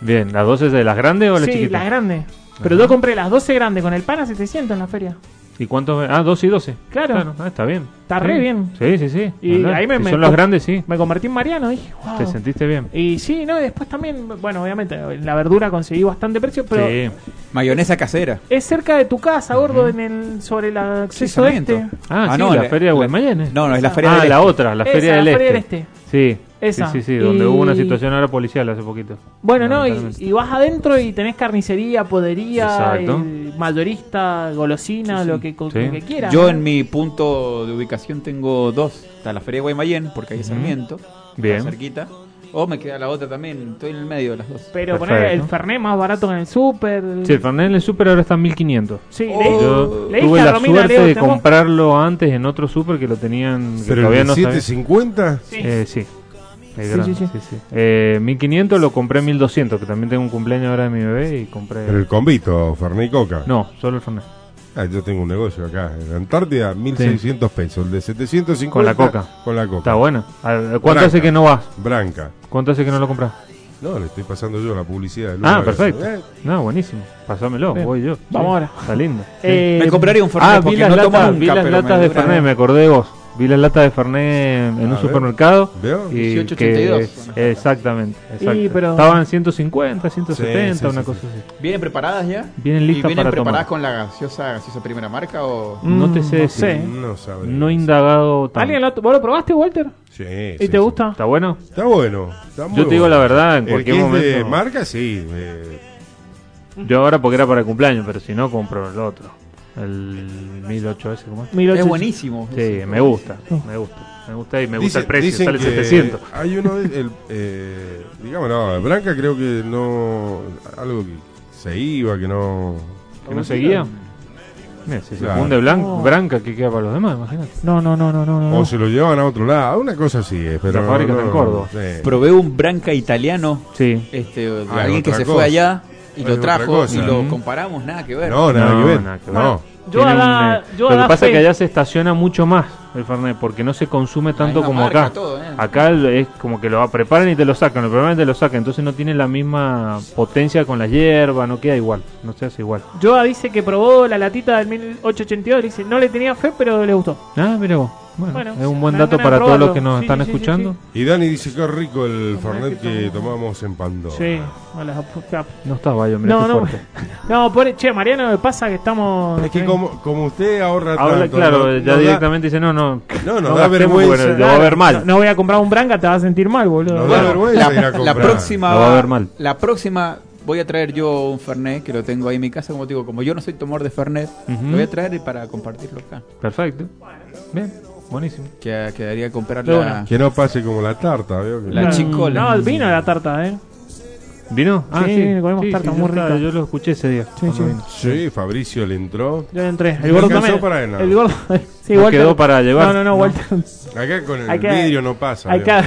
S3: Bien, ¿las 12 de las grandes o las
S1: sí,
S3: chiquitas?
S1: las grandes. Pero yo compré las 12 grandes con el pan a 700 en la feria.
S3: ¿Y cuántos? Ah, 12 y 12.
S1: Claro.
S3: ah, está bien.
S1: Está re
S3: Sí.
S1: bien.
S3: Sí, sí, sí.
S1: Y
S3: Andá.
S1: ahí me-
S3: Si
S1: me
S3: son las
S1: to-
S3: grandes, sí.
S1: Me convertí en Mariano, dije, wow.
S3: Te sentiste bien.
S1: Y sí, no, y después también, bueno, obviamente, en la verdura conseguí bastante precio, pero
S3: sí.
S2: Mayonesa casera.
S1: Es cerca de tu casa, gordo, en el, sobre el acceso este.
S2: Sarmiento.
S3: Ah, sí, la feria de Guaymallén, eh.
S2: No, no, es la feria
S3: ah,
S2: del
S3: la
S2: Este.
S3: otra, la
S1: Esa,
S3: Feria del
S1: la
S3: Este.
S1: Feria del
S3: Sí.
S1: Esa.
S3: Sí, sí, sí, donde hubo una
S1: Y-
S3: situación ahora policial hace poquito.
S1: Bueno, no, y,
S3: Lamentablemente.
S1: y vas adentro y tenés carnicería, podería,
S3: Exacto.
S1: el mayorista, golosina, lo que, co-
S3: Sí.
S1: lo que quieras.
S2: Yo en mi punto de ubicación tengo dos. Está la Feria de Guaymallén, porque ahí es Sarmiento.
S3: Bien.
S2: está cerquita. O me queda la otra también. Estoy en el medio de las dos.
S1: Pero
S3: Perfecto.
S1: poner el Fernet más barato que en el súper.
S3: Sí, el Fernet en el súper ahora está en 1500.
S1: Sí, le-
S3: Yo
S1: le dije
S3: tuve
S1: a
S3: la
S1: Romina,
S3: suerte
S1: Leo,
S3: de
S1: ¿te vos?
S3: comprarlo antes en otro súper que lo tenían. Que
S4: Pero
S3: todavía
S4: el
S3: no
S4: de
S3: sabía.
S4: 750,
S1: Sí.
S3: Eh, sí. Es
S1: Sí,
S3: grande,
S1: sí, sí.
S3: Eh, 1500 lo compré en 1200, que también tengo un cumpleaños ahora de mi bebé y compré.
S4: Pero el convito, Ferné y Coca.
S3: No, solo el Fernet.
S4: Ah, yo tengo un negocio acá en Antártida, 1600 pesos. El de 750.
S3: Con la Coca.
S4: Con la Coca.
S3: Está bueno. A ver, ¿Cuánto
S4: Branca.
S3: hace que no vas?
S4: Branca.
S3: ¿Cuánto hace que no lo compras?
S4: No, le estoy pasando yo la publicidad. del
S3: Ah,
S4: lugar.
S3: perfecto.
S4: Eh,
S3: No, buenísimo. Pasámelo,
S1: Bien.
S3: voy yo.
S1: Vamos ahora.
S3: Está lindo.
S1: Eh,
S2: Me compraría un Fernet
S3: ah,
S2: porque
S3: vi las
S2: no tomo
S3: latas,
S2: nunca,
S3: vi las
S2: pero me
S3: latas de
S2: dura.
S3: Fernet, me acordé de vos. Vi las latas de Fernet en
S4: A
S3: un
S4: ver.
S3: supermercado.
S4: ¿Veo?
S3: y
S2: 18.82.
S3: que- exactamente. exacto.
S1: pero-
S3: Estaban 150, 170,
S4: Sí, sí,
S3: una
S4: sí,
S3: cosa
S4: sí.
S3: así.
S2: ¿Vienen preparadas ya?
S3: Vienen
S2: ¿Y
S3: listas
S2: vienen
S3: para
S2: preparadas
S3: tomar.
S2: con la gaseosa, gaseosa primera marca o...?
S3: No te
S1: Mm,
S3: sé
S1: no
S3: decir.
S1: sé.
S4: No sabré.
S3: No he indagado tanto.
S1: ¿Alguien lo, ¿Vos lo probaste, Walter?
S4: Sí,
S1: ¿Y
S4: sí,
S1: te
S4: sí.
S1: gusta?
S3: ¿Está bueno?
S4: Está bueno. Está muy
S3: Yo te digo
S4: bueno.
S3: la verdad, en
S4: El
S3: cualquier
S4: que es
S3: momento.
S4: de marca, sí. eh,
S3: Yo ahora porque era para el cumpleaños, pero si no, compro el otro. El 1800, ¿cómo es?
S1: 1800.
S2: Es buenísimo.
S3: Sí, me gusta, me gusta. Me gusta y me gusta
S4: dicen-
S3: el precio,
S4: dicen
S3: sale
S4: que
S3: 700.
S4: Hay uno de. El, eh, digamos, no, Branca creo que no. Algo que se iba, que no.
S3: ¿Que no seguía? Mira, si se
S4: Claro.
S3: funde blanco,
S1: No.
S3: branca, ¿qué queda para los demás? Imagínate.
S1: No, no, no, no, no. no.
S4: O se lo llevaban a otro lado. Una cosa así es. Pero
S3: Mm. La fábrica
S4: no,
S3: está en Córdoba.
S4: sí.
S2: Probé un Branca italiano,
S3: Sí.
S2: este, de
S4: Ah,
S2: alguien que
S4: otra
S2: se
S4: cosa.
S2: fue allá y
S4: Es
S2: lo
S4: otra
S2: trajo
S4: cosa.
S2: y lo
S3: Ujú.
S2: comparamos, nada que ver.
S4: No, nada que ver. No.
S1: Yo
S3: Tiene
S1: a la-
S3: un, eh,
S1: yo a
S3: lo que
S1: la
S3: pasa es que
S1: fe-
S3: allá se estaciona mucho más el Fernet, porque no se consume tanto
S2: misma
S3: como
S2: marca,
S3: acá.
S2: todo, eh.
S3: Acá el- es como que lo preparan y te lo sacan, lo preparan y te lo sacan, entonces no tiene la misma potencia con la hierba, no queda igual, no se hace igual.
S1: Joa dice que probó la latita del 1882. Le dice, no le tenía fe, pero le gustó.
S3: Ah, mira vos. Bueno,
S1: Bueno,
S3: es un
S1: me
S3: buen
S1: dan
S3: dato
S1: ganas de
S3: para todos los
S1: probarlo.
S3: que nos
S1: Sí,
S3: están
S1: sí, sí,
S3: escuchando.
S1: sí,
S4: Y Dani dice que rico el Fernet que tomamos en Pandora.
S1: Sí, a la puta.
S3: No está Bayo, mira
S1: No,
S3: qué
S1: no.
S3: fuerte.
S1: No, pobre, che, Mariano, me pasa que estamos. eh,
S4: Es que como, como usted ahorra
S3: Ahora,
S4: tanto,
S3: claro,
S4: no-
S3: ya
S4: no da-
S3: directamente dice, no, no.
S4: No, nos da
S3: gastemos
S4: vergüenza.
S3: porque Lo va
S1: Claro,
S3: a ver
S1: No,
S3: mal.
S1: no voy a comprar un branca, te vas a sentir mal, boludo.
S4: Nos da
S2: Bueno,
S4: vergüenza ir a
S2: la, la
S4: comprar.
S2: próxima
S3: Lo va a ver mal.
S2: La próxima voy a traer yo un Fernet que lo tengo ahí en mi casa, como te digo, como yo no soy tomador de Fernet,
S3: Ujú.
S2: lo voy a traer para compartirlo acá.
S3: Perfecto. Bien, buenísimo.
S2: Que quedaría comprar
S1: De
S2: la,
S1: una.
S4: Que no pase como la tarta, ¿veo? Que-
S2: la
S1: No,
S2: chicola.
S1: No, vino la tarta, eh.
S3: ¿Vino? Ah,
S1: Sí,
S3: sí.
S1: comimos tarta muy
S3: yo estaba-
S1: rica.
S3: Yo lo escuché ese día. cuando
S1: sí.
S3: vino.
S4: Sí, Fabricio le entró.
S1: Yo entré. El
S4: No
S1: gordo
S4: alcanzó
S1: también.
S4: para él, no.
S1: el gordo. Sí,
S3: No
S1: Walter.
S3: quedó para llevar.
S1: No, no, no, Walter.
S4: Acá con el
S1: Hay que-
S4: vidrio no pasa.
S1: Hay
S4: ¿veo?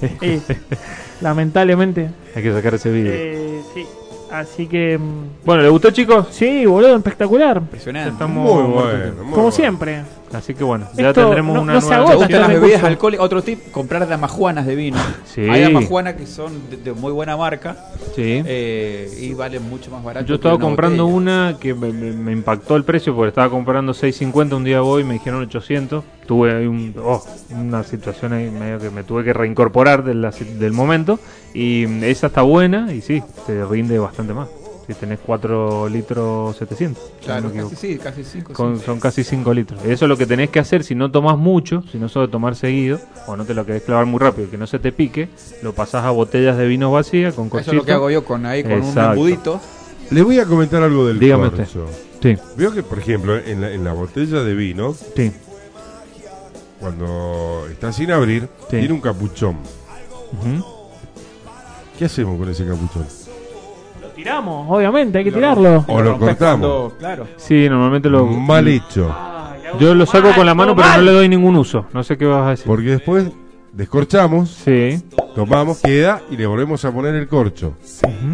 S1: que- sí, sí. Lamentablemente.
S3: Hay que sacar ese video.
S1: Eh, sí. Así que. mm,
S3: Bueno, ¿le gustó, chicos?
S1: Sí, boludo, espectacular.
S2: Impresionante.
S3: Estamos
S4: Muy bueno. muy
S1: Como
S4: bueno.
S1: siempre.
S3: Así que bueno, ya
S1: Esto
S3: tendremos
S1: no-
S3: una
S1: no se
S3: nueva.
S2: ¿Te
S1: agota.
S2: gustan
S3: sección.
S2: las
S1: Yo
S2: bebidas
S1: recurso.
S2: alcohólicas? Otro tip, comprar damajuanas de vino.
S3: Sí.
S2: Hay damajuanas que son de, de muy buena marca
S3: Sí.
S2: eh, y valen mucho más barato. que
S3: Yo estaba comprando
S2: botella.
S3: una que me, me- me impactó el precio porque estaba comprando 6.50 un día voy y me dijeron 800. Tuve ahí un- oh, una situación ahí medio que me tuve que reincorporar de la si- del momento y mm, esa está buena y sí, te rinde bastante más. Si tenés 4 litros 700. si no
S2: Claro,
S3: me
S2: casi
S3: equivoco.
S2: sí, casi cinco.
S3: Con-
S2: sí.
S3: son casi 5 litros. Eso es lo que tenés que hacer si no tomás mucho, si no solo tomar seguido, o no te lo querés clavar muy rápido, que no se te pique, lo pasás a botellas de vino vacía con
S2: Eso
S3: corchito.
S2: es lo que hago yo con ahí, con
S3: Exacto.
S2: un embudito.
S4: Le voy a comentar algo del
S3: Dígame
S4: corcho.
S3: Sí,
S4: Veo que, por ejemplo, en la, en la botella de vino,
S3: sí.
S4: cuando está sin abrir,
S3: Sí.
S4: tiene un capuchón.
S3: Ujú.
S4: ¿Qué hacemos con ese capuchón?
S1: Lo tiramos, obviamente, hay que tirarlo.
S4: O lo
S2: rompes
S4: cortamos.
S2: cuando- claro.
S3: Sí, normalmente lo.
S4: Mal hecho.
S3: Yo lo saco con la mano, pero no le
S1: doy.
S3: doy ningún uso. No sé qué vas a decir.
S4: Porque después descorchamos,
S3: Sí.
S4: tomamos, queda y le volvemos a poner el corcho.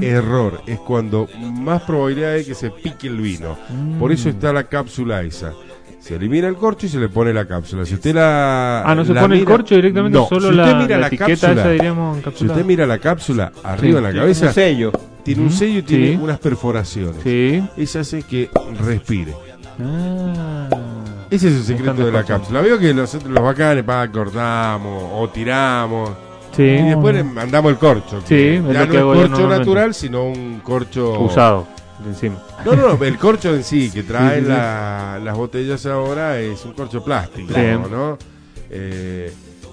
S4: Error. Es cuando más probabilidad hay que se pique el vino. Por
S3: Mm.
S4: eso está la cápsula esa. Se elimina el corcho y se le pone la cápsula. Si usted la.
S3: Ah, no se
S4: la
S3: pone el
S4: mira-
S3: corcho directamente,
S4: No,
S3: solo
S4: si usted
S3: la,
S4: mira
S3: la
S4: la
S3: etiqueta
S4: cápsula-
S3: esa diríamos
S4: Si usted
S3: encapsulada.
S4: mira la cápsula, arriba en la cabeza,
S2: Un sello.
S4: tiene un sello y tiene
S3: Sí.
S4: unas perforaciones.
S3: Sí.
S4: Esa hace que respire.
S3: Ah.
S4: Ese es el
S3: Están
S4: secreto de la
S3: descorchando.
S4: cápsula. Veo que los, los bacanes pa, cortamos o tiramos.
S3: Sí.
S4: Y después le mandamos el corcho.
S3: Sí,
S4: que
S3: es lo
S4: ya
S3: que hago yo
S4: no es corcho
S3: normalmente.
S4: natural, sino un corcho.
S3: Usado. de Encima.
S4: No, no, no, el corcho en sí, que trae
S3: Sí, sí, sí.
S4: las botellas ahora, es un corcho plástico,
S3: Sí.
S4: ¿no? Eh,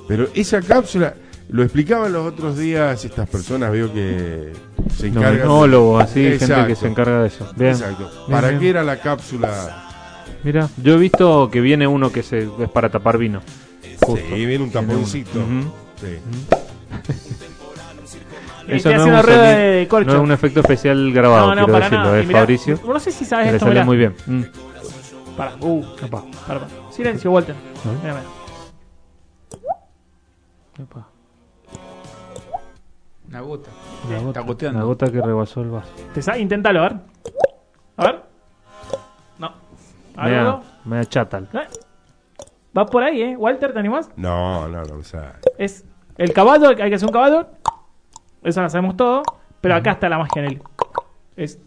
S4: pero esa cápsula, lo explicaban los otros días estas personas, veo que se
S3: No,
S4: encargan.
S3: enólogos, así, gente que
S4: Exacto,
S3: se encarga de eso. Bien.
S4: Exacto. ¿Para
S3: bien.
S4: qué era la cápsula?
S3: Mira, yo he visto que viene uno que se, es para tapar vino. Justo.
S4: Sí, viene un taponcito.
S3: Ujú.
S4: Sí.
S3: Eso
S1: Eso hace
S3: es
S1: una
S3: un
S1: rueda
S3: sonido-
S1: de corcho.
S3: no es un efecto especial grabado, quiero decirlo,
S1: Y
S3: es
S1: mirá,
S3: Fabricio.
S1: No sé si
S3: que
S1: sabes
S3: le
S1: esto,
S3: salió
S1: mirá.
S3: muy bien. Mm.
S1: Pará, uh,
S3: Epa,
S1: pará, pará. Silencio, Walter.
S3: Ujú.
S1: Mira, mira.
S3: epa.
S2: Una gota.
S1: Una
S2: Está
S1: gota.
S3: Una
S2: goteando.
S3: gota que rebasó el vaso.
S1: ¿Te sa- Inténtalo, a ver. A ver. No.
S3: Mea,
S1: ¿Algo?
S3: mea chatal.
S1: Eh. Va por ahí, ¿eh? Walter, ¿te animás?
S4: No, no, no me sale.
S1: Es el caballo, hay que hacer un caballo. Eso lo sabemos todo. Pero acá está la magia en él. Es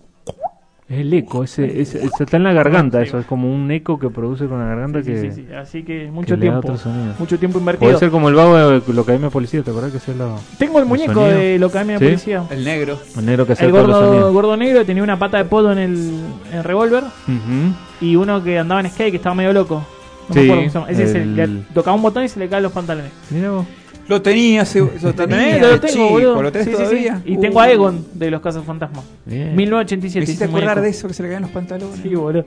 S3: Es el eco, ese, ese- ese- está en la garganta eso, es como un eco que produce con la garganta
S1: Sí,
S3: que...
S1: sí, sí, sí. Así que mucho
S3: le da
S1: tiempo.
S3: otro sonido.
S1: Mucho tiempo
S3: Puede
S1: invertido.
S3: ser como el vago de lo que hay policía, ¿te acuerdas que es el,
S1: Tengo el
S3: el
S1: muñeco
S3: sonido.
S1: de lo que a mí me
S3: Sí.
S1: parecía.
S2: El negro.
S3: el negro que hace
S1: El
S3: todos los
S1: gordo,
S3: sonidos?
S1: gordo negro que tenía una pata de polo en el, en el revólver.
S3: Ujú.
S1: Y uno que andaba en skate que estaba medio loco. No me
S3: Sí,
S1: acuerdo cómo se llama. Ese es el que
S3: el-
S1: tocaba un botón y se le caen los pantalones.
S3: Mira vos.
S2: Lo tenía, se, lo tenía.
S1: Eh, yo lo tengo,
S2: chico,
S1: boludo.
S2: ¿Lo tenés
S1: Sí, sí, sí.
S2: todavía? Uh.
S1: Y tengo a Egon de los Casas Fantasmas.
S3: Bien.
S1: 1987.
S2: Me hiciste
S1: ese
S2: acordar
S1: muñeco.
S2: de eso que se le caían los pantalones.
S1: Sí, boludo.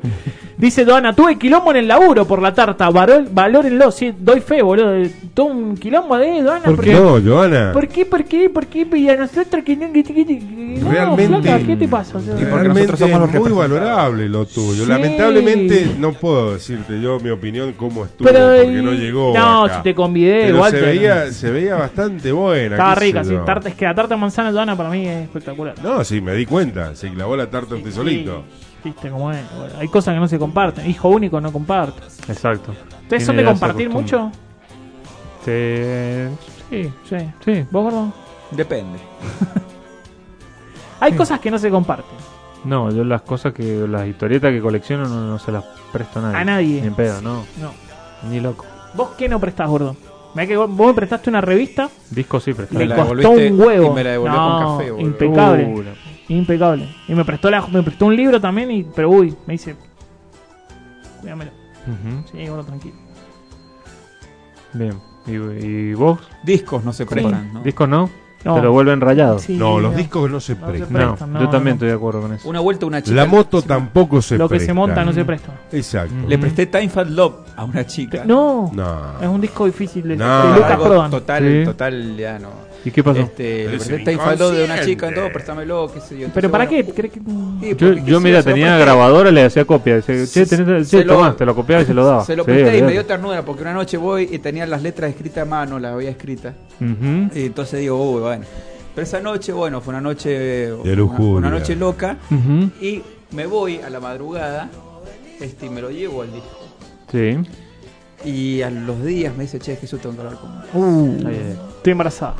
S1: Dice Doana, tuve quilombo en el laburo por la tarta, varol- valórenlo, sí, doy fe, boludo. Todo un quilombo de Doana.
S4: ¿Por qué? No, Joana.
S1: ¿Por qué? ¿Por qué? ¿Por qué? Y a nosotros que no, que- que- que- no,
S4: Realmente-
S1: flaca, ¿qué te pasa? O sea,
S2: Y porque
S4: Realmente
S2: nosotros somos los
S4: es muy
S2: representados.
S4: valorable lo tuyo.
S1: Sí.
S4: Lamentablemente no puedo decirte yo mi opinión cómo estuvo porque no
S1: y-
S4: llegó.
S1: No,
S4: acá.
S1: si te convidé,
S4: Pero
S1: Walter.
S4: se veía, se veía bastante buena.
S1: Estaba
S4: qué sé
S1: rica, sí.
S4: yo.
S1: Tarta, es que la tarta de manzana de Doana para mí es espectacular.
S4: No, sí, me di cuenta. Se clavó la tarta usted solito.
S1: Sí, Viste cómo es. boludo. Hay cosas que no se comparten. Hijo único no comparte.
S3: Exacto.
S1: ¿Ustedes son de compartir mucho?
S3: Sí, sí.
S1: Sí.
S3: sí.
S1: ¿Vos, gordo?
S2: Depende.
S1: Hay cosas que no se comparten.
S3: No, yo las cosas que, las historietas que colecciono no, no se las presto a nadie.
S1: A nadie.
S3: Ni en pedo, no.
S1: No.
S3: Ni loco.
S1: ¿Vos qué no prestás, gordo? Mirá que vos vos me prestaste una revista,
S3: Disco sí presto.
S1: le
S2: la
S1: costó
S2: devolviste
S1: un huevo.
S2: y me la devolvió con café, boludo.
S1: Impecable,
S3: Uh, la-
S1: impecable. Y me prestó, la, me prestó un libro también, y, pero uy, me dice. Cuídamelo.
S3: Ujú.
S1: Sí, gordo, tranquilo.
S3: Bien. ¿Y, y vos?
S2: Discos no se prestan, ¿no?
S3: ¿Discos no?
S1: No.
S3: Te lo vuelven rayado.
S1: Sí,
S4: No, los discos no se
S1: No
S4: prestan.
S1: se
S3: No,
S1: prestan,
S3: yo
S1: no,
S3: también
S1: no.
S3: estoy de acuerdo con eso.
S2: Una vuelta una chica.
S4: La moto tampoco se
S1: Lo
S4: presta.
S1: que se monta no se presta.
S4: Exacto.
S2: Le presté Time Fat Love a una chica.
S1: No,
S4: No.
S1: es un disco difícil de,
S4: No.
S1: de
S2: Algo
S1: Lucas Prodan.
S2: Total,
S3: Sí.
S2: total, ya no.
S3: ¿Y qué pasó?
S2: Este, le
S4: Es
S2: presté Time Fat Love de una
S4: inconsciente.
S2: chica, entonces préstamelo, qué sé yo. Entonces,
S1: Pero ¿para
S2: bueno,
S1: qué? ¿Crees que.?
S2: sí, porque,
S3: Yo,
S2: qué
S3: yo
S2: sé
S3: mira,
S2: se lo
S3: tenía
S2: presté.
S3: grabadora, le hacía copia. Decía, che,
S2: Se-
S3: tenés,
S2: se
S3: che,
S2: lo-
S3: tomá, te lo copiaba y se lo daba.
S2: Se lo
S3: Sí,
S2: presté y me
S3: olvidate.
S2: dio ternura porque una noche voy y tenía las letras escritas a mano, las había escritas.
S3: Ujú.
S2: Y entonces digo, uy, bueno. Pero esa noche, bueno, fue una noche. una-
S4: lujuria.
S2: Una, noche loca.
S3: Ujú.
S2: Y me voy a la madrugada este, y me lo llevo al disco.
S3: Sí.
S2: Y a los días me dice, che, Jesús, tengo que hablar con vos".
S3: Eh,
S1: Estoy embarazada.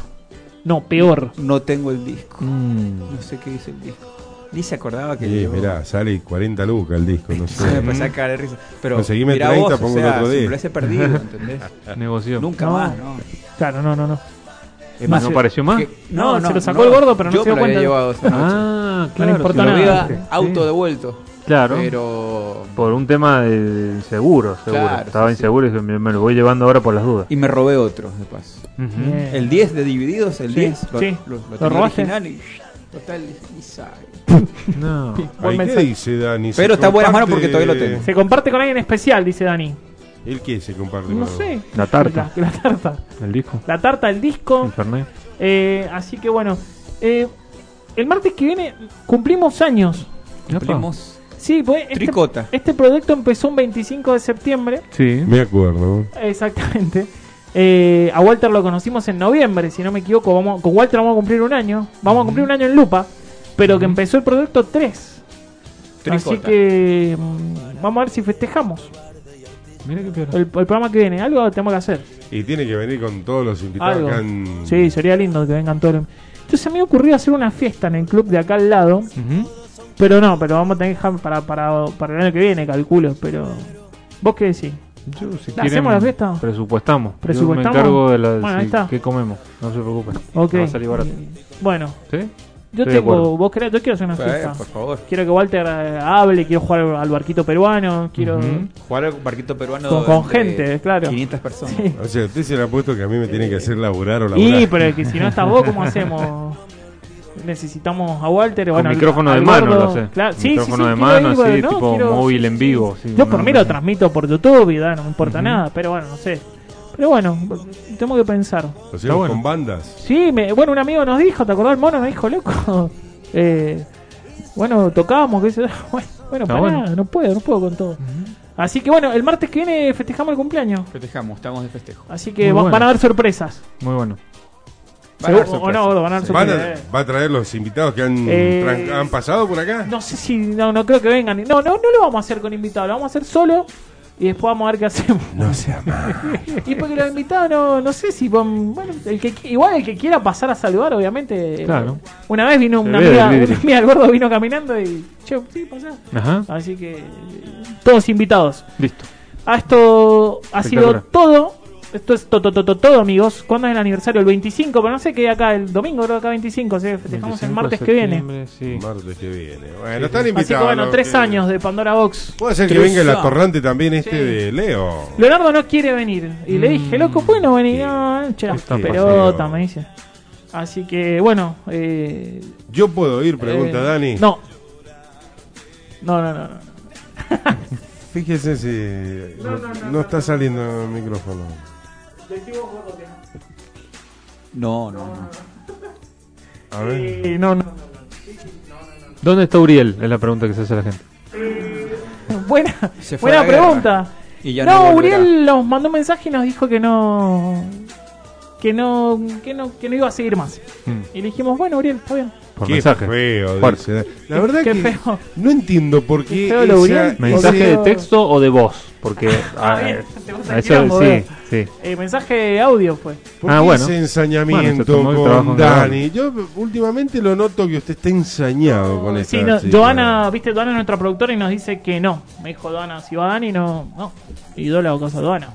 S1: No, peor.
S2: No tengo el disco.
S3: mm.
S2: No sé qué dice el disco. Ni se acordaba que.
S4: Sí,
S2: yo-
S4: mirá, sale 40 lucas el disco, no
S2: Se me
S4: sé.
S2: empecé a caer de risa. Pero
S4: Conseguime
S2: mirá
S4: 30,
S2: vos,
S4: pongo
S2: o
S4: el
S2: sea,
S4: otro
S2: se me
S4: día.
S2: parece perdido, ¿entendés?
S3: Negoció.
S2: Nunca
S1: No.
S2: más, ¿no?
S1: Claro, no, no, no.
S2: Es
S3: más, ¿no apareció más?
S2: que-
S1: Ah, No, se lo sacó el gordo, pero no
S2: yo
S1: se dio
S2: me lo había
S1: cuenta.
S2: llevado esa noche.
S3: Ah,
S1: No le
S3: claro.
S1: importó
S3: si
S2: lo
S3: lo
S1: nada.
S2: había
S3: viste.
S2: auto devuelto.
S3: Claro.
S2: Pero.
S3: Por un tema de seguro, seguro.
S2: Claro,
S3: Estaba
S2: sí, sí.
S3: inseguro y dije, me, me lo voy llevando ahora por las dudas.
S2: Y me robé otro, de paso.
S3: Ujú.
S1: Bien.
S2: El 10 de Divididos, el
S1: Sí,
S2: 10. Lo,
S1: sí.
S2: lo, lo
S1: ¿Lo
S2: tenía
S1: robaste?
S2: original y. Total, y sabe.
S3: No.
S4: Ay, ¿Qué
S1: mensaje.
S4: dice Dani? ¿Se
S2: Pero está en buenas manos
S4: comparte-
S2: porque todavía lo tengo.
S1: Se comparte con alguien especial, dice Dani.
S4: ¿El qué se comparte?
S1: No
S4: con-
S1: sé.
S3: La tarta.
S1: La, la tarta.
S3: El disco.
S1: La tarta, el disco.
S3: El Fernet.
S1: Eh, así que bueno. eh, el martes que viene cumplimos años.
S2: Cumplimos
S1: Sí, pues este,
S2: Tricota.
S1: este proyecto empezó un 25 de septiembre.
S3: Sí.
S4: Me acuerdo.
S1: Exactamente. Eh, a Walter lo conocimos en noviembre, si no me equivoco. Vamos, con Walter vamos a cumplir un año. Vamos a cumplir un año en Lupa. Pero que empezó el proyecto 3. Así
S2: Tricota.
S1: que mm, vamos a ver si festejamos
S3: Mira qué
S1: el, el programa que viene. Algo tenemos que hacer.
S4: Y tiene que venir con todos los invitados
S1: Algo.
S4: acá
S3: Mm.
S4: en...
S1: Sí, sería lindo que vengan todos. los- Entonces se me ocurrió hacer una fiesta en el club de acá al lado. Pero no, pero vamos a tener que dejar para, para, para el año que viene, calculo. Pero vos qué decís.
S3: Yo, si
S1: ¿La hacemos la fiesta?
S3: Presupuestamos. Yo
S1: ¿Presupuestamos?
S3: me encargo de la,
S1: Bueno, ahí
S3: si-
S1: está.
S3: qué comemos. No se preocupen.
S1: Ok.
S3: Va a salir barato.
S1: Bueno, yo
S3: ¿Sí? Estoy de
S1: tengo.
S3: acuerdo.
S1: Vos querés, yo quiero hacer una
S2: Eh,
S1: fiesta.
S2: por favor.
S1: Quiero que Walter eh, hable, quiero jugar al barquito peruano, quiero.
S3: Ujú.
S2: Jugar al barquito peruano.
S1: Con- con
S2: entre
S1: gente, claro.
S2: 500 personas.
S1: Sí.
S4: O sea, usted se le ha puesto que a mí me tiene que hacer laburar o laburar.
S1: Y, pero que si no estás vos, ¿cómo hacemos? Necesitamos a Walter.
S3: Con
S1: Bueno, al-
S3: micrófono de
S1: al
S3: mano
S1: gordo.
S3: lo hace.
S1: Claro, sí,
S3: micrófono
S1: sí, sí,
S3: de
S1: quiero
S3: mano,
S1: ir,
S3: así,
S1: bueno,
S3: tipo
S1: quiero-
S3: móvil
S1: sí,
S3: en
S1: sí,
S3: vivo.
S1: sí.
S3: sí,
S1: Yo
S3: una-
S1: por mí lo transmito por YouTube, y da, no me importa nada, pero bueno, no sé. Pero bueno, tengo que pensar.
S4: Lo hacemos
S3: bueno.
S4: con bandas.
S1: Sí, me- bueno, un amigo nos dijo, ¿te acordás? El mono nos dijo, loco. eh, bueno, tocábamos, qué sé yo. Bueno, bueno, pará,
S3: bueno.
S1: no puedo, no puedo con todo. Así que bueno, el martes que viene festejamos el cumpleaños.
S2: Festejamos, estamos de festejo.
S1: Así que
S3: Muy
S1: va-
S3: bueno.
S1: van a haber sorpresas.
S3: Muy bueno.
S2: Van a dar
S1: o no, van a dar
S4: ¿Van
S1: sorpresa,
S4: a,
S1: eh.
S4: ¿Va a traer los invitados que han,
S1: Eh,
S4: tran- han pasado por acá?
S1: No sé si. No, no creo que vengan. No, no, no lo vamos a hacer con invitados. Lo vamos a hacer solo. Y después vamos a ver qué hacemos.
S4: No sea más.
S1: Y porque los invitados no, no sé si. van- Bueno, el que, qui- igual el que quiera pasar a saludar, obviamente. eh,
S3: Claro.
S1: Una vez vino una
S3: ve
S1: amiga,
S3: del vidrio.
S1: una amiga del gordo, vino caminando y. Che, sí, pasá.
S3: Ajá.
S1: Así que. eh, Todos invitados.
S3: Listo.
S1: Ah, Esto ha sido
S3: Espectacular.
S1: todo. Esto es todo, todo, todo, todo, amigos. ¿Cuándo es el aniversario? El 25, pero no sé qué acá, el domingo, creo que acá 25, se festejamos el
S3: 25
S1: martes
S3: de
S1: que viene.
S3: septiembre, sí.
S4: Martes que viene. Bueno, están invitados.
S1: Así que bueno,
S4: los
S1: tres
S4: que-
S1: años de Pandora Box.
S4: Puede ser que
S2: Tres
S4: venga el
S2: años.
S4: atorrante también este de Leo.
S1: Leonardo no quiere venir. Y le dije, loco, bueno, venir. No, che, las
S4: Mm, Está
S1: pelota,
S4: paseo.
S1: me dice. Así que bueno. Eh,
S4: Yo puedo ir, pregunta
S1: eh,
S4: Dani.
S1: No. No, no, no. no.
S4: Fíjese si no, no está saliendo el micrófono.
S2: No, no, no.
S4: A ver.
S1: Eh, no, no.
S3: ¿Dónde está Uriel? Es la pregunta que se hace la gente.
S1: Buena,
S2: Se fue
S1: buena
S2: a la guerra.
S1: pregunta.
S2: Y ya
S1: no,
S2: no volverá.
S1: Uriel nos mandó un mensaje y nos dijo que no. Que no, que no, que no iba a seguir más.
S2: Mm.
S1: Y le dijimos, bueno, Uriel, está bien.
S3: Por
S4: Qué
S3: mensaje.
S4: feo.
S3: Fuerte.
S4: dice. La verdad
S1: Qué
S4: que
S1: feo.
S4: no entiendo por qué.
S1: Qué feo lo Uriel.
S3: ¿Mensaje de
S1: Porque-
S3: texto o de voz? Porque.
S1: Ah,
S3: ah,
S1: bien,
S3: eh,
S1: te gusta
S3: a
S1: el
S3: eso
S1: quilombo,
S3: sí,
S1: eh.
S3: sí.
S1: Eh, mensaje de audio pues. fue.
S4: ¿Por
S3: Ah, bueno.
S4: qué ese
S3: Bueno, se
S4: ensañamiento
S3: tomó el trabajo
S4: con
S3: en
S4: Dani? Yo últimamente lo noto que usted está ensañado con esta
S1: Sí, no,
S4: chica.
S1: Joana, viste, Joana es nuestra productora y nos dice que no. Me dijo Joana, si va Dani, no. No. Y yo le hago caso a Joana.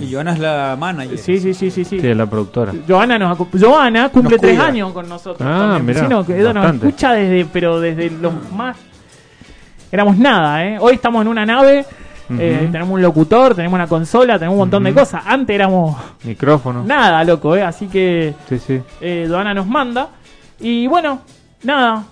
S2: Y Joana es la manager.
S1: Sí, sí, sí, sí. sí.
S3: Sí, es la productora.
S1: Joana, nos acu- Joana cumple
S2: Nos
S1: tres
S2: cuida.
S1: años con nosotros.
S3: Ah,
S1: también.
S3: mirá,
S1: Sí, no, que ella nos
S3: bastante.
S1: escucha desde, pero desde los más. Éramos nada, ¿eh? Hoy estamos en una nave, eh,
S3: Ujú.
S1: tenemos un locutor, tenemos una consola, tenemos un montón de cosas. Antes éramos
S3: Micrófono.
S1: nada, loco, ¿eh? Así que
S3: Sí, sí.
S1: eh, Doana nos manda. Y bueno, nada.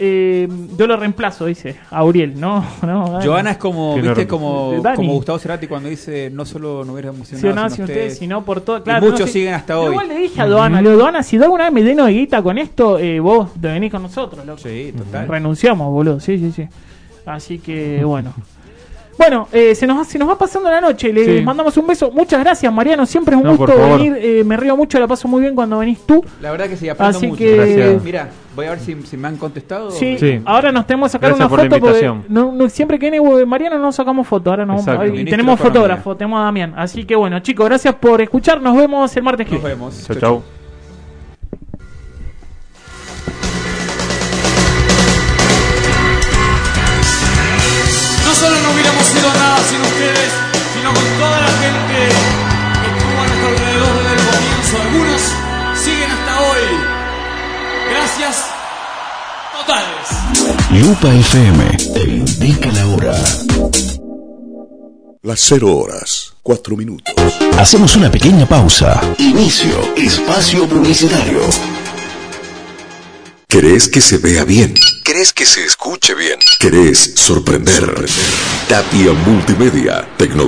S1: eh, yo lo reemplazo, dice, a Uriel, ¿no? no Dani.
S2: Joana es como,
S3: Qué
S2: viste,
S3: enorme.
S2: como,
S1: De Eh, Dani.
S2: como Gustavo Cerati cuando dice no solo no hubiera
S1: Si no,
S2: emocionado
S1: si
S2: sino
S1: ustedes,
S2: ustedes.
S1: sino por todo.
S2: Y
S1: Claro,
S2: muchos
S1: no, sí.
S2: siguen hasta
S1: Yo
S2: hoy.
S1: Igual le dije a Doana, le digo, Doana, si yo alguna vez me lleno de guita con esto, eh, vos te venís con nosotros, loco.
S2: Sí, total.
S1: Renunciamos, boludo, sí, sí, sí. Así que, bueno. Bueno, eh, se, nos, se nos va pasando la noche, les
S3: Sí.
S1: mandamos un beso. Muchas gracias, Mariano, siempre es un
S3: No, por
S1: gusto
S3: favor.
S1: venir. eh, me río mucho, la paso muy bien cuando venís tú.
S2: La verdad que sí, aprendo
S1: Así
S2: mucho.
S1: que-
S3: Gracias.
S2: Mira, voy a ver si, si me han contestado.
S1: Sí,
S3: Sí.
S1: ahora nos tenemos que sacar
S3: Gracias
S1: una
S3: por la
S1: foto porque
S3: invitación.
S1: no, no- siempre que viene Mariano no sacamos foto, ahora no
S3: Exacto.
S1: y
S2: Ministro
S1: tenemos
S2: de Economía.
S1: fotógrafo, tenemos a Damián. Así que bueno, chicos, gracias por escuchar, nos vemos el martes que
S2: Nos
S1: viene.
S2: vemos.
S3: Chau, chau.
S6: No solo no hubiéramos sido nada sin ustedes, sino con toda la gente que estuvo a nuestro alrededor desde el comienzo. Algunos siguen hasta hoy. Gracias totales.
S7: Lupa FM te indica la hora.
S8: Las 0 horas, 4 minutos.
S7: Hacemos una pequeña pausa. Inicio espacio publicitario.
S8: ¿Querés que se vea bien? ¿Querés que se escuche bien? ¿Querés sorprender? Tapia Multimedia, tecnología.